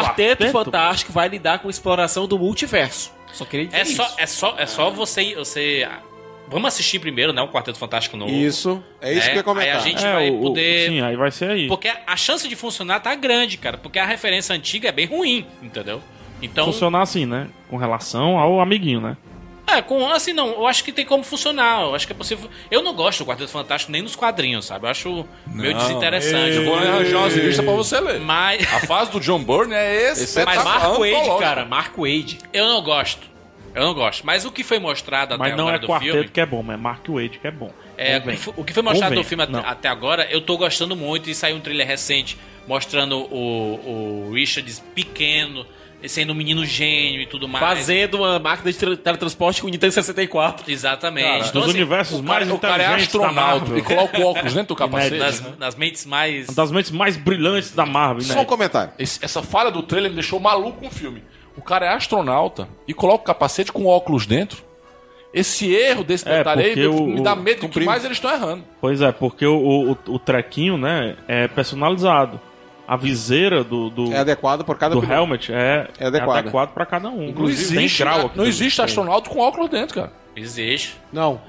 C: Quarteto?
F: Fantástico vai lidar com a exploração do multiverso. Só queria dizer
B: É
F: isso.
B: só, é só, é só você, você... ah, Vamos assistir primeiro, né, o Quarteto Fantástico novo.
E: Isso. É isso
B: É,
E: que eu ia comentar.
B: aí a gente-
C: É,
B: vai
C: o- o-
B: poder-
C: Sim, aí vai ser aí.
B: Porque a chance de funcionar tá grande, cara. Porque a referência antiga é bem ruim, entendeu? Então,
C: Funcionar assim, né? Com relação ao amiguinho, né?
B: é, com assim não, eu acho que tem como funcionar. Eu acho que é possível. Eu não gosto do Quarteto Fantástico nem nos quadrinhos, sabe? Eu acho meio
D: Não.
B: desinteressante.
D: Eu vou arranjar umas revistas pra você ler.
B: Mas
D: A fase do John Byrne é esse.
E: Esse é
D: mas
E: tá
F: Marco Wade,
D: antológico.
F: cara. Marco Wade.
B: eu não gosto. Eu não gosto. Mas o que foi mostrado até
C: Mas não
B: agora
C: é
B: do
C: quarteto
B: filme.
C: que é bom, mas é Mark Wade que é bom.
B: É,
C: Convém.
B: o que foi mostrado no
C: Convém.
B: filme até,
C: Não.
B: até agora, eu tô gostando muito. E saiu um trailer recente mostrando o, o Richards pequeno, sendo um menino gênio e tudo mais.
F: Fazendo uma máquina de tra- teletransporte com o Nintendo 64.
B: Exatamente. Então, assim,
C: Cara, dos universos
D: o
C: mais
D: cara, o cara é
C: inteligentes da
D: astronauta
C: Marvel.
D: e coloca o óculos dentro do capacete.
B: nas,
E: Uhum.
D: né?
B: nas mentes mais.
E: Então-
C: Uma das mentes mais brilhantes da Marvel, né?
E: Só um comentário.
D: Esse- essa falha do trailer me deixou maluco com o filme. O cara é astronauta e coloca o capacete com óculos dentro. Esse erro desse
C: É,
D: detalhe aí
C: porque o-
D: me dá medo do que
E: cumpriu.
D: mais eles estão errando.
C: Pois é, porque o, o, o- o trequinho, né, é personalizado. A viseira do, do,
E: É adequado por cada
C: do
E: piloto.
C: helmet é,
E: É adequado.
C: pra cada um.
D: Não existe,
C: grau aqui
D: não
C: dentro.
D: existe astronauta com óculos dentro, cara.
B: Existe.
E: Não,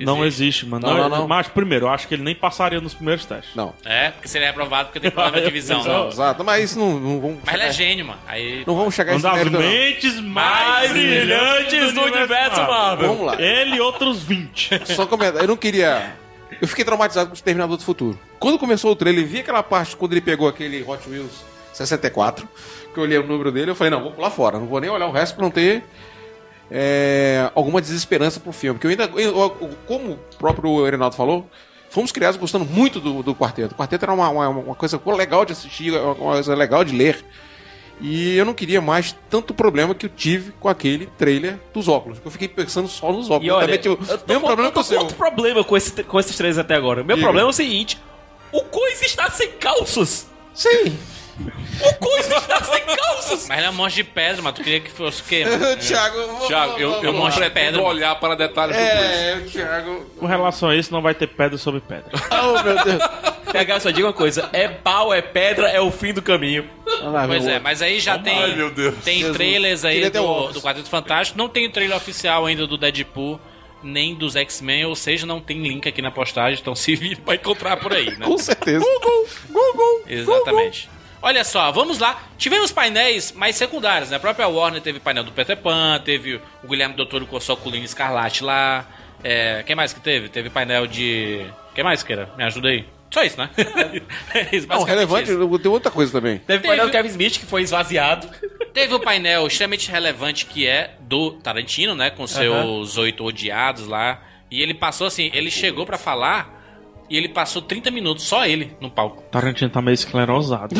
C: Não existe, mano.
E: Não,
C: Não,
E: não, não.
C: Mas, primeiro, eu acho que ele nem passaria nos primeiros testes.
E: não.
B: É, porque seria aprovado porque tem problema de visão.
C: Não.
E: Exato, mas isso não, não vamos.
B: Mas ele é gênio, mano. Aí.
E: Não vamos chegar
C: Uma
E: nesse
C: das
E: mérito, não.
C: mentes mais brilhantes do universo Marvel.
E: Vamos lá.
C: Ele e outros 20.
E: Só um comentário. Eu não queria. Eu fiquei traumatizado com o Terminador do Futuro. Quando começou o trailer, eu vi aquela parte quando ele pegou aquele Hot Wheels 64, que eu olhei o número dele, eu falei, não, vou pular fora, não vou nem olhar o resto pra não ter é, alguma desesperança pro filme. Porque eu ainda. eu- eu- como o próprio Reinaldo falou, fomos criados gostando muito do, do quarteto. O quarteto era uma, uma, uma coisa legal de assistir, é uma coisa legal de ler. E eu não queria mais tanto problema que eu tive com aquele trailer dos óculos. Eu fiquei pensando só nos óculos.
F: E olha,
E: Também tive
F: eu
E: o
F: tô
E: mesmo
F: com,
E: problema
F: eu
E: que o
F: tô com
E: seu.
F: outro problema com, esse, com esses três até agora. Meu
E: Diga.
F: problema é o seguinte: o Coisa está sem calças!
E: Sim.
F: O Coisa está sem calças!
B: Mas ele é um monte de pedra, mano. Tu queria que fosse o quê? mano?
E: Tiago, vamos-
D: Thiago, eu,
E: vamos
D: eu
E: lá.
B: mostro-
D: pretendo
B: pedra, mano.
D: olhar para detalhes do
E: É, Tiago.
C: Com relação a isso, não vai ter pedra sobre pedra.
E: Oh, meu Deus.
F: PH, só diga uma coisa: é pau, é pedra, é o fim do caminho.
B: Pois é, mas aí já tem.
D: meu Deus.
B: Tem
E: Jesus.
B: trailers aí
E: Queria ter um
B: do,
E: ovos.
B: do Quadrito Fantástico. Não tem o trailer oficial ainda do Deadpool, nem dos X-Men, ou seja, não tem link aqui na postagem, então se vira pra encontrar por aí,
F: é.
B: né?
E: Com certeza.
B: Exatamente. Olha só, vamos lá. Tivemos painéis mais secundários, né? A própria Warner teve painel do Peter Pan, teve o Guilherme Doutor com a sua colina escarlate lá. É, quem mais que teve? Teve painel de. Quem mais que era? Me ajuda aí. Só isso, né? Isso,
E: Não,
B: basicamente
E: relevante,
B: isso.
E: tem outra coisa também.
F: Teve o painel
B: Teve-
F: do Kevin Smith que foi esvaziado.
B: Teve o painel extremamente relevante que é do Tarantino, né? Com seus oito odiados lá. E ele passou assim, ele chegou pra falar e ele passou 30 minutos, só ele, no palco.
C: Tarantino tá meio esclerosado.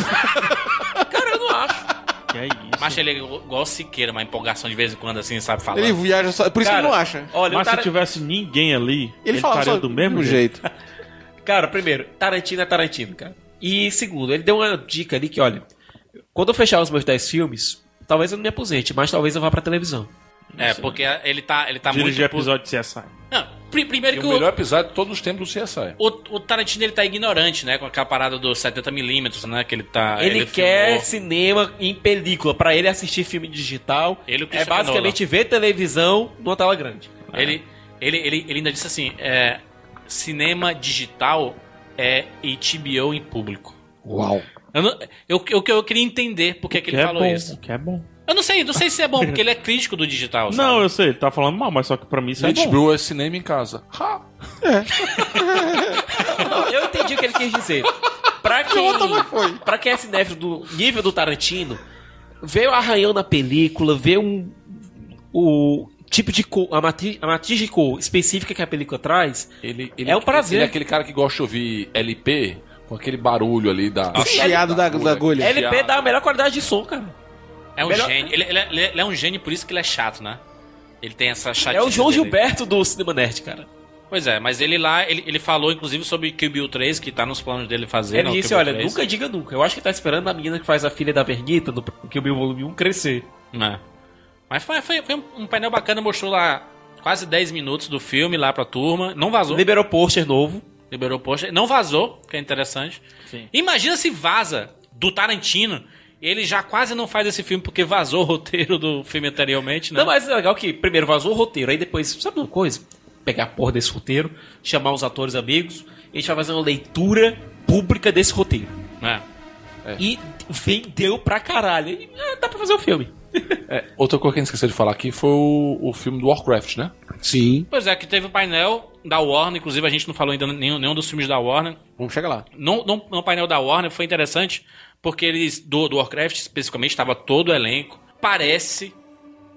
F: Cara, eu não acho.
C: que é isso?
B: Mas ele é igual o Siqueira, uma empolgação de vez em quando, assim, sabe falar.
E: Ele viaja só. Por isso
F: Cara,
E: que ele não acha.
F: Olha, o
C: Mas se
F: Taran-
C: tivesse ninguém ali, ele,
E: Ele, fala
C: estaria
E: só
C: do mesmo jeito.
E: jeito.
F: Cara, primeiro, Tarantino é Tarantino, cara. E segundo, ele deu uma dica ali que, olha, quando eu fechar os meus 10 filmes, talvez eu não me aposente, mas talvez eu vá pra televisão. né?
B: É, porque ele tá, ele tá muito.
C: Dirigir episódio de CSI.
B: Não, pri- primeiro
D: E
B: que
D: É o
B: o,
D: melhor episódio de todos os tempos do CSI.
B: o, o Tarantino ele tá ignorante, né? Com aquela parada dos 70mm, né? Que ele tá.
F: ele, quer
B: filmou.
F: cinema em película. Pra ele assistir filme digital,
B: Ele e o
F: é
B: Christopher
F: basicamente ver televisão numa tela grande.
C: É.
B: Ele, ele, ele, ele ainda disse assim: é, cinema digital é HBO em público.
E: Uau.
B: Eu, não- eu, eu, eu queria entender por que que ele
C: é
B: falou
C: bom,
B: isso.
C: o que é bom.
B: Eu não sei, não sei se é bom, porque ele é crítico do digital. sabe?
C: Não, eu sei, ele tá falando mal, mas só que pra mim isso é bom.
D: HBO é cinema em casa. Ha!
F: Não, eu entendi o que ele quis dizer. Pra quem, pra quem é cinéfilo do nível do Tarantino, ver o arranhão na película, ver um, o tipo de cor, a matriz, a matriz de cor específica que a película traz,
D: Ele, ele-
F: É um prazer.
D: Ele é aquele cara que gosta de ouvir LP com aquele barulho ali da.
E: O chiado da, da agulha.
F: LP dá a melhor qualidade de som, cara.
B: É um
F: Melhor-
B: gênio. Ele, ele é- ele é um gênio, por isso que ele é chato, né? Ele tem essa chatice.
F: É o João
B: dele.
F: Gilberto do Cinema Nerd, cara.
B: Pois é, mas ele lá, ele, ele falou inclusive sobre Kill Bill 3, que tá nos planos dele fazer.
F: Ele
B: não,
F: disse,
B: Kill Bill
F: olha,
B: 3.
F: nunca diga nunca. Eu acho que tá esperando a menina que faz a filha da Vernita, do que o meu volume 1 crescer.
B: Né? Mas foi, foi, foi um painel bacana, mostrou lá quase 10 minutos do filme lá pra turma. Não vazou.
F: Liberou pôster novo.
B: Liberou o post. Não vazou, que é interessante. Imagina se vaza do Tarantino. Ele já quase não faz esse filme porque vazou o roteiro do filme anteriormente, né?
F: Não, mas é legal que primeiro vazou o roteiro, aí depois, sabe uma coisa? Pegar a porra desse roteiro, chamar os atores amigos, a gente vai fazer uma leitura pública desse roteiro.
B: É.
F: E vendeu pra caralho. E, ah, dá pra fazer o filme.
D: É, outra coisa que a gente esqueceu de falar aqui foi o, o filme do Warcraft, né?
E: Sim.
B: Pois é, que teve o painel da Warner, inclusive a gente não falou ainda nenhum, nenhum dos filmes da Warner.
E: Vamos chegar lá.
B: No, no, no painel da Warner foi interessante, porque eles, do, do Warcraft especificamente, estava todo o elenco. Parece,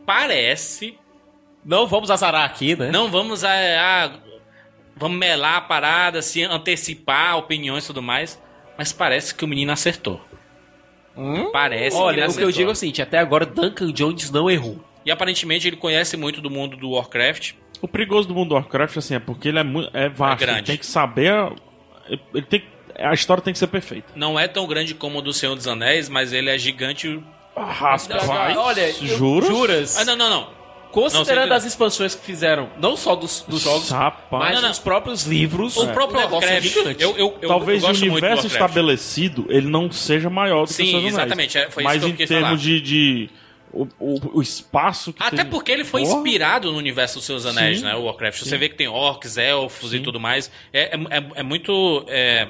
B: parece,
F: Não vamos azarar aqui, né?
B: não vamos a, a- vamos melar a parada, se antecipar opiniões e tudo mais, mas parece que o menino acertou. Parece. que ele
F: Hum? Olha, o que eu
B: acertou.
F: digo é o seguinte, até agora Duncan Jones não errou.
B: E aparentemente ele conhece muito do mundo do Warcraft.
C: O perigoso do mundo do Warcraft, assim, é porque ele é, mu- é vasto.
B: É grande.
C: ele tem que saber. Ele tem, a história tem que ser perfeita.
B: Não é tão grande como o do Senhor dos Anéis, mas ele é gigante.
C: Rapaz,
F: Olha,
C: juras?
F: Juras.
B: Ah, não, não, não.
F: Considerando
B: Não,
F: as expansões que fizeram, não só dos, dos jogos,
C: Rapaz.
F: mas
B: Não, não.
F: dos próprios livros.
B: O próprio
F: negócio é
B: Warcraft.
F: gigante.
B: eu, eu, eu,
C: Talvez
B: eu
C: o
B: gosto muito do
C: universo
B: Warcraft.
C: estabelecido ele não seja maior do que
B: Sim,
C: o Senhor dos Anéis.
B: exatamente, é, foi isso
C: Mas
B: que eu
C: em
B: quis
C: termos
B: falar.
C: de. de- o, o- o espaço que
B: Até
C: tem-
B: porque ele foi
C: Porra.
B: inspirado no universo dos seus anéis,
C: Sim.
B: né? O Warcraft. Você vê que tem orcs, elfos e tudo mais. É, é, é- é muito. é,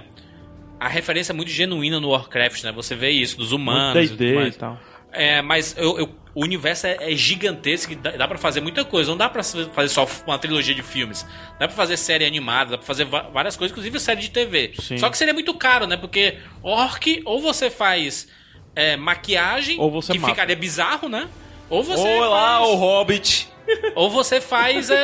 B: a referência é muito genuína no Warcraft, né? Você vê isso, dos
C: Muito
B: humanos e tudo
C: D&D e
B: mais.
C: tal.
B: É, mas eu- eu- o universo é, é gigantesco e dá, dá pra fazer muita coisa. Não dá pra se- fazer só uma trilogia de filmes. Dá pra fazer série animada, dá pra fazer va- várias coisas, inclusive série de TV.
C: Sim.
B: Só que seria muito caro, né? Porque orc, ou você faz é, maquiagem,
C: Ou você
B: que
C: mata.
B: ficaria bizarro, né? Ou você
F: Olá,
B: faz,
F: o Hobbit.
B: ou você faz é, é,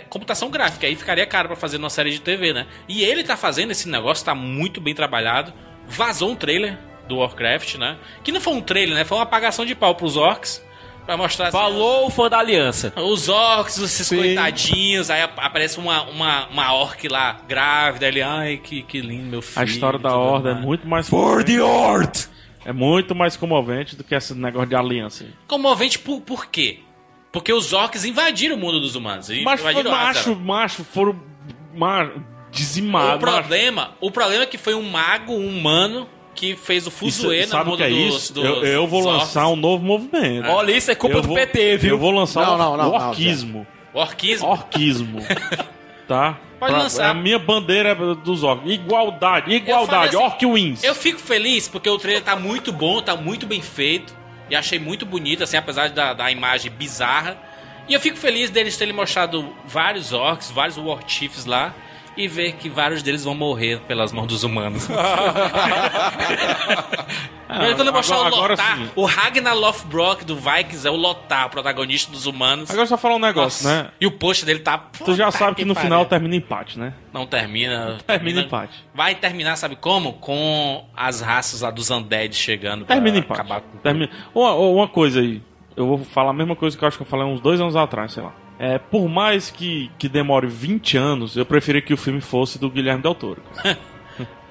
B: é, computação gráfica. Aí ficaria caro pra fazer numa série de TV, né? E ele tá fazendo esse negócio, tá muito bem trabalhado. Vazou um trailer do Warcraft, né? Que não foi um trailer, né? Foi uma apagação de pau pros orcs. Pra mostrar assim,
F: Falou o fã da aliança.
B: os orcs, esses coitadinhos. Aí ap- aparece uma, uma, uma orc lá grávida. Ele, ai, que, que lindo, meu filho.
C: A história da
B: tudo
C: Horda é
B: mais.
C: muito mais
D: For the Ort!
C: é muito mais comovente do que esse negócio de aliança. aí.
B: Comovente por, por quê? Porque os orcs invadiram o mundo dos humanos. e
C: Mas foi
B: invadiram Azeroth.
C: macho, macho, foram ma-
B: O
C: dizimados. macho.
B: problema, o problema é que foi um mago humano que fez o
C: Isso-
B: fuzuê no
C: sabe o
B: mundo
C: que é
B: dos,
C: isso?
B: dos-
C: eu, eu vou
B: dos
C: lançar um
B: orcs.
C: novo movimento.
F: Olha, isso é culpa
C: eu
F: do
C: vou,
F: PT, viu?
C: Eu vou lançar
E: Não,
C: um,
E: não, não,
C: um
E: não,
C: orquismo.
B: orquismo.
C: orquismo. tá?
B: Pode lançar.
C: A minha bandeira é dos orcs. Igualdade, igualdade,
B: Eu falei assim,
C: orc wins.
B: Eu fico feliz porque o trailer tá muito bom, tá muito bem feito. E achei muito bonito, assim, apesar da, da imagem bizarra. E eu fico feliz deles terem mostrado vários orcs, vários war chiefs lá. E ver que vários deles vão morrer pelas mãos dos humanos. Mas quando eu mostrar
C: agora-
B: o
C: agora
B: Lothar,
C: sim.
B: o Ragnar Lothbrok do Vikings é o Lothar, o protagonista dos humanos.
C: Agora só falar um negócio,
B: Nossa,
C: né?
B: E o post dele tá.
C: Tu já
B: Puta
C: sabe que no
B: pariu.
C: final termina empate, né?
B: Não termina.
C: Termina empate.
B: Vai terminar, sabe como? Com as raças lá dos Undead chegando. pra
C: Termina empate.
B: acabar Ah, com-
C: Termina... Uma, uma coisa aí. Eu vou falar a mesma coisa que eu acho que eu falei uns dois anos atrás, sei lá. É, por mais que, que demore 20 anos, eu preferia que o filme fosse do Guilherme Del Toro.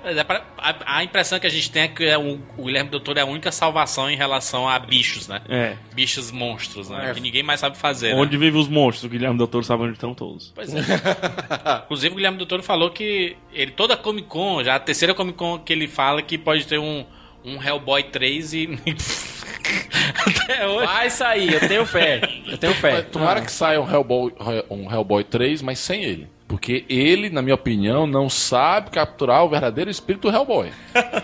B: Mas é pra- a, a impressão que a gente tem é que é o, o Guilherme Doutor é a única salvação em relação a bichos, né?
C: É.
B: Bichos monstros,
F: É.
B: né? Que ninguém mais sabe fazer. né?
C: Onde vivem os monstros, o Guilherme Del Toro sabe onde estão todos.
B: Pois é. Inclusive, o Guilherme Doutor falou que ele, toda Comic Con, já a terceira Comic Con que ele fala que pode ter um, um Hellboy 3 e. Até hoje.
F: Vai sair, eu tenho fé. Eu tenho
E: É.
F: fé.
D: Tomara que saia um Hellboy, um Hellboy 3, mas sem ele. Porque ele, na minha opinião, não sabe capturar o verdadeiro espírito do Hellboy.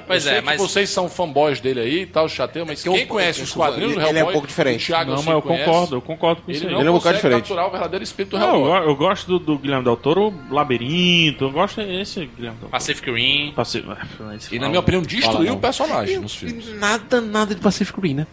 B: Pois
D: Eu sei
B: é,
D: que
B: mas.
D: vocês são fanboys dele aí e tal, chateio, mas
E: Eu-
D: quem conhece os
E: desculpa,
D: quadrinhos do
E: ele- ele
D: Hellboy...
E: é um pouco diferente.
D: o Thiago,
C: não,
D: assim,
C: mas eu
D: conhece,
C: concordo, eu concordo com isso
D: Ele
C: aí.
D: não
E: Ele é um bocado
D: consegue
E: diferente.
D: capturar o verdadeiro
F: é
D: espírito do
C: Não,
D: Hellboy.
C: eu, eu gosto do, do Guilherme Del Toro, Labirinto, eu gosto desse Guilherme Del Toro. é,
B: Pacific
F: Ah.
B: Rim.
C: Passei.
D: E,
F: é
D: na minha opinião,
E: Fala,
D: destruiu
E: não.
D: o personagem nos filmes.
E: Nada, nada de Pacific Rim, né?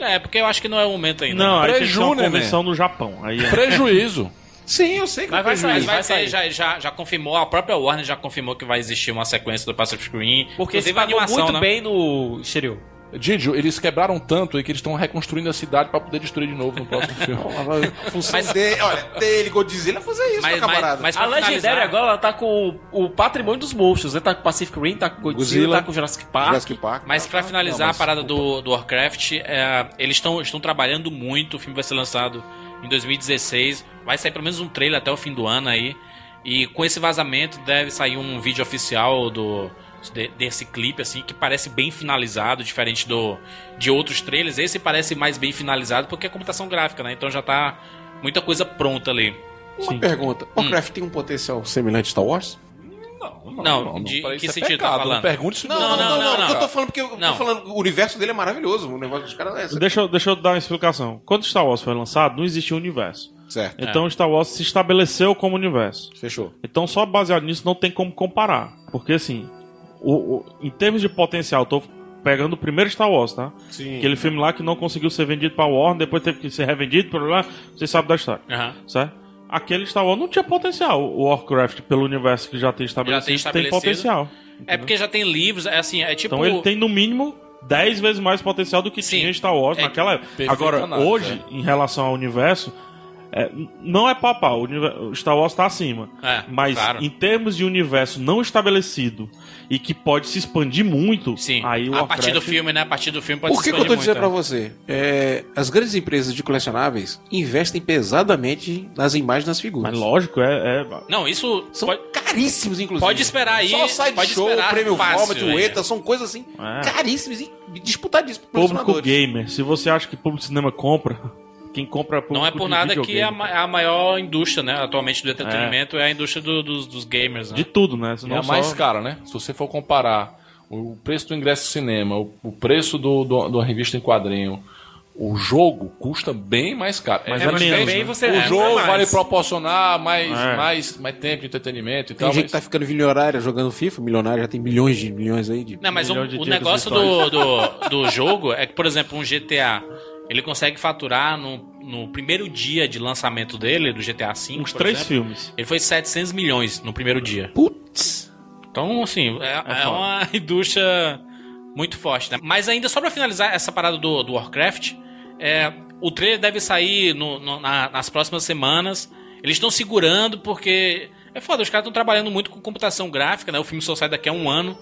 B: É, porque eu acho que não é o momento ainda.
C: Não, aí tem que ser
D: Preju,
C: uma
D: né,
C: convenção no Japão. Aí é-
D: Prejuízo.
E: Sim, eu sei que
F: Mas vai
B: Mas
E: prejuízo.
F: sair,
B: vai
F: vai
B: ser,
F: sair.
B: já, já, já confirmou, a própria Warner já confirmou que vai existir uma sequência do Pacific Rim.
F: Porque
B: Inclusive, né?
F: se pagou muito bem no exterior.
D: Didio, eles quebraram tanto aí que eles estão reconstruindo a cidade pra poder destruir de novo no próximo filme.
E: A função dele, olha, dele, Godzilla, é fazer isso,
B: Mas,
E: meu
B: mas,
E: camarada.
B: mas pra
F: A legendária
B: finalizar-
F: agora ela tá com o patrimônio dos monstros, né? Tá com Pacific Rim, tá com Godzilla,
E: Godzila,
F: tá com Jurassic Park.
E: Jurassic Park.
B: Mas pra finalizar
E: Não, mas-
B: a parada do, do Warcraft, é, eles estão estão trabalhando muito. O filme vai ser lançado em 2016. Vai sair pelo menos um trailer até o fim do ano aí. E com esse vazamento deve sair um vídeo oficial do de- desse clipe assim que parece bem finalizado, diferente do de outros trailers. Esse parece mais bem finalizado porque é computação gráfica, né? Então já tá muita coisa pronta ali.
E: Uma pergunta:
B: Hum.
E: Warcraft tem um potencial semelhante a Star Wars?
B: Não, de- em
D: Isso
B: que
D: é
B: sentido
D: pecado,
B: tá falando?
D: Não pergunte isso de
B: Não,
D: novo.
B: não, não,
E: porque
B: não.
E: Eu tô falando porque eu
B: Não.
E: tô falando que o universo dele é maravilhoso. O negócio dos caras é.
C: Deixa, eu- deixa eu dar uma explicação. Quando Star Wars foi lançado, não existia um universo.
F: É.
E: Certo.
B: É.
C: Então Star Wars se estabeleceu como universo.
E: Fechou.
C: Então, só baseado nisso, não tem como comparar. Porque, assim, o, o- em termos de potencial, eu tô pegando o primeiro Star Wars, tá?
E: Sim.
C: Aquele filme lá que não conseguiu ser vendido pra Warner, depois teve que ser revendido, por lá, vocês sabem da história,
B: Aham.
C: certo? Aquele Star Wars não tinha potencial. O Warcraft, pelo universo que já tem estabelecido,
B: estabelecido.
C: tem potencial.
B: É porque já tem livros, é assim, é tipo
C: Então ele tem no mínimo 10 vezes mais potencial do que
B: Sim.
C: tinha Star Wars
B: É
C: naquela época.
D: perfeita
C: Agora,
D: análise,
C: hoje, em relação ao universo, é, n- não é pau a pau. O univer- o Star Wars tá acima.
B: É,
C: mas
B: claro.
C: em termos de universo não estabelecido e que pode se expandir muito,
B: Sim.
C: aí o
B: a partir
C: Warcraft-
B: do filme, né? A partir do filme pode
E: Por que,
B: se
E: que eu tô
B: expandir
E: dizendo pra
B: muito,
E: você? É, as grandes empresas de colecionáveis investem pesadamente nas imagens das figuras.
C: Mas lógico, é. é-
B: é. Não, isso
E: São
B: pode,
E: caríssimos, inclusive.
B: pode esperar aí.
E: Só side
B: pode
E: show,
B: esperar
E: prêmio
B: fácil
E: Forma,
B: aí.
E: Tueta, são coisas assim
C: É.
E: caríssimas e disputadíssimas por
C: Público
E: colecionadores.
C: gamer. Se você acha que público de cinema compra, quem compra é público
B: Não é por
C: de
B: nada que
C: videogame.
B: a, ma- a maior indústria, né, atualmente do entretenimento é, a indústria do- dos, dos gamers, né?
C: De tudo, né?
D: Não
C: Senão
D: é a
C: só-
D: mais cara, né? Se você for comparar o preço do ingresso do cinema, o, o preço do, do, da revista em quadrinho, o jogo custa bem mais caro.
C: Mas
D: É,
C: é
D: mas
C: menos,
D: tem-
C: né?
F: você
D: o
F: é,
D: jogo
F: mas-
D: vai lhe proporcionar mais,
C: É.
D: mais, mais tempo de entretenimento e
E: Tem
D: tal.
E: gente
D: mas-
E: que tá ficando milionária jogando FIFA, milionário já tem milhões de milhões aí de.
B: Não, mas o,
C: Melhor de
B: o
C: dia das
B: negócio do, do, do jogo é que, por exemplo, um GTA, ele consegue faturar no, no primeiro dia de lançamento dele, do GTA V,
C: Uns
B: por
C: três
B: exemplo,
C: filmes.
B: ele foi 700 milhões no primeiro dia.
E: Putz!
B: Então, assim, é, é
C: foda.
B: uma indústria muito forte, né? Mas ainda só pra finalizar essa parada do, do Warcraft, é, o trailer deve sair no- no- na- nas próximas semanas. Eles estão segurando porque é foda, os caras estão trabalhando muito com computação gráfica, né? O filme só sai daqui a um ano.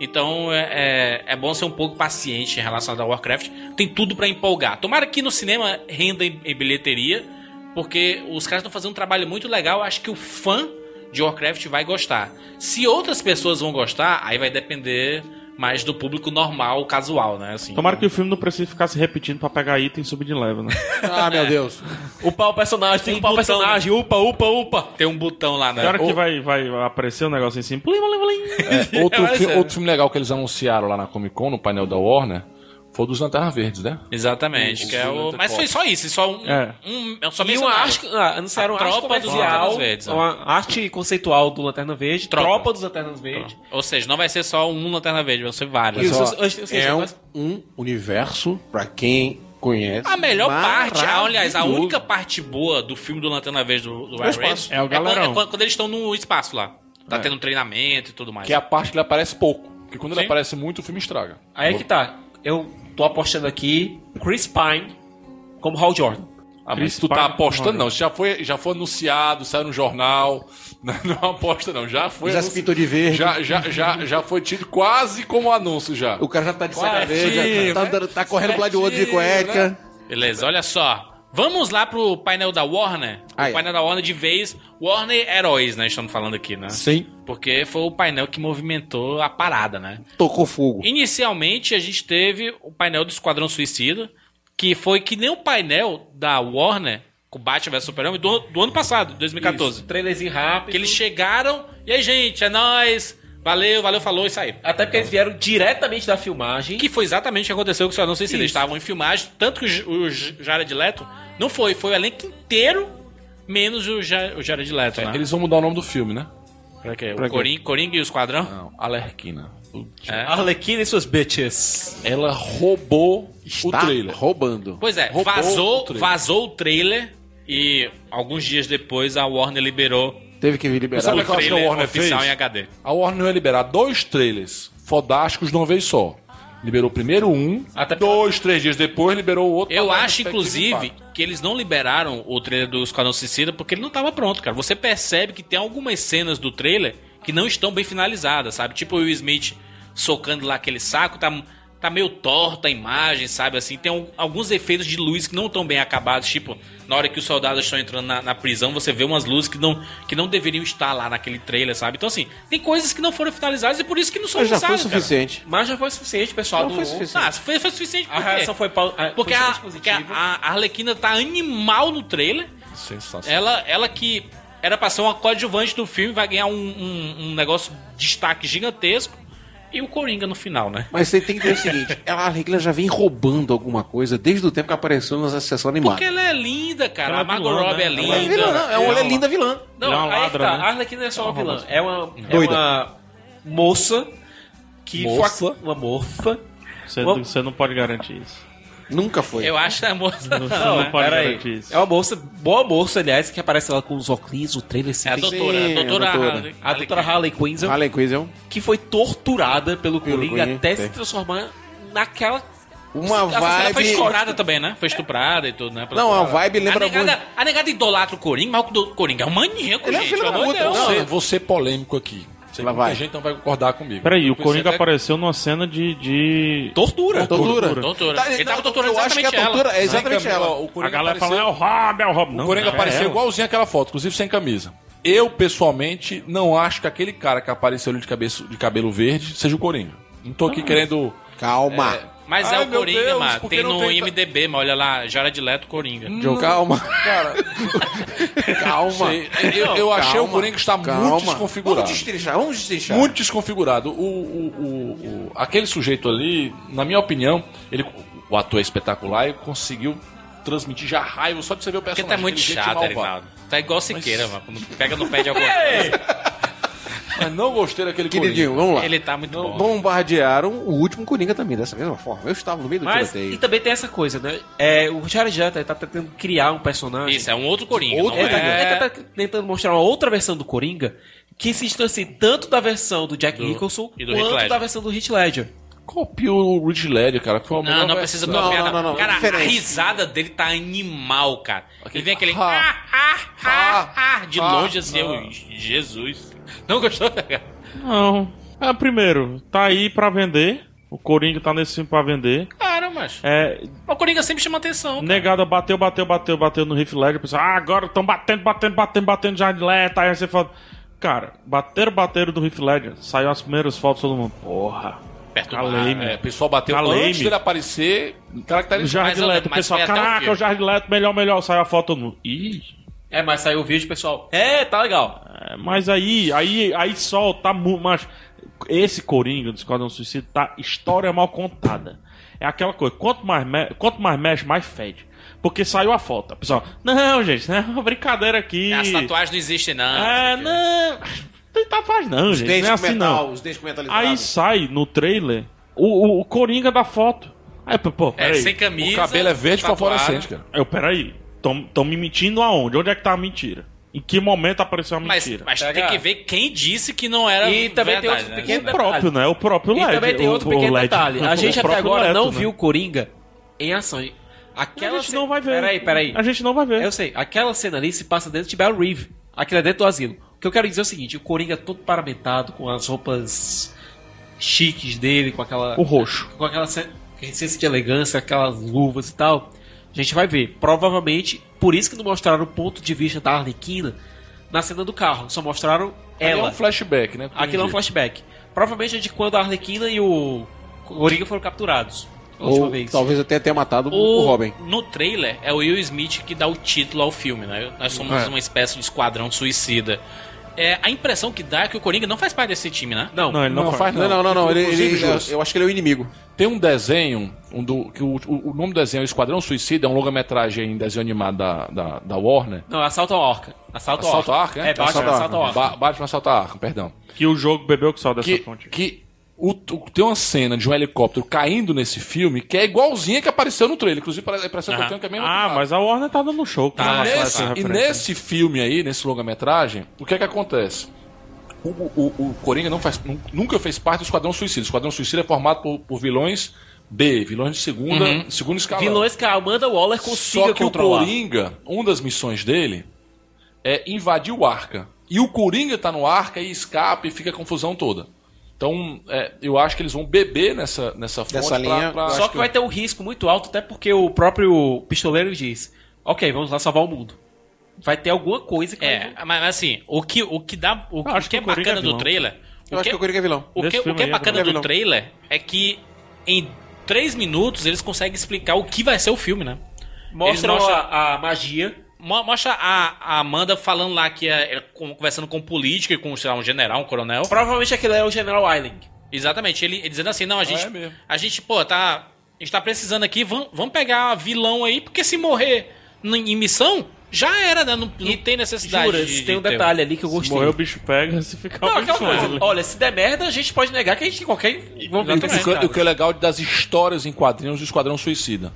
B: Então é, é, é bom ser um pouco paciente em relação ao Warcraft. Tem tudo pra empolgar. Tomara que no cinema renda em, em bilheteria, porque os caras estão fazendo um trabalho muito legal. Eu Acho que o fã de Warcraft vai gostar. Se outras pessoas vão gostar, aí vai depender mais do público normal, casual, né? Assim,
C: Tomara que o filme não precise ficar se repetindo pra pegar item e subir de level, né?
E: Ah,
B: É.
E: meu Deus.
F: Upar o personagem,
C: um
F: tem que upar o
B: botão,
F: personagem, upa, upa, upa.
B: tem um botão lá, né?
C: Na hora né? que
D: Ou-
C: vai, vai aparecer um negócio em cima. Plim, plim, plim.
D: É, outro,
B: Mas
D: fi-
B: é.
D: outro filme legal que eles anunciaram lá na Comic Con, no painel da Warner, foi o dos Lanternas Verdes, né?
B: Exatamente, que é o...
D: Isso,
B: Mas foi só isso, só um...
C: tá É.
B: um eu só
F: E uma
B: mencionava.
F: arte, ah, anunciaram
B: A
F: uma arte
B: tropa dos
F: comercial,
B: Lanternas Verdes, ó.
F: uma arte conceitual do Lanterna Verde,
B: Tropa.
F: tropa, dos Lanternas Verde.
B: Ou seja, não vai ser só um Lanterna Verde, vão ser vários.
F: Isso,
E: Mas, ó,
F: eu- eu- eu-
E: é
F: eu-
E: um, um universo, pra quem conhece.
B: A melhor parte, a- aliás, a
E: maravilhoso.
B: única parte boa do filme do Lanterna Verde do, do
E: É
B: Ryan
E: o
B: Reynolds
E: espaço.
C: É o
B: quando,
C: galerão.
B: é quando- quando eles estão no espaço lá. Tá tendo treinamento e tudo mais.
D: Que é a parte que ele aparece pouco. Porque quando
B: Sim.
D: ele aparece muito, o filme estraga.
F: Aí é que tá. Eu tô apostando aqui Chris Pine como Hal Jordan.
D: Ah, mas
C: Chris
D: tu tá
C: Pine-
D: apostando, não. Isso já foi, já foi anunciado, saiu no jornal. Não é uma aposta, não. Já foi.
E: Já se
D: anunci-
E: pintou de verde.
D: Já, já, já, já foi tido quase como anúncio já.
E: O cara já tá de
D: Certinho,
E: cerveja, tá,
D: né?
E: andando- tá correndo pro lado do outro de
D: Certinho,
E: cueca.
B: né? Beleza, olha só. Vamos lá pro painel da Warner.
E: Ah,
B: o
E: é.
B: painel da Warner de vez. Warner Heróis, né? Estamos falando aqui, né?
E: Sim.
B: Porque foi o painel que movimentou a parada, né?
E: Tocou fogo.
B: Inicialmente a gente teve o painel do Esquadrão Suicida, que foi que nem o painel da Warner com Batman vs Superman do, do ano passado, 2014.
F: Trailerzinho rápido.
B: Que eles chegaram, e aí, gente, é nóis, valeu, valeu, falou e saíram.
F: Até porque eles vieram diretamente da filmagem.
B: Que foi exatamente o que aconteceu com o Esquadrão Suicida. Eles
F: Isso.
B: estavam em filmagem, tanto que o J- o J- Jared Leto não foi, foi o elenco inteiro, menos o, Ja- o Jared Leto, né?
D: Eles vão mudar o nome do filme, né?
B: Pra quê?
E: Pra
B: O
E: quê?
B: Coringa, Coringa e o Esquadrão?
D: Não, Alerquina. Putz.
B: É.
F: Arlequina e suas bitches.
D: Ela roubou o
E: tá
D: trailer.
E: roubando.
B: Pois é,
D: Roubou
B: vazou,
D: o trailer.
B: vazou o trailer e alguns dias depois a Warner liberou
E: Teve que vir liberar.
D: Sabe é
B: o
D: o que eu acho que a
B: trailer
D: Warner
B: oficial
D: fez?
B: em HD.
D: A Warner vai liberar dois trailers fodásticos de uma vez só. Liberou primeiro um,
F: Até porque-
D: dois, três dias depois liberou o outro. Tá
B: Eu
D: pra dar
B: acho,
D: perspectiva e
B: inclusive,
D: impacto.
B: que eles não liberaram o trailer do Esquadrão Suicida porque ele não tava pronto, cara. Você percebe que tem algumas cenas do trailer que não estão bem finalizadas, sabe? Tipo o Will Smith socando lá aquele saco, tá, tá meio torta a imagem, sabe? Assim, tem al- alguns efeitos de luz que não estão bem acabados, tipo, na hora que os soldados estão entrando na, na prisão, você vê umas luzes que não, que não deveriam estar lá naquele trailer, sabe? Então, assim, tem coisas que não foram finalizadas e por isso que não são
E: Mas já foi
B: lançadas, cara.
E: suficiente.
F: Mas já foi suficiente, pessoal.
E: Não foi
F: do-
E: suficiente.
B: Ah, foi, foi suficiente por
F: A
B: quê?
F: reação foi, pau- a-
B: Porque
F: foi
B: a,
F: bastante
B: porque
F: positiva.
B: a- a Arlequina tá animal no trailer.
D: Sensacional.
B: Ela, ela que era pra ser uma coadjuvante do filme, vai ganhar um, um, um negócio de destaque gigantesco. E o Coringa no final, né?
E: Mas você tem que ver o seguinte: ela, a Regina já vem roubando alguma coisa desde o tempo que apareceu nas sessões animadas.
B: Porque ela é linda, cara.
C: Ela
B: A
C: é
B: Margot
C: vilã,
B: Robbie
C: né?
B: é linda.
C: Ela
E: Ela é vilã, não, é uma ela é linda vilã.
F: Não,
C: Ela é uma
F: aí
C: ladra,
F: que tá.
C: né?
F: A Arlequina é só uma vilã. É uma,
E: Doida.
F: é uma moça que
D: Moça?
F: foi a- uma morfa.
C: Você,
F: Uou.
C: você não pode garantir isso.
E: Nunca foi.
B: Eu acho que tá a moça.
C: Você
F: Não,
C: não pode
F: pera
C: garantir
F: aí.
C: isso.
F: É uma moça, boa moça, aliás, que aparece lá com os óculos, o trailer assim.
B: É a
F: tem-
B: doutora.
E: Sim,
B: a doutora.
E: a doutora.
B: Harley-
F: A doutora Harley Quinn,
E: Harley Quinn é um.
F: que foi torturada pelo
E: Pelo
F: Coringa
E: Coringa,
F: até
E: é.
F: se transformar
B: naquela.
E: Uma
B: Essa cena
E: vibe.
B: foi estourada também, né? Foi estuprada e tudo, né? Pra
E: Não, a
B: estourar.
E: vibe lembra
B: a negada,
E: muito.
B: A negada idolatra o Coringa, mas o Coringa é um maníaco,
E: Ele é
B: gente.
E: filho
B: pelo
E: da
B: amor de
E: puta,
B: Deus.
E: não.
D: Você, você polêmico aqui. Sei que
E: Lá
D: muita
E: vai.
D: gente não vai concordar comigo.
C: Peraí, o
D: Você
C: Coringa
D: até-
C: apareceu numa cena de. de...
D: Tortura.
E: Tortura.
B: Doutora.
E: Tá,
B: ele tava
E: não,
B: doutorando
E: eu acho que
B: exatamente
E: a tortura
B: ela.
E: é exatamente
D: Aí, Camila,
E: ela.
D: O
C: A
D: Coringa
C: galera
D: apareceu-
C: falando, é o Rob, é o Rob. Não,
D: O Coringa
C: não é
D: apareceu
C: ela.
D: igualzinho aquela foto, inclusive sem camisa. Eu, pessoalmente, não acho que aquele cara que apareceu ali de, cabeça, de cabelo verde seja o Coringa. Não tô
E: Ah.
D: aqui querendo.
E: Calma.
B: Mas
D: Ai,
B: é o
D: meu
B: Coringa,
D: Deus,
B: mano.
D: porque
B: Tem
D: não
B: no
D: tem-
B: IMDB, mas olha lá, Jared Leto, Coringa.
E: Joe, calma.
D: Cara,
E: Calma.
D: sei. eu, eu achei o Coringa está muito desconfigurado.
E: Vamos destrinchar, vamos destrinchar.
D: Muito desconfigurado. O, o- o- o- aquele sujeito ali, na minha opinião, ele, o ator é espetacular e conseguiu transmitir já raiva só de você ver o
B: Porque
D: personagem.
B: tá muito
D: aquele jeito
B: chato,
D: malvado.
B: Arinaldo. Tá igual Siqueira, mano. Quando pega no pé de alguma coisa.
D: Mas não gostei daquele
E: Queridinho, vamos lá.
B: Ele tá muito bom.
E: Bombardearam o último Coringa também, dessa mesma forma. Eu estava no meio do
F: Mas, e
B: então,
E: tiroteio.
F: também tem essa coisa, né? É, o Jared Leto ele tá tentando criar um personagem.
B: Isso, é um outro Coringa.
E: Outro
B: não
F: Ele, tá,
B: é...
F: ele tá tentando mostrar uma outra versão do Coringa que se distancie tanto da versão do Jack
B: Do-
F: Nicholson
B: e do Heath
F: quanto
B: Ledger.
F: da versão do Heath Ledger.
D: Copia o Ridge Ledger, cara. Foi uma
B: Não,
D: boa
B: não precisa
D: versão.
B: copiar.
E: Não,
B: nada.
E: não, não, não,
B: Cara, a
E: diferente.
B: risada dele tá animal, cara.
D: Aquele
B: Ele vem aquele.
D: ha,
B: Ah, ah, ah,
D: ha,
B: ah, de
D: ha,
B: longe assim, eu, Jesus. Não gostou? cara?
C: Não. É, primeiro, tá aí pra vender. O Coringa tá nesse filme pra vender.
B: Cara, mas.
C: É,
B: O Coringa sempre chama atenção. cara.
C: negada bateu, bateu, bateu, bateu no Riff Ledger. Pessoal, ah, agora estão batendo, batendo, batendo, batendo já de Leto. Aí você fala, cara, bateram, bateram do Riff Ledger. Saiu as primeiras fotos, todo mundo, porra.
B: Perturbado,
C: Calei,
D: É, o
C: meu.
D: pessoal bateu
E: Tá
C: Calame.
D: antes dele aparecer,
C: O
D: caracterizado.
C: Jared
B: mas, olha,
C: Leto, o
B: mas
C: pessoal,
B: foi até o
C: caraca,
B: filme."
C: o Jared Leto, melhor, melhor. Saiu a foto, todo mundo, ih...
F: É, mas saiu o vídeo, pessoal. É, tá legal.
C: É, Mas aí, aí, aí solta muito. Mas esse Coringa do Esquadrão Suicida tá história mal contada. É aquela coisa, quanto mais, me- quanto mais mexe, mais fede. Porque saiu a foto. O pessoal, não, gente, não é uma brincadeira aqui.
B: As tatuagens não existem, não.
C: É, não. Não tem tatuagem, não,
E: Os
C: gente.
E: dentes
C: Não é
E: com
C: assim,
E: metal,
C: não.
E: os dentes com
C: Aí
E: metalizados.
C: sai no trailer o, o, o Coringa da foto. Aí, pô, pô,
B: É,
C: peraí.
B: sem camisa.
D: O cabelo é verde com
B: tatuado.
D: fluorescente, cara.
C: Eu, peraí. Tão, tão me mentindo aonde? Onde é que tá a mentira? Em que momento apareceu a
B: Mas,
C: mentira?
B: mas
F: Pega.
B: tem que ver quem disse que não era.
F: E também tem
B: verdade,
F: outro
B: né?
F: pequeno
C: O próprio, né? O próprio
F: E
C: LED.
F: também tem
C: o-
F: outro
C: o
F: pequeno
C: LED.
F: detalhe. A
C: O
F: gente até
C: próprio
F: agora
C: Leto,
F: não
C: né?
F: viu o Coringa em ação. Aquela
C: A gente
F: cena-
C: não vai ver.
F: Peraí, peraí.
C: A gente não vai ver.
F: Eu sei, aquela cena ali se passa dentro de Bell Reeve. Aquilo é dentro do asilo. O que eu quero dizer é o seguinte: o Coringa todo paramentado, com as roupas chiques dele, com aquela.
C: O roxo.
F: Com aquela sen- essência de elegância, aquelas luvas e tal. A gente vai ver. Provavelmente, por isso que não mostraram o ponto de vista da Arlequina na cena do carro. Só mostraram
D: Aquilo
F: ela.
D: é um flashback, né?
F: Aquilo é um flashback. Provavelmente é de quando a Arlequina e o Coringa foram capturados. A última
E: Ou
F: vez.
E: talvez até tenha matado o,
B: O-
E: o Robin.
B: No trailer, é o Will Smith que dá o título ao filme, né? Nós somos uma espécie de esquadrão suicida. É, a impressão que dá é que o Coringa não faz parte desse time, né?
F: Não,
C: Não, ele não,
D: Não,
C: faz.
D: faz
E: Não, não, não, não. Ele,
D: Inclusive,
E: ele-
D: Jus,
E: eu acho que ele é o inimigo.
D: Tem um desenho, um do, que o, o- o nome do desenho é Esquadrão Suicida, é um longa-metragem em desenho animado da, da, da Warner.
F: Não, assalto a orca. Assalto,
D: Assalto
F: a
D: à
F: orca.
D: Arca, né?
F: É, Batman,
E: Assalto
F: assalto,
E: à
F: a orca.
D: Ba Batman Assalto à Arca, perdão.
C: Que o jogo bebeu que só dessa
D: Que,
C: fonte.
D: que o- o- tem uma cena de um helicóptero caindo nesse filme que é igualzinha que apareceu no trailer. Inclusive, parece, parece
B: Aham.
D: que eu tenho que é a mesma
C: Ah,
D: pegada.
C: mas a Warner tá dando show. com
F: Ah,
C: relação a
D: Nesse-
C: essa
D: e
C: referência.
D: nesse filme aí, nesse longa-metragem, o que é que acontece? O, o- o Coringa não faz- nu- nunca fez parte do Esquadrão Suicida. O Esquadrão Suicida é formado por, por vilões B, vilões de segunda, segundo escalão.
F: Uhum. Vilões que a Amanda Waller consiga
D: Só que
F: controlar.
D: o Coringa, uma das missões dele é invadir o Arca. E o Coringa tá no Arca e escapa e fica a confusão toda. Então, é, eu acho que eles vão beber nessa, nessa fonte
E: Dessa linha,
F: Só que, vai ter um risco muito alto, até porque o próprio pistoleiro diz: Ok, vamos lá salvar o mundo. Vai ter alguma coisa que.
B: É, mas mas assim, o que, o que dá. O,
C: Eu acho
B: o que
C: que
B: é
C: o Coringa
B: bacana
C: é
B: do
C: vilão.
B: trailer.
E: Eu
B: o
E: acho
B: que,
E: que o Coringa é vilão.
B: o
C: Nesse
B: que, o
C: filme
B: que é
C: aí,
B: bacana
E: é
B: do
E: vilão.
B: trailer é que em três minutos eles conseguem explicar o que vai ser o filme, né?
F: Mostra
B: Eles mostram-
F: a, a magia.
B: Mo- Mostra a, a Amanda falando lá que é, é com- conversando com um político e com, sei lá, um general, um coronel.
F: Provavelmente aquele é o General Ah, Island.
B: Exatamente, ele, ele dizendo assim, não, a gente,
D: é mesmo.
B: a gente, pô, tá, a gente tá precisando aqui, vamos, vamos pegar vilão aí, porque se morrer n- em missão, já era, né? Não, não tem necessidade
F: Jura,
B: de- de
F: tem um
B: ter.
F: detalhe ali que eu gostei.
C: Morreu o bicho pega, se um ficar
F: Não,
C: o
F: aquela
C: bicho
F: coisa.
C: pega.
F: Olha, se der merda, a gente pode negar que a gente tem qualquer. Vamos ver
D: E o que-
F: esse
D: o que-
F: cara.
D: o que é legal das histórias em quadrinhos do Esquadrão Suicida.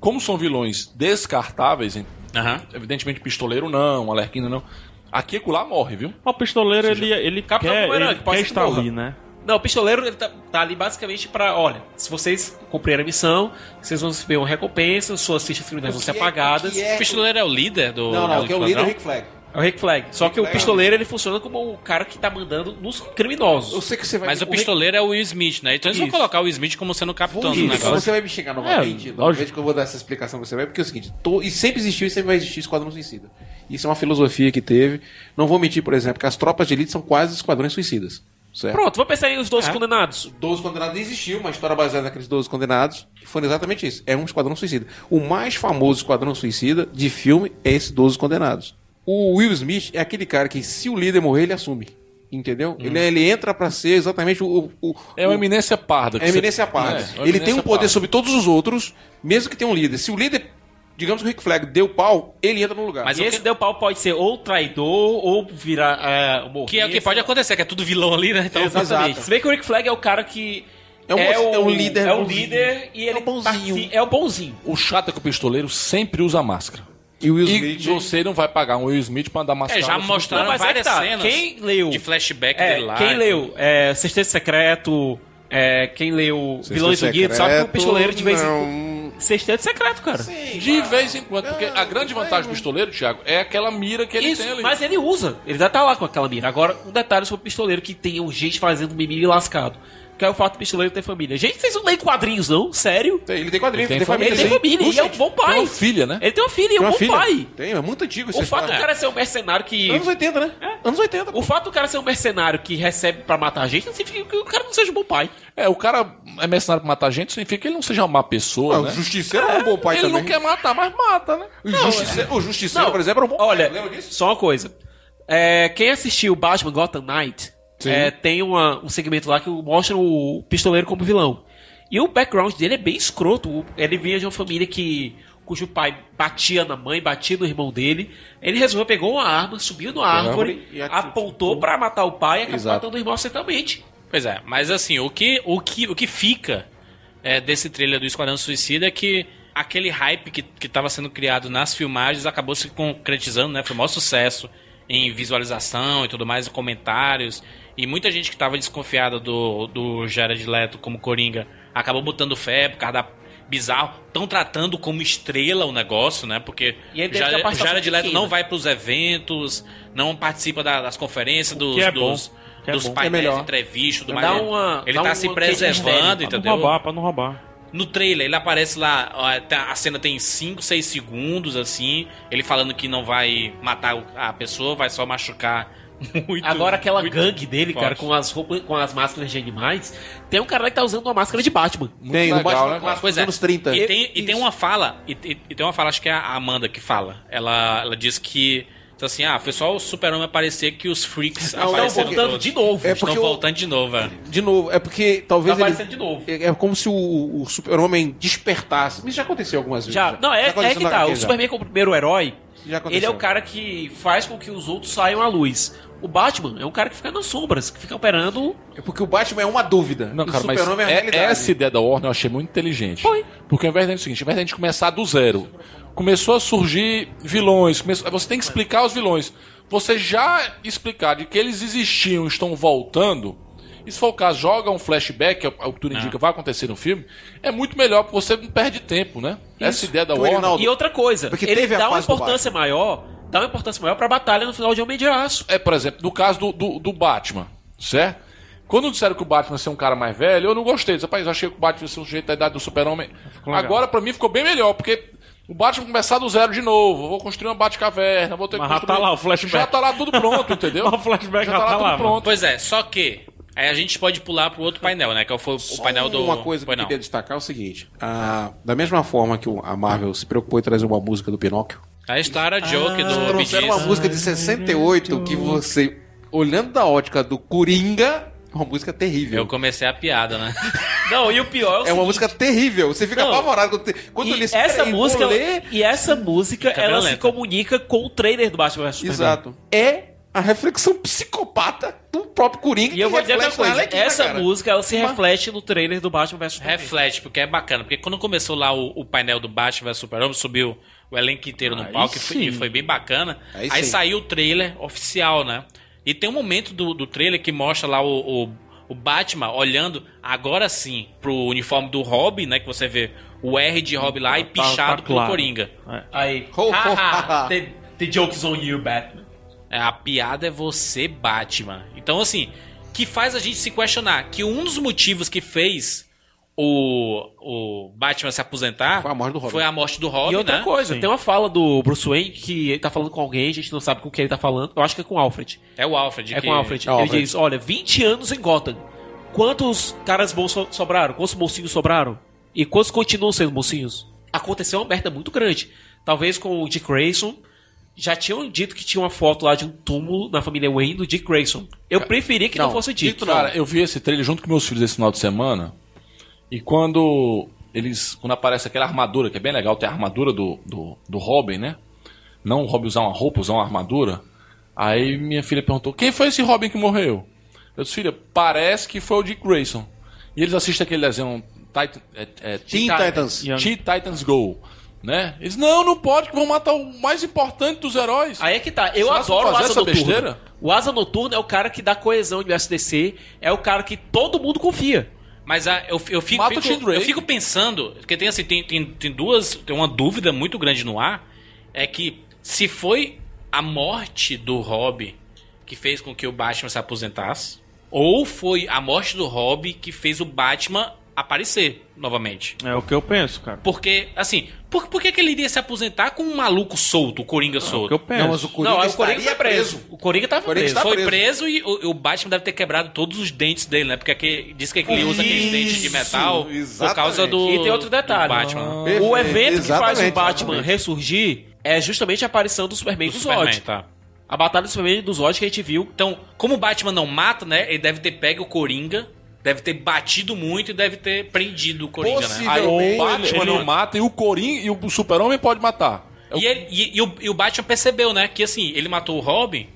D: Como são vilões descartáveis, em-
B: Aham.
D: evidentemente pistoleiro não, alerquina não. Aqui e acolá morre, viu?
C: Mas O pistoleiro, ele, ele
F: Capitão
C: quer,
F: Boomerang,
C: ele quer
F: pode ser que
C: estar
F: morra.
C: ali, né?
B: Não, o pistoleiro ele tá, tá ali basicamente pra. Olha, se vocês cumprirem a missão, vocês vão receber uma recompensa, suas fichas criminais vão
E: O
B: ser
E: que é-
B: apagadas.
E: o que
F: O pistoleiro é o líder do.
E: Não, não,
F: do
E: que é o
F: esquadrão?
E: líder é o Rick Flag.
B: É o Rick Flag. Só que o
E: Flag.
B: pistoleiro ele funciona como o cara que tá mandando nos
E: Eu
B: criminosos.
E: sei que você vai
F: Mas o
E: Rick-
F: pistoleiro é o Will Smith, né? Então eles
B: Isso.
F: vão colocar o Will Smith como sendo o capitão do
E: Isso,
F: negócio.
E: Você vai me xingar novamente,
C: É,
E: novamente que eu vou dar essa explicação pra você, vai, porque é o seguinte, to- e sempre existiu e sempre vai existir Esquadrão Suicida. Isso é uma filosofia que teve. Não vou mentir, por exemplo, que as tropas de elite são quase esquadrões suicidas. Certo?
B: Pronto, vou pensar em os
F: Ah.
B: 12 condenados.
E: 12 condenados existiu, uma história baseada naqueles 12 condenados, que foi exatamente isso. É um esquadrão suicida. O mais famoso esquadrão suicida de filme é esse 12 condenados. O Will Smith é aquele cara que, se o líder morrer, ele assume. Entendeu? Ele, é, ele entra pra ser exatamente o. o- o-
D: É uma
E: o-
D: eminência parda. que
E: é
D: você-
E: eminência à
D: É,
E: parte.
D: uma
E: ele
D: eminência
E: tem um poder
D: parda.
E: sobre todos os outros, mesmo que tenha um líder. Se o líder, digamos que o Rick Flag deu pau, ele entra no lugar.
F: Mas
B: e
F: eu
B: esse
F: que-
B: deu pau pode ser ou traidor ou virar é, morrer.
F: Que é o que pode acontecer, que é tudo vilão ali, né? Então,
B: Exatamente.
E: Exato.
B: Se bem que o Rick Flag é o cara que.
E: É um- é um líder
B: É o
E: bonzinho.
B: líder e ele
E: É o bonzinho.
B: partici- É o bonzinho.
D: O chato é que o pistoleiro sempre usa máscara.
E: e o Will
D: e você não vai pagar um Will Smith pra andar
F: é,
D: mascarado. assim,
F: já
B: Não,
F: mostraram
B: mas é que
F: várias
B: tá.
F: cenas
B: Quem leu?
F: de flashback
B: É,
F: dele lá.
B: quem leu é, Sexteto Secreto, é, quem leu Vilões do Gueto, sabe que o pistoleiro de vez em quando.
E: quando.
B: Sexteto Secreto, cara.
D: De vez em quando. Porque a
E: É,
D: grande vantagem do pistoleiro, Thiago, é aquela mira que ele
B: Isso,
D: tem ali.
B: mas ele usa. Ele já tá lá com aquela mira. Agora, um detalhe sobre o pistoleiro que tem um gente fazendo mimimi lascado. Que é o fato do pistoleiro ter família. Gente, vocês não leem quadrinhos, não? Sério?
E: Ele tem quadrinho,
D: Ele tem
E: ele tem família.
B: Ele tem
E: sim.
B: família e é um bom
D: Tem
B: pai.
D: uma filha, né?
B: Ele tem uma filha e é
E: Tem
B: um
E: uma
B: bom
E: filha?
B: pai.
E: Tem, é muito antigo
B: O
E: essa
B: fato do
E: história.
B: cara ser um mercenário que.
E: Anos 80, né? Anos 80.
B: O fato do cara ser um mercenário que recebe pra matar gente não significa que o cara não seja um bom pai.
D: É, o cara é mercenário pra matar gente, significa que ele não seja uma má pessoa,
E: Ah,
D: né?
E: O Justiceiro era um bom pai
D: ele
E: também.
D: não quer matar, mas mata, né?
E: O Justiceiro, o Justiceiro, por exemplo, era um bom
B: Olha,
E: pai. Lembra disso?
B: só uma coisa. É, quem assistiu Batman Gotham Knight é, tem uma- um segmento lá que mostra o pistoleiro como vilão. E o background dele é bem escroto. O- Ele vinha de uma família que cujo pai batia na mãe, batia no irmão dele. Ele resolveu, pegou uma arma, subiu numa árvore,
E: e atirou.
B: apontou pra matar o pai e acabou
E: Exato.
B: matando o irmão acidentalmente.
F: Pois é, mas assim, o que, o que, o que fica é, desse trailer do Esquadrão Suicida é que aquele hype que, que tava sendo criado nas filmagens acabou se concretizando, né? Foi o maior sucesso em visualização e tudo mais, em comentários. E muita gente que tava desconfiada do, do Jared Leto como Coringa acabou botando fé por causa da bizarro. Estão tratando como estrela o negócio, né? Porque
B: E ele teve que
F: Jared,
B: apartar
F: Jared
B: sua
F: Leto
B: pequena.
F: não vai pros eventos, não participa da- das conferências, dos,
C: que é bom.
F: dos,
C: O que é
F: dos
C: bom.
E: É
F: painéis
E: melhor.
F: entrevista, do
B: Dá
F: mais. Ele-
B: uma-
F: ele
B: dá
F: tá
B: um
F: se
B: quente
F: preservando,
B: velho.
C: Pra
F: entendeu?
C: não roubar, pra não roubar.
F: No trailer, ele aparece lá, ó, tá- a cena tem 5, 6 segundos, assim, ele falando que não vai matar o- a pessoa, vai só machucar muito.
B: Agora aquela
F: muito.
B: gangue dele, cara,
F: forte.
B: com as roupas, com as máscaras de animais, tem um cara lá que tá usando uma máscara de Batman.
D: Muito
E: Tem, no
D: legal,
E: Batman
D: né?
E: Clássico
F: Pois
E: dos
F: é.
E: anos 30.
F: E tem, e tem uma fala, e, e- e tem uma fala, acho que é a Amanda que fala. Ela, ela diz que, diz assim, ah, foi só o super-homem aparecer que os freaks
E: Não,
B: Estão
F: apareceram
B: voltando
F: todos.
B: de novo.
E: É
B: É,
E: porque
F: Estão
E: o-
F: voltando de novo, é.
E: De novo, é porque talvez ele...
B: aparecendo de novo.
E: É é como se o, o super-homem despertasse. Isso já aconteceu algumas vezes.
B: Já, não, é,
E: Já aconteceu
B: é que
E: na
B: tá.
E: HQ
B: O
E: já.
B: Superman como primeiro herói,
E: Já aconteceu.
B: ele é o cara que faz com que os outros saiam à luz. O Batman é um cara que fica nas sombras, que fica operando.
E: É porque o Batman é uma dúvida.
D: Não,
E: o
D: cara, mas
E: super-homem é a
D: é-
E: realidade.
D: essa ideia da Warner eu achei muito inteligente.
B: Foi.
D: Porque ao invés da gente, é o seguinte, ao invés da gente começar do zero, começou a surgir vilões, começou- você tem que explicar os vilões. Você já explicar de que eles existiam e estão voltando, e se for o caso, joga um flashback, é o que tudo indica vai acontecer no filme, é muito melhor, porque você não perde tempo, né? Essa ideia da
E: Que o
D: Warner...
E: Reinaldo-
B: E outra coisa,
E: Porque
B: ele
E: teve a
B: dá uma
E: fase do
B: importância maior, dá uma importância maior pra batalha no final de Homem de Aço.
D: É, por exemplo, no caso do, do, do Batman, certo? Quando disseram que o Batman ia ser um cara mais velho, eu não gostei. Disse, Rapaz, eu achei que o Batman ia ser um sujeito da idade do super-homem.
C: legal.
D: Agora, pra mim, ficou bem melhor, porque o Batman começar do zero de novo. Vou construir uma Batcaverna, vou ter que
C: Mas já
D: construir...
C: tá lá o flashback.
D: Já tá lá tudo pronto, entendeu?
C: O flashback já tá
D: tudo
C: lá,
D: pronto.
F: Pois é, só que aí a gente pode pular pro outro painel,
B: é
F: né? Que foi o, o
E: Só
F: painel do.
E: Uma coisa que
F: Pois
E: eu
F: não.
E: queria destacar é o seguinte: ah, da mesma forma que o- a Marvel se preocupou em trazer uma música do Pinóquio,
F: Aí está a joke do Bee
E: trouxeram uma
F: Gees.
E: música de 68 que você, olhando da ótica do Coringa, é uma música terrível.
F: Eu comecei a piada, né?
B: Não, e o pior
E: É uma música terrível. Você fica
B: Não.
E: apavorado quando, te... quando eu
B: e
E: li esse-
B: essa
E: peraí, vou
B: música, é
E: ler.
B: e essa música,
F: Fica bem
B: ela se
F: lenta.
B: comunica com o trailer do Batman vs Superman.
E: Exato. É a reflexão psicopata do próprio Coringa.
B: E eu
E: que
B: vou dizer outra
E: reflete na
B: coisa,
E: Arlequina,
B: essa
E: cara.
B: música ela se reflete no trailer do Batman vs Superman.
F: Reflete, porque é bacana. Porque quando começou lá o, o painel do Batman vs Super-Homem, subiu o elenco inteiro no palco e foi, e foi bem bacana.
E: Aí
F: Aí,
E: sim.
F: saiu o trailer oficial, né? E tem um momento do, do trailer que mostra lá o, o,
B: o Batman olhando agora sim pro uniforme do Robin, né? Que você vê o R de Robin lá e
C: Tá- tá
B: pichado pro
C: claro.
B: Coringa.
C: É.
F: Aí,
E: Ho, ho,
F: haha,
E: ha, ha.
F: the, the joke's on you, Batman.
B: É, A piada é você, Batman. Então, assim, que faz a gente se questionar que um dos motivos que fez o, o Batman se aposentar
E: Foi a morte do Robin.
B: foi a morte do Robin,
F: E outra
B: né?
F: coisa,
C: Sim.
F: tem uma fala do Bruce Wayne que ele tá falando com alguém, a gente não sabe com quem ele tá falando. Eu acho que é com o Alfred.
B: É o Alfred.
F: é
B: que-
F: com o Alfred.
E: É o
F: ele
E: Alfred.
F: diz, olha, 20 anos em Gotham. Quantos caras bons so- sobraram? Quantos mocinhos sobraram? E quantos continuam sendo mocinhos? Aconteceu uma merda muito grande. Talvez com o Dick Grayson. Já tinham dito que tinha uma foto lá de um túmulo na família Wayne do Dick Grayson. Eu preferi que não, fosse dito.
D: Cara, eu vi esse trailer junto com meus filhos esse final de semana. E quando eles. Quando aparece aquela armadura, que é bem legal, tem a armadura do, do, do Robin, né? Não o Robin usar uma roupa, usar uma armadura. Aí minha filha perguntou: quem foi esse Robin que morreu? Eu disse, filha, parece que foi o Dick Grayson. E eles assistem aquele desenho Titan, é, é,
E: Teen Titans.
D: Teen Titans Go. Né? Eles, não, não pode, que vão matar o mais importante dos heróis.
F: Aí é que tá. Eu
D: Vocês
F: adoro o
D: fazem
F: Asa
D: essa
F: Noturno.
D: besteira?
F: O Asa Noturno é o cara que dá coesão ao universo DC. É o cara que todo mundo confia.
B: Mas a- eu, eu, fico,
D: Mata o
B: fico-
D: Tim Drake.
B: eu fico pensando, porque tem assim, tem, tem, tem duas. Tem uma dúvida muito grande no ar. É que se foi a morte do Rob que fez com que o Batman se aposentasse, ou foi a morte do Rob que fez o Batman aparecer novamente.
C: É o que eu penso, cara.
B: Porque, assim, por, por que, que ele iria se aposentar com um maluco solto, o Coringa
C: É o que eu
B: solto?
C: penso.
F: não, aí o Coringa foi preso. O Coringa tava
E: Coringa
F: preso.
E: tá
B: Foi
E: preso.
B: preso e o, o Batman deve ter quebrado todos os dentes dele, né? Porque aqui, diz que ele usa aqueles dentes de
E: Isso,
B: metal por causa
E: exatamente.
B: do,
F: E tem outro detalhe.
B: do Batman.
E: Perfeito,
F: O evento que faz o
E: exatamente,
F: Batman
E: exatamente.
F: ressurgir é justamente a aparição do Superman e
B: Do
F: do,
B: Superman,
F: Zod.
B: tá.
F: A batalha do Superman e do Zod que a gente viu.
B: Então, como o Batman não mata, né? Ele deve ter pego o Coringa, deve ter batido muito e deve ter prendido o Coringa, né?
E: Possi-
D: Aí o
E: Ele-
D: Batman
C: ele-
D: não mata e o Coringa e o Super-Homem pode matar. É o-
B: E, ele- e- e o, e o Batman percebeu, né? Que assim, ele matou o Robin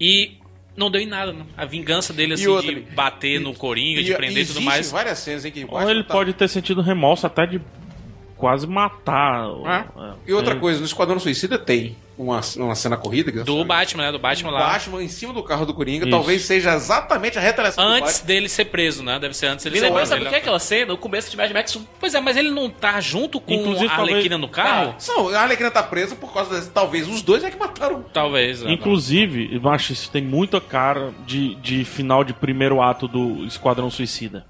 B: e não deu em nada, né? A vingança dele, assim,
E: outra,
B: de bater no Coringa, de prender e tudo
E: existem
B: mais.
E: várias cenas em que o
C: Ou ele
E: tá-
C: pode ter sentido remorso até de quase matar. o-
E: Ah,
C: é.
E: E outra coisa, no Esquadrão Suicida tem uma, uma cena corrida que
B: Hum. Do Batman, né? Do Batman
E: O
B: lá.
E: Batman em cima do carro do Coringa,
C: Isso.
E: talvez seja exatamente a retaliação do
B: Antes dele ser preso, né? Deve ser antes dele
F: Me
B: ser
F: lembrou,
B: preso.
F: sabe o
B: Ele-
F: que é aquela cena? O começo de Mad Max 1.
B: Pois é, mas ele não tá junto com
C: Inclusive,
B: a
C: talvez-
B: Arlequina no carro?
E: Batman. Não, a Alequina tá presa por causa dessa. Talvez os dois é que mataram.
B: Talvez. né?
C: Inclusive, eu acho isso tem muita cara de, de final de primeiro ato do Esquadrão Suicida.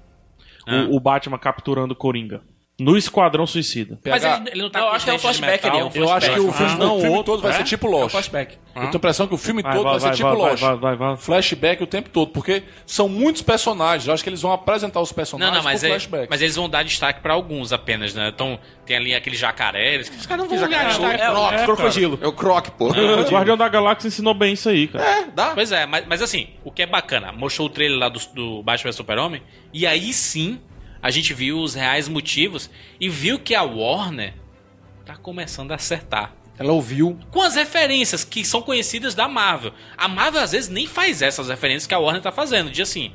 C: O-
B: Ah.
C: O, Batman capturando o Coringa. No Esquadrão Suicida.
B: Mas
D: PH,
B: ele, ele não tá
F: Não,
B: com
F: eu acho que é um
B: dente de
F: flashback
B: metal.
F: ali, é um
D: eu acho que o
C: flashback.
D: filme,
C: Ah,
D: o
C: não,
D: filme
C: outro,
D: todo vai
C: é?
D: ser tipo Lost.
F: Flashback.
D: Eu tenho a impressão que o filme
C: Vai,
D: todo
C: vai,
D: vai,
C: vai,
D: ser tipo
C: vai,
D: Lost.
C: vai, vai, vai.
D: Flashback o tempo todo, porque são muitos personagens. Eu acho que eles vão apresentar os
B: Não,
D: personagens
B: não, mas,
D: por
B: é-
D: flashback.
B: mas eles vão dar destaque pra alguns apenas, né? Então, tem ali aquele jacaré. um eles- Os caras não vão dar destaque.
F: É, o
C: cara.
F: crocodilo.
E: É o Croc, pô.
C: O Guardião da Galáxia ensinou bem isso aí, cara.
E: É, dá.
B: Pois é, mas, mas assim, o que é bacana, mostrou o trailer lá do, do Batman vs Super-Homem, e aí sim a gente viu os reais motivos e viu que a Warner tá começando a acertar.
E: Ela ouviu.
B: Com as referências que são conhecidas da Marvel. A Marvel às vezes nem faz essas referências que a Warner tá fazendo, de assim,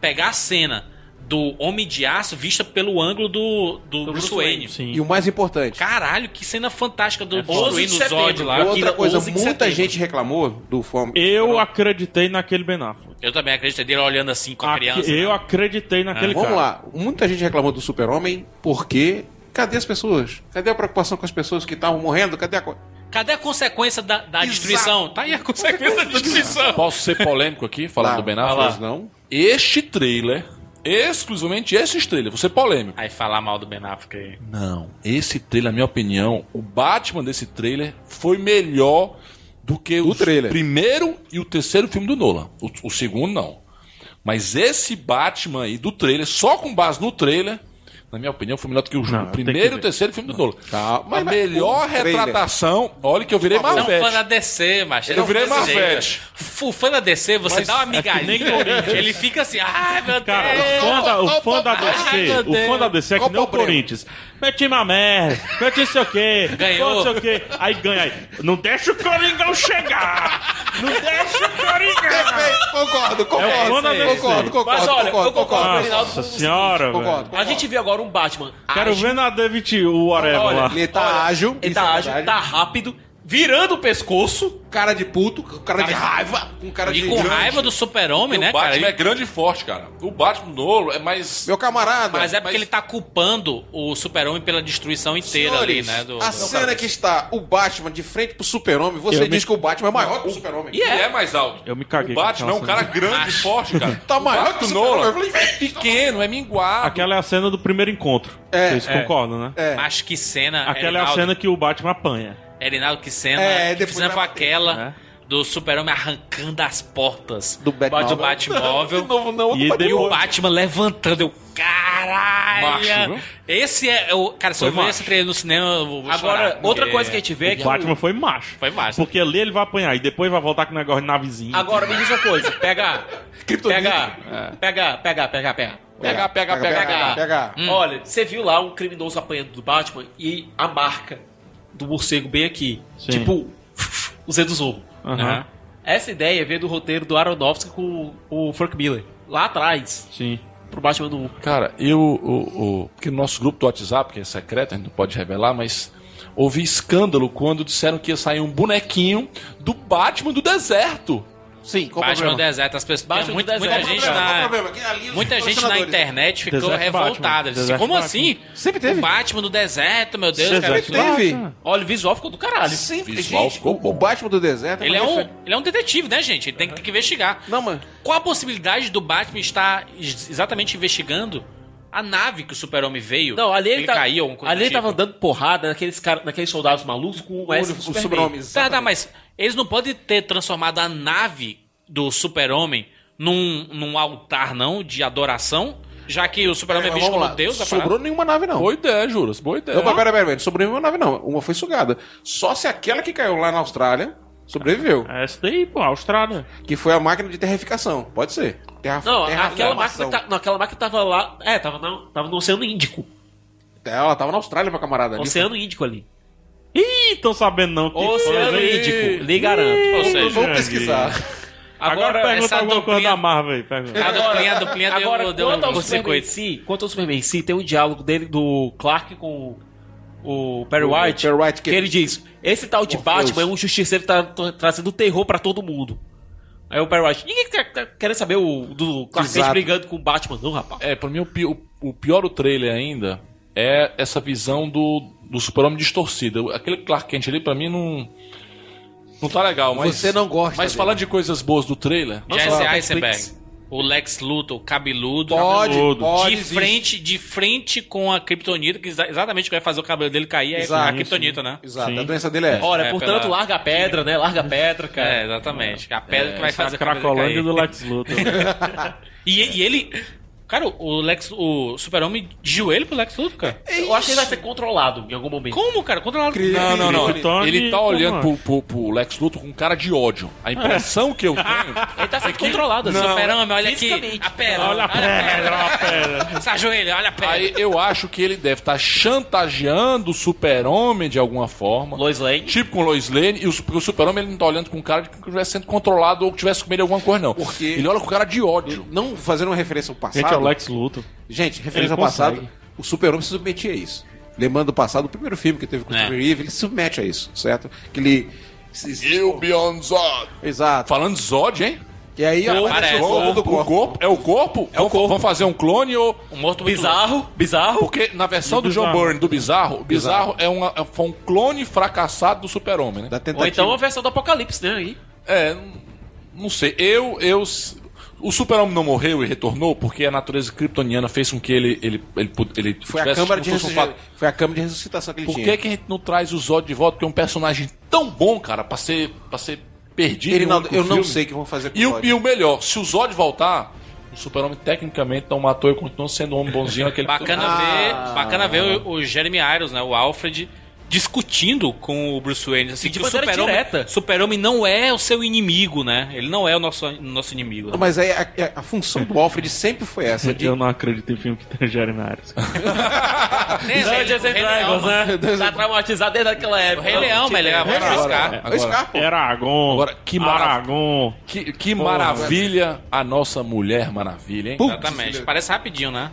B: pegar a cena do Homem de Aço vista pelo ângulo do, do, Bruce, Wayne.
C: Sim.
E: E o mais importante.
B: Caralho, que cena fantástica do Bruce
F: foda. 11 de
B: Wayne no Zod
F: setembro,
B: lá.
F: aqui
E: outra
F: na
B: é
E: coisa,
F: 11 de
E: muita
F: setembro.
E: gente reclamou do fome.
C: Eu acreditei naquele Ben Affleck.
B: Eu também acreditei dele olhando assim com a
C: Aque-
B: criança.
C: eu
B: né?
C: acreditei naquele
E: É. Vamos
C: cara.
E: lá. Muita gente reclamou do Super-Homem porque. Cadê as pessoas? Cadê a preocupação com as pessoas que estavam morrendo? Cadê a. co-
B: Cadê a consequência da, da
E: Exato.
B: destruição? Tá aí a consequência da destruição.
D: Posso ser polêmico aqui, falando do Ben Affleck?
E: Mas não.
D: Este trailer, exclusivamente esse trailer, vou ser polêmico.
B: Aí falar mal do Ben Affleck aí.
D: Não, esse trailer, na minha opinião, o Batman desse trailer foi melhor do que o
E: trailer.
D: primeiro e o terceiro filme do Nolan. O, o segundo não. Mas esse Batman aí do trailer, só com base no trailer, na minha opinião, foi melhor do que o
C: Não, tem
D: primeiro
C: que
D: e o
C: ver.
D: terceiro filme do Nolan.
E: Tá, mas-
D: a
E: mas
D: melhor
E: o trailer-
D: retratação. Olha que eu virei
B: Você é um fã da
D: Marvete.
B: DC, macho. é um
D: Eu virei
B: Desse jeito.
D: Marvete.
B: F- O fã da DC, você dá uma migalhinha. ele fica assim, ai meu
C: Cara, o
B: Deus.
C: fã, da, o fã da
B: Ai,
C: DC,
B: meu
C: o fã
B: Deus.
C: da DC é que
E: Qual
C: nem o
E: problema?
C: Corinthians. Meu time é uma merda, meu time sei o quê,
B: Ganhou.
C: não sei o quê. Aí ganha aí. Não deixa o Coringão chegar! Não deixa o Coringão!
E: Perfeito, concordo,
C: É o
E: concordo.
C: fã da DC.
E: concordo, concordo.
F: Mas olha, eu
E: concordo,
F: concordo.
E: concordo.
F: Reinaldo,
C: Nossa senhora,
E: Concordo.
C: velho.
F: A gente viu agora um Batman.
C: Quero
F: ágil.
C: ver na David o whatever
F: Olha,
C: lá.
E: Ele tá ágil,
F: Ele
E: isso é
F: tá ágil,
E: verdade.
F: tá rápido. virando o pescoço.
E: Cara de puto, com cara de raiva, com cara de.
B: E com
E: grande.
B: raiva do super-homem, né,
D: o Batman
B: cara?
D: é grande e forte, cara. O Batman do Nolan é mais...
E: Meu camarada.
B: Mas é porque ele tá culpando o super-homem pela destruição inteira ali,
E: Senhores,
B: né? Do,
E: a
B: do-
E: cena que está o Batman de frente pro super-homem, você
C: Eu
E: diz
C: me-
E: que o Batman é maior que o super-homem.
D: E é mais alto.
C: Eu me caguei
D: O
C: com
D: Batman é um
C: aquela
D: cara grande e forte, cara.
E: Tá
D: O
E: maior
D: Batman
E: que o
D: do
E: Nolan.
D: Nolan
E: Eu falei,
D: é pequeno, é minguado.
C: Aquela é a cena do primeiro encontro.
E: É,
C: Vocês
E: é.
C: concordam, né?
E: É.
B: Mas que cena,
C: Aquela é a
B: Erinaldo.
C: cena que o Batman apanha.
B: Erinaldo, que cena.
E: É,
B: que
E: depois
B: cena
E: vai
B: foi
E: bater.
B: aquela do super-homem arrancando as portas
E: Do Batman.
B: do Batmóvel.
E: De novo, não.
C: E
E: do
B: E o
C: depois-
B: Batman levantando, eu,
D: Macho,
B: caralho!
D: viu?
B: Esse é o. Cara, se
C: Foi
B: eu ver
C: macho.
B: esse trailer no cinema, eu vou vou chorar,
F: Agora,
B: porque-
F: outra coisa que a gente vê é que.
C: O Batman foi macho.
B: Foi macho. Ah,
C: Porque ali ele vai apanhar e depois vai voltar com o negócio de navezinha.
F: Agora, me diz uma coisa. Pega.
E: Kryptonita.
C: É.
F: Pega. Pega, pega, pega, pega.
D: Pega, pega, pega,
E: pega. pega.
F: Hum. Olha, você viu lá um criminoso apanhando do Batman e a marca do morcego bem aqui.
C: Sim.
F: Tipo, o Z do Zorro. né?
C: Aham.
F: Essa ideia veio do roteiro do Aronofsky com o Frank Miller. Lá atrás,
C: Sim.
F: pro Batman do
D: Cara, eu. O, o, porque no nosso grupo do WhatsApp, que é secreto, a gente não pode revelar, mas houve escândalo quando disseram que ia sair um bonequinho do Batman do deserto.
E: Sim, qual o
B: Batman no
E: problema?
B: deserto, as pessoas.
F: Batman
B: tem muito-
F: no
B: muita
F: deserto.
B: gente
E: Qual o
B: na.
E: problema? Que ali os
B: Muita gente na
E: patrocinadores-
B: internet ficou
C: Deserto
B: revoltada.
C: Batman.
B: Disse,
C: Deserto
B: como
C: Batman.
B: assim?
E: Sempre teve.
B: O Batman do deserto, meu Deus, cara.
C: Deserto.
E: Teve.
C: Batman.
F: Olha, o visual ficou do caralho.
E: Sempre.
D: Visual
E: Gente,
D: ficou
E: o,
D: bom.
E: o Batman do deserto.
B: Ele é,
E: uma
B: um,
E: refer-
B: ele é um detetive, né, gente? Ele tem que investigar.
E: Não, mano.
B: Qual a possibilidade do Batman estar ex- exatamente investigando a nave que o super-homem veio?
F: Não, ali ele, tá-
B: caiu, alguma coisa
F: ali
B: do
F: ele
B: tipo.
F: tava dando porrada naqueles, cara, naqueles soldados malucos com o S do
E: O
F: Superman.
E: sobrenome.
B: Tá, tá, mas eles não podem ter transformado a nave do super-homem num, num altar, não, de adoração? Já que o super-homem é visto como Deus, a parada.
E: Sobrou nenhuma nave, não.
D: Boa ideia, Juras, boa ideia.
E: Não, mas pera, pera, pera. Sobreviveu uma nave, não. Uma foi sugada. Só se aquela que caiu lá na Austrália sobreviveu.
C: Essa É, daí, pô, Austrália.
E: Que foi a máquina de terraficação. Pode ser. Terra,
F: Não, aquela
E: terraformação.
F: máquina, tá, não, aquela máquina tava lá. É, tava, na, tava no Oceano Índico.
E: Ela tava na Austrália, meu camarada. Ali
F: Oceano Índico ali.
C: Ih, tão sabendo não. Que
F: Oceano
C: coisa, hein?
F: Índico, lhe garanto.
B: Ou
E: foi-
B: seja,
E: Vamos pesquisar.
C: Agora,
F: Agora,
C: pergunta
B: essa
C: alguma coisa
B: duplinha-
C: da Marvel aí. Pergunta.
B: a duplinha, a duplinha deu-
F: Agora,
B: deu,
F: quanto,
B: um
F: ao Superman em
B: curto-circuito.
F: si, quanto ao Superman em si, tem um diálogo dele do Clark com o, o Perry
E: O
F: White.
E: Perry White,
F: que...
E: que-
F: ele diz: Esse tal de
E: Morpheus.
F: Batman é um justiceiro que tá tra- trazendo terror pra todo mundo. Aí o Perry White, ninguém quer, quer- quer saber o, do Clark Kent
E: Exato.
F: brigando com o Batman, não, rapaz.
D: É, pra mim o, pi- o- o pior do trailer ainda é essa visão do, do super-homem distorcido. Aquele Clark Kent ali, pra mim, não. Não tá legal, mas.
E: Você não gosta
D: Mas
E: dele.
D: falando de coisas boas do trailer.
B: Jesse
F: falar,
B: Eisenberg,
F: Netflix.
B: o Lex Luthor, cabeludo.
E: Pode,
C: Cabeludo.
E: pode.
B: de
E: existe.
B: frente, de frente com a Kryptonita, que exa- exatamente o que vai fazer o cabelo dele cair é
E: Exato,
B: a Kryptonita, né?
E: Exato.
C: Sim.
E: A doença dele é essa.
F: Olha,
B: é,
F: portanto,
B: pela-
F: larga a pedra, né? Larga a pedra, cara.
B: É, exatamente. A pedra que vai
C: Essa
B: fazer o cabelo dele
C: Cracolândia
B: cair.
C: do Lex Luthor.
B: E, e ele. Cara, o Lex. O Super-Homem de joelho pro Lex Luthor, cara.
F: Eu acho que ele vai ser controlado em algum momento.
B: Como, cara? Controlado.
E: Incrível.
D: Não, não, não.
E: Ele-
C: Tony,
D: Ele tá
C: pô,
D: olhando pro,
C: mano.
D: pro- pro Lex Luthor com cara de ódio. A impressão que eu tenho.
F: Ele tá sendo controlado, assim.
B: Super-Homem, olha aqui.
F: Fisicamente.
B: A pedra.
C: Olha a pedra, olha a pedra.
B: Se ajoelha, olha a pedra.
D: Aí eu acho que ele deve estar chantageando o super-homem de alguma forma.
F: Lois Lane.
D: Tipo com o Lois Lane, e o, porque o super-homem ele não tá olhando com cara de que estivesse sendo controlado ou que tivesse comido alguma coisa, não.
E: Porque-
D: Ele olha com cara de ódio.
E: Não fazendo uma referência ao passado.
C: Gente, é o Lex Luthor.
E: Gente, referência ao
C: Ele consegue.
E: passado, o super-homem se submetia a isso. Lembrando do passado, o primeiro filme que teve com o
B: É.
E: Christopher Reeve, ele se submete a isso, certo? Que ele... se- se-
D: Beyond Zod.
E: Exato.
D: Falando de Zod, hein?
E: E aí a
B: Parece.
E: coisa chegou do
D: O
E: corpo.
D: corpo? É o corpo? É o corpo. Vamos fazer um clone ou.
B: Um morto muito
F: Bizarro, bizarro.
D: Porque na versão do John
C: Bizarro.
D: Byrne, do Bizarro, o Bizarro é uma, foi um clone fracassado do super-homem, né?
E: Da tentativa.
F: Ou então a versão do Apocalipse, né? Aí.
D: É, n- não sei. Eu, eu. O super-homem não morreu e retornou porque a natureza kryptoniana fez com que ele ele ele, pu- ele
E: Foi a,
D: tivesse
E: câmara de
D: como se fosse um
E: ressuscitação.
D: fato.
E: Foi a câmara de ressuscitação que ele
D: Por
E: tinha.
D: que, que a gente não traz o Zod de volta? Porque é um personagem tão bom, cara, pra ser, pra ser perdido. em um
E: Erinaldo,
D: único
E: eu não
D: filme.
E: sei o que vão fazer com
D: E o,
E: Zod.
D: e o melhor, se o Zod voltar, o super-homem tecnicamente não matou e continua sendo um homem bonzinho aquele
B: Bacana
F: Ah.
B: ver, bacana ver o, o Jeremy Irons, né, o Alfred discutindo com o Bruce Wayne, assim,
F: E de
B: que o
F: maneira direta.
B: Super-Homem Super-Homem não é o seu inimigo, né? Ele não é o nosso nosso inimigo. né?
E: Mas aí a, é, a- a função do Alfred sempre foi essa. De...
C: Eu não acredito em filme que tem Jeremy Irons.
B: Tem,
F: Não,
B: tem,
F: Jesse
B: o Rei Leão,
F: Dragons,
B: mano.
F: né? Tá traumatizado desde aquela
B: O
F: época.
B: Rei Leão, velho, é
E: Era,
B: o Scar.
E: era. O Scar, pô.
C: Eragon.
D: é, Agora, que marav-
C: Aragon.
D: Que, que maravilha a nossa Mulher Maravilha, hein?
E: Putz,
B: Exatamente.
E: velho.
B: Parece rapidinho, né?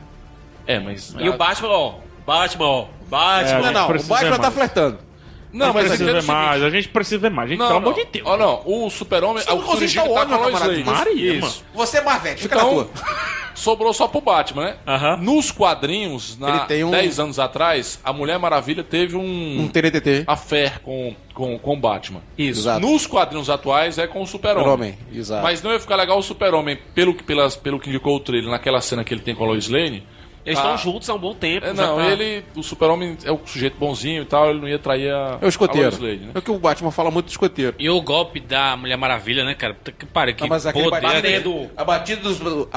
D: É, mas.
F: E o Batman, ó. Batman, ó. Batman.
C: É,
E: Não,
C: gente
E: não, o
B: É.
C: precisa
E: Batman
C: mais.
E: tá flertando.
C: a
D: Não,
C: gente
D: mas
C: precisa
D: entenda o
C: ver
D: seguinte.
C: mais, a gente precisa ver mais. Gente,
D: Não,
C: pelo
D: não.
C: amor de Deus.
D: Ó, não, o Super-Homem,
E: Você
D: o
E: não resiste ao
D: Coringa tá
E: ódio,
D: com a
E: camarada.
D: Lois Lane.
C: Maria,
D: Isso.
C: mano.
E: Você é Marvete, fica na
D: Então,
E: tua.
D: sobrou só pro Batman, né?
F: Aham.
D: Nos quadrinhos, na,
E: Ele tem um-
D: 10 anos atrás, a Mulher Maravilha teve um,
E: Um TNTT.
D: affair com, com, com o Batman.
F: Isso.
E: Exato.
D: Nos quadrinhos atuais é com o Super-Homem.
E: Super-Homem, exato.
D: Mas não ia ficar legal o Super-Homem, pelo, que- pelas, pelo que indicou o trailer, naquela cena que ele tem com a Lois Lane.
F: Eles
D: Ah.
F: estão juntos há um bom tempo.
D: É,
F: já
D: não,
F: tá-
D: ele, o Super-Homem é o sujeito bonzinho e tal, ele não ia trair a,
E: É o
D: a
E: escoteiro.
D: Lois Lane, né?
E: É o que o Batman fala muito do escoteiro.
B: E o golpe da Mulher Maravilha, né, cara? Puta Que pariu, que
E: Ah, mas aquele
B: poder.
D: né?
E: batida-
B: aquele-
E: a batida dos, a batida dos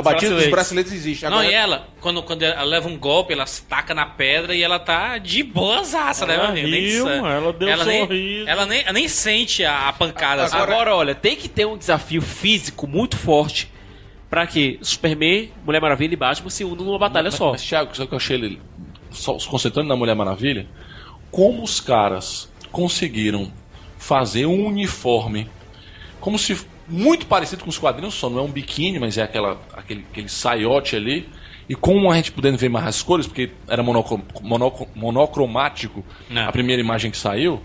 B: braceletes.
E: braceletes existe.
B: Não,
D: é.
B: e ela, quando, quando ela leva um golpe, ela taca na pedra e ela tá de boazaça, né,
C: Ela
B: meu amigo? Nem
C: riu,
B: sa-
C: ela deu um
B: nem-
C: sorriso.
B: Ela nem, ela nem sente a, a pancada. sabe?
F: Agora... olha, tem que ter um desafio físico muito forte pra que Superman, Mulher Maravilha e Batman se unam numa batalha só.
D: Mas, Thiago, sabe o que eu achei ele só se concentrando na Mulher Maravilha? Como os caras conseguiram fazer um uniforme como se muito parecido com os quadrinhos, só não é um biquíni, mas é aquela, aquele, aquele saiote ali. E como a gente podendo ver mais as cores, porque era monocro- monoco- monocromático
F: É.
B: Não.
D: a primeira imagem que saiu,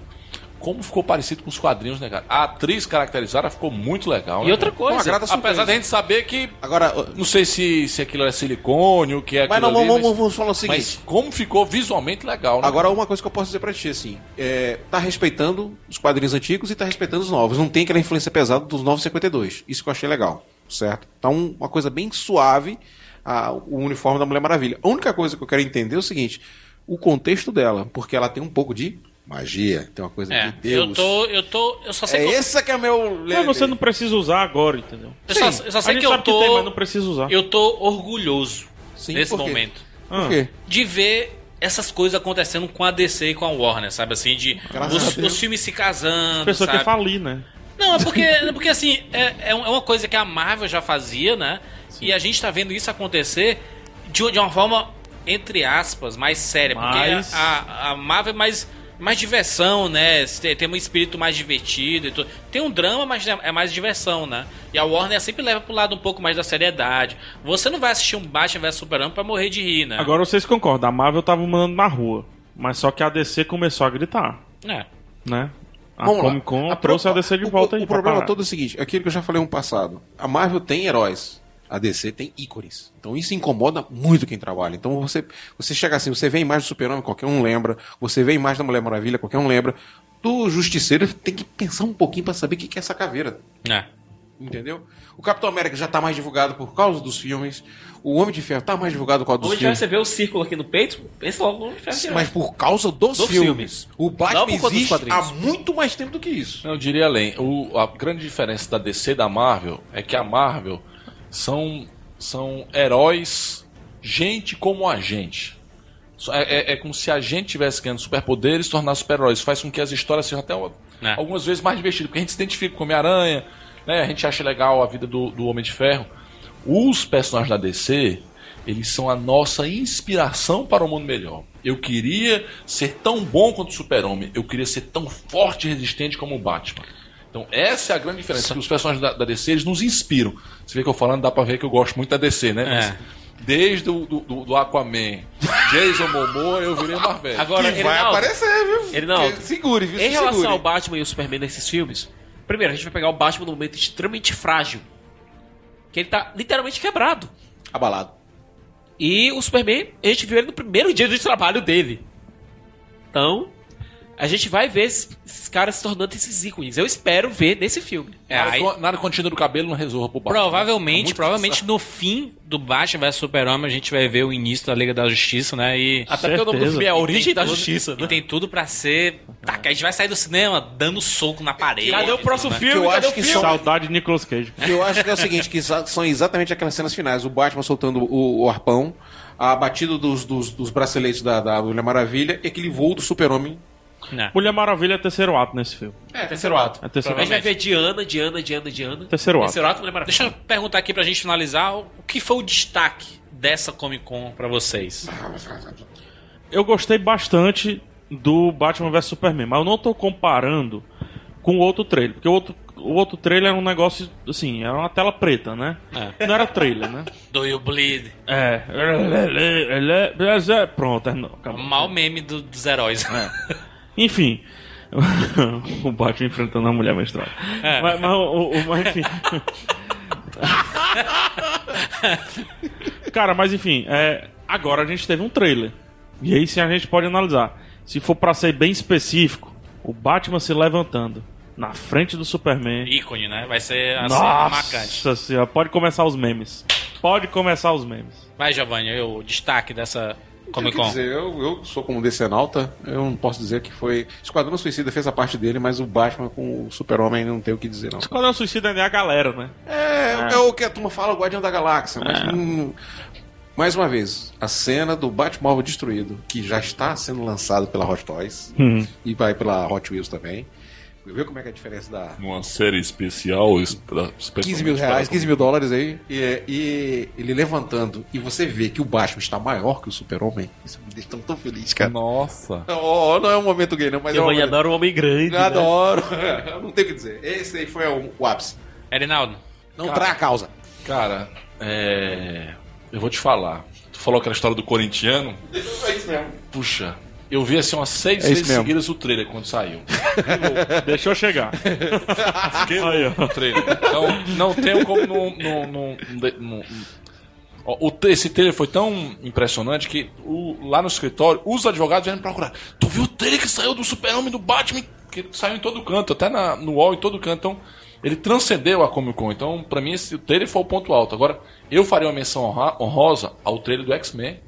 D: como ficou parecido com os quadrinhos, né, cara? A atriz caracterizada ficou muito legal.
F: E
D: né,
F: outra
D: cara?
F: coisa,
E: Uma grata
D: Apesar
E: surpresa.
D: da gente saber que
E: Agora,
D: não sei se, se aquilo é silicone, o que é
E: mas
D: aquilo
E: não,
D: ali,
E: vamos,
D: mas-
E: vamos, vamos falar o seguinte.
D: mas como ficou visualmente legal, né?
E: Agora, uma coisa que eu posso dizer pra ti, assim, é, tá respeitando os quadrinhos antigos e tá respeitando os novos. Não tem aquela influência pesada dos 952. Isso que eu achei legal, certo? Tá um- uma coisa bem suave a- o uniforme da Mulher Maravilha. A única coisa que eu quero entender é o seguinte: o contexto dela, porque ela tem um pouco de magia, tem uma coisa
B: É,
E: de Deus.
B: eu tô, eu tô, eu só sei
E: É
B: que eu-
E: essa que é meu.
C: Mas você não precisa usar agora, entendeu?
B: eu, só, eu só sei
C: a gente
B: que eu
C: sabe
B: tô,
C: que tem, mas não precisa usar.
B: eu tô orgulhoso
E: Sim,
B: nesse
E: por quê?
B: momento
E: Por quê?
B: de ver essas coisas acontecendo com a DC e com a Warner, sabe assim, de
E: Graças
B: os,
E: a Deus.
B: os filmes se casando,
C: A pessoa
B: sabe?
C: quer falir, né?
B: Não, é porque, é porque assim, é, é um- é uma coisa que a Marvel já fazia, né? E a gente tá vendo isso acontecer de, uma- de uma forma, entre aspas, mais séria.
C: Mas-
B: Porque a, a- a Marvel é mais, mais diversão, né? Tem, tem um espírito mais divertido e tudo. Tem um drama, mas é mais diversão, né? E a Warner sempre leva pro lado um pouco mais da seriedade. Você não vai assistir um Batman vs Superman pra morrer de rir, né?
C: Agora vocês concordam, a Marvel tava mandando na rua, mas só que a DC começou a gritar,
B: É.
C: né? A
E: Vamos lá.
C: Comic Con
E: A pro-
C: trouxe a DC de
E: o-
C: volta
E: o,
C: aí.
E: O problema
C: papai.
E: todo é o seguinte: aquilo que eu já falei no passado. A Marvel tem heróis. A DC tem ícones. Então isso incomoda muito quem trabalha. Então você, você chega assim, você vê a imagem do Super-Homem, qualquer um lembra. Você vê a imagem da Mulher Maravilha, qualquer um lembra. Do Justiceiro tem que pensar um pouquinho pra saber o que que é essa caveira.
B: É.
E: Entendeu? O Capitão América já tá mais divulgado por causa dos filmes. O Homem de Ferro tá mais divulgado por causa dos
F: Onde
E: filmes.
F: você vê o círculo aqui no peito, pensa logo no Homem de Ferro direto.
E: Mas por causa dos,
F: é Dos
E: filmes.
F: filmes.
E: O
F: Não
E: Batman
F: por conta dos
E: existe há
F: quadrinhos.
E: muito mais tempo do que isso.
D: Eu diria além. O- a grande diferença da DC e da Marvel é que a Marvel são, são heróis, gente como a gente. Só- É, é- é como se a gente tivesse ganhando superpoderes e se tornar super-heróis. Faz com que as histórias sejam até uma-
B: É.
D: algumas vezes mais divertidas, porque a gente se identifica com o Homem-Aranha, né? a gente acha legal a vida do, do Homem de Ferro. Os personagens da DC, eles são a nossa inspiração para o mundo melhor. Eu queria ser tão bom quanto o Super-Homem, eu queria ser tão forte e resistente como o Batman. Então, essa é a grande diferença. que Os personagens da, da DC, eles nos inspiram. Você vê que eu falando, dá pra ver que eu gosto muito da DC, né?
B: É.
D: Desde o do, do- do Aquaman, Jason Momoa, eu virei Marvel.
F: Agora,
E: É. que vai
F: Reinaldo,
E: aparecer, viu?
F: Reinaldo,
E: Segure, viu?
F: Em
E: Se
F: relação
E: segure.
F: ao Batman e o Superman nesses filmes, primeiro, a gente vai pegar o Batman num momento extremamente frágil. Que ele tá literalmente quebrado.
E: Tá Abalado.
F: E o Superman, a gente viu ele no primeiro dia de trabalho dele. Então, a gente vai ver esses, esses caras se tornando esses ícones. Eu espero ver nesse filme.
B: É,
D: nada,
B: aí-
D: co- nada contida do cabelo não resolva pro Batman. É
F: é
B: Provavelmente,
D: Muito
B: provavelmente no fim do Batman vs Super-Homem a gente vai ver o início da Liga da Justiça, né? E
F: Até porque o nome do
C: certeza.
F: filme é A
B: E
F: Origem
B: tem
F: da
B: tudo-
F: Justiça,
B: E
F: né?
B: tem tudo pra ser. Tá, que a gente vai sair do cinema dando soco na parede.
F: Cadê o próximo
B: né?
F: filme?
E: Que eu
F: Cadê
E: acho
F: o
E: que só-
F: filme?
C: Saudade de Nicolas Cage.
E: Que eu acho que é o seguinte, que exa- são exatamente aquelas cenas finais. O Batman soltando o, o arpão, a batida dos, dos, dos braceletes da, da Mulher Maravilha e aquele voo do super-homem.
B: Não.
C: Mulher Maravilha é terceiro ato nesse filme.
E: É, terceiro ato.
C: É terceiro
F: A gente vai
C: ato.
F: ver Diana, Diana, Diana, Diana.
C: Terceiro ato.
F: Terceiro ato, Mulher Maravilha.
B: Deixa eu perguntar aqui pra gente finalizar: o que foi o destaque dessa Comic Con pra vocês?
C: Eu gostei bastante do Batman vs Superman, mas eu não tô comparando com o outro trailer, porque o outro, o outro trailer era um negócio, assim, era uma tela preta, né? Não era trailer, né?
B: Do You Bleed?
C: É. Pronto, terminou, acabou.
B: O mau meme do- dos heróis.
C: Enfim, o Batman enfrentando a mulher menstruada. Mas, mas, o- o- mas, enfim. Cara, mas enfim, é, agora a gente teve um trailer. E aí sim a gente pode analisar. Se for pra ser bem específico, o Batman se levantando na frente do Superman.
B: Ícone, né? Vai ser a cena marcante.
C: Nossa senhora, pode começar os memes. Pode começar os memes.
B: Vai, Giovanni, o destaque dessa Comic
E: Quer
B: Con.
E: dizer, eu, eu sou como um decenalta, eu não posso dizer que foi. Esquadrão Suicida fez a parte dele, mas o Batman com o Super-Homem não tem o que dizer, não.
C: Esquadrão Suicida é a galera, né?
E: É, é o que a turma fala, o Guardião da Galáxia, mas. hum, mais uma vez, a cena do Batmóvel destruído, que já está sendo lançado pela Hot Toys e vai pela Hot Wheels também. Viu como é que é a diferença da
D: Numa série especial. es- pra-
E: 15 mil
D: especialmente
E: reais,
D: para-
E: 15 mil dólares aí, e, e ele levantando, e você vê que o Batman está maior que o Super-Homem, isso me deixa tão, tão feliz, cara.
D: Nossa.
E: Oh, não é um momento gay, não, mas é
F: Eu
E: um
F: mãe
E: momento-
F: adora o homem grande.
E: Eu adoro. Eu não tenho o que dizer. Esse aí foi um, o, o ápice.
B: Erinaldo,
E: Não trai a causa.
D: Cara, é. Eu vou te falar. Tu falou aquela história do corintiano?
E: É isso mesmo.
D: Puxa, eu vi assim umas seis
E: É isso
D: vezes
E: mesmo.
D: seguidas o trailer quando saiu.
C: Deixa eu chegar.
D: Fiquei
C: Aí, ó.
D: no trailer. Então, não tenho como não. não- não- não- não- Ó, o, tra- esse trailer foi tão impressionante que o- lá no escritório, os advogados vieram me procurar. Tu viu o trailer que saiu do Super-Homem do Batman? Que saiu em todo canto, até na- no UOL, em todo canto. Então, ele transcendeu a Comic Con. Então, pra mim, esse, o trailer foi o ponto alto. Agora, eu faria uma menção honra- honrosa ao trailer do X-Men,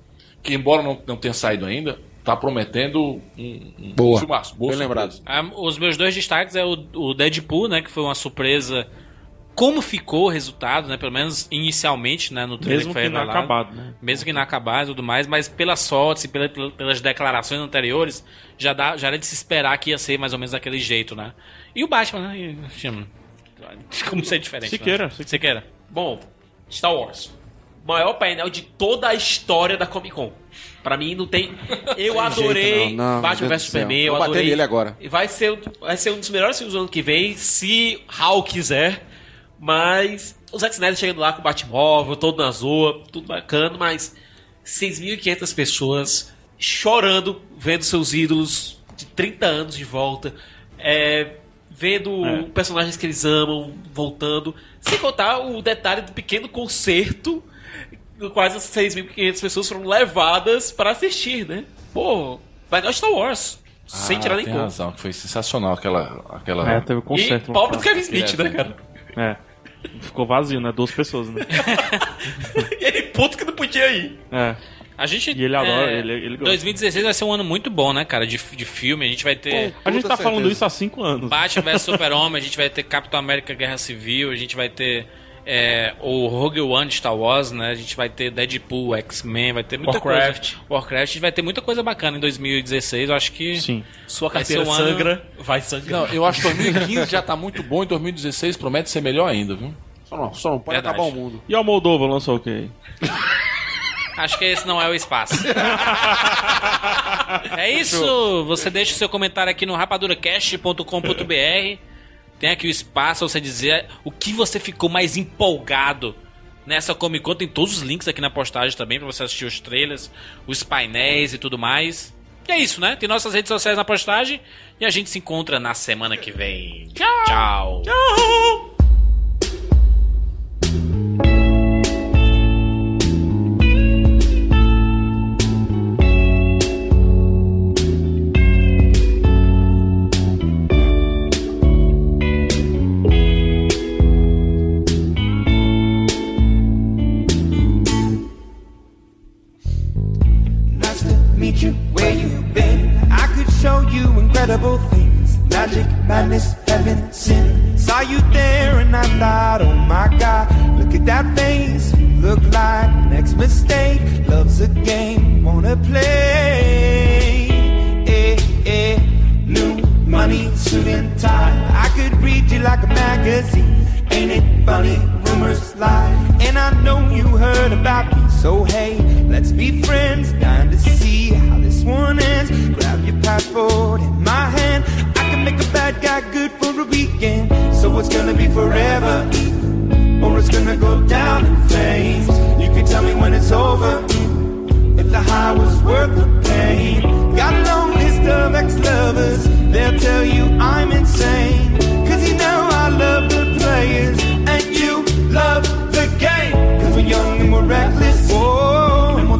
D: que embora não, não tenha saído ainda, tá prometendo um, um
E: Boa.
D: filmaço. Boa
E: Bem lembrado.
B: Ah, os meus dois destaques é o, o Deadpool, né? Que foi uma surpresa. Como ficou o resultado, né? Pelo menos inicialmente, né? No trailer
C: Mesmo
B: foi
C: que não
B: revelado.
C: acabado, né?
B: Mesmo que não acabado e tudo mais, mas pelas sortes e pela- pela- pelas declarações anteriores, já, dá, já era de se esperar que ia ser mais ou menos daquele jeito, né? E o Batman, né? e, enfim, Como ser diferente.
C: Siqueira,
B: né?
C: Siqueira.
B: Siqueira.
F: Bom, Star Wars. Maior painel de toda a história da Comic Con. Pra mim não tem. Eu adorei
E: jeito, não, não,
F: Batman
E: meu Deus
F: vs
E: do céu.
F: Superman. Eu
E: Vou bater
F: adorei.
E: nele agora.
F: E Vai ser, um- vai ser um dos melhores filmes do ano que vem, se Hal quiser. Mas o Zack Snyder chegando lá com o Batmóvel, todo na zoa, tudo bacana, mas 6.500 pessoas chorando, vendo seus ídolos de 30 anos de volta, é, vendo
C: É.
F: personagens que eles amam voltando, sem contar o detalhe do pequeno concerto, no quais as 6.500 pessoas foram levadas para assistir, né? Pô, vai dar Star Wars, sem
D: Ah,
F: tirar nem
D: tem
F: conta.
D: razão, que foi sensacional aquela. aquela...
C: É, teve um
F: E
C: concerto. lá
F: pobre do
C: fora.
F: Kevin Smith, né, cara?
C: É. Ficou vazio, né? Duas pessoas, né?
F: E ele puto que não podia ir.
C: É.
B: A gente. é,
C: E ele adora, ele- ele gosta.
B: 2016 vai ser um ano muito bom, né, cara? De, de filme. A gente vai ter.
C: A gente tá
E: certeza.
C: falando isso há cinco anos.
B: Batman vs Super-Homem, a gente vai ter Capitão América Guerra Civil, a gente vai ter é, o Rogue One de Star Wars, né? A gente vai ter Deadpool, X-Men, vai ter muita
F: Warcraft.
B: coisa. Warcraft. A gente vai ter muita coisa bacana em 2016, eu acho que...
C: Sim.
F: Sua
B: Vai ser
F: carteira
B: um ano-
F: sangra, vai sangrar.
D: Não, eu acho que 2015 já tá muito bom e 2016 promete ser melhor ainda, viu?
E: Só não, só não pode
B: Verdade.
E: acabar o mundo.
C: E a Moldova lançou o quê?
B: Acho que esse não é o espaço. é isso! Você deixa o seu comentário aqui no rapaduracast.com.br. Tem aqui o espaço pra você dizer o que você ficou mais empolgado nessa Comic Con. Tem todos os links aqui na postagem também pra você assistir os trailers, os painéis e tudo mais. E é isso, né? Tem nossas redes sociais na postagem e a gente se encontra na semana que vem. Tchau.
H: Nice to meet you where you been. I could show you incredible things. Magic, madness, heaven, sin. Saw you there and I thought, oh my god, look at that face. You look like next mistake. Love's a game, wanna play. Eh, eh. New money, suit and tie. I could read you like a magazine. Ain't it funny? Rumors lie. And I know you heard about me, so hey, let's be friends. Dying to see how this one ends. Grab your passport in my hand. I can make a bad guy good for a weekend. So it's gonna be forever, or it's gonna go down in flames. You can tell me when it's over if the high was worth the pain. Got a long list of ex-lovers, they'll tell you Oh,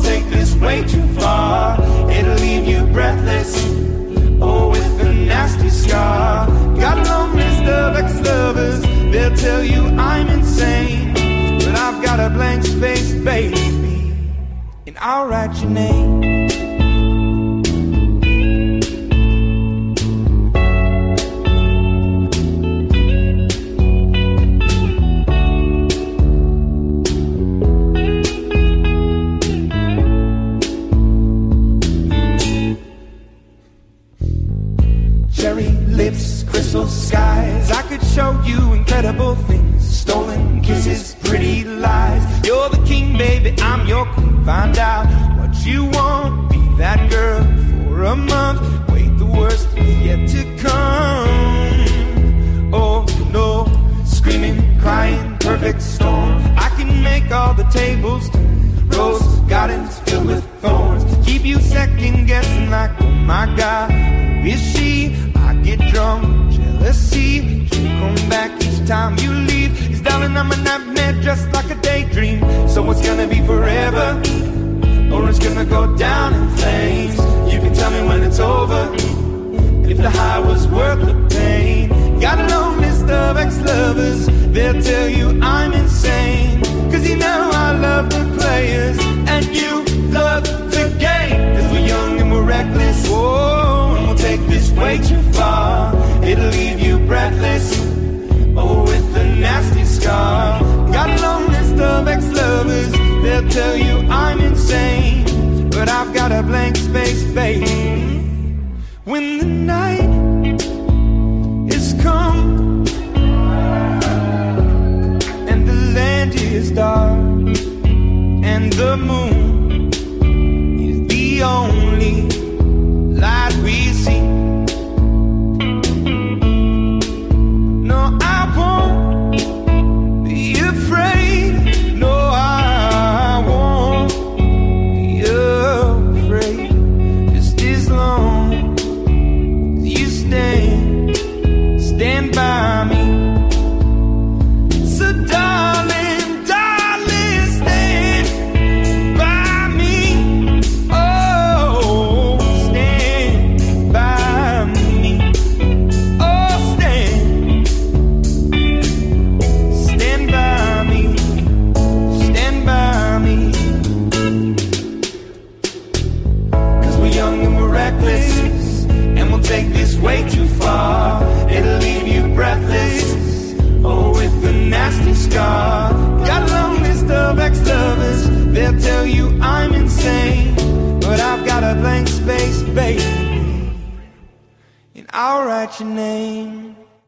H: blank space, baby, and I'll write your name. Cherry lips, crystal skies. I could show you incredible things. Stolen kisses, pretty lies. You're the king, baby. I'm your queen. Find out what you want. Be that girl for a month. Wait, the worst is yet to come. Oh no, screaming, crying, perfect storm. I can make all the tables turn. Rose gardens filled with thorns. Keep you second guessing, like, oh my god, who is she? I get drunk, with jealousy. She come back each time you leave. Cause darling, I'm a nightmare, just like a daydream. So it's gonna be forever, or it's gonna go down in flames. You can tell me when it's over. And if the high was worth the pain, got a long list of ex lovers. They'll tell you I'm insane. Cause you know I love the players, and you love the game. Cause we're young and we're reckless. Whoa, and we'll take this way too far. It'll leave you breathless. Oh, with a nasty scar. Got a long list of ex lovers. They'll tell you I'm insane. But I've got a blank space, baby. When the night is come and the land is dark and the moon is the only light we see. No, I won't be afraid. No, I won't be afraid. Just as long you stand, stand by me. So, darling, darling, stand by me. Oh, stand by me. Oh, stand, stand by me. Stand by me. Cause we're young and we're reckless. And we'll take this way too far. It'll leave you breathless. Oh, with a nasty scar. Got a long list of ex lovers. They'll tell you I'm insane. But I've got a blank space, baby. And I'll write your name.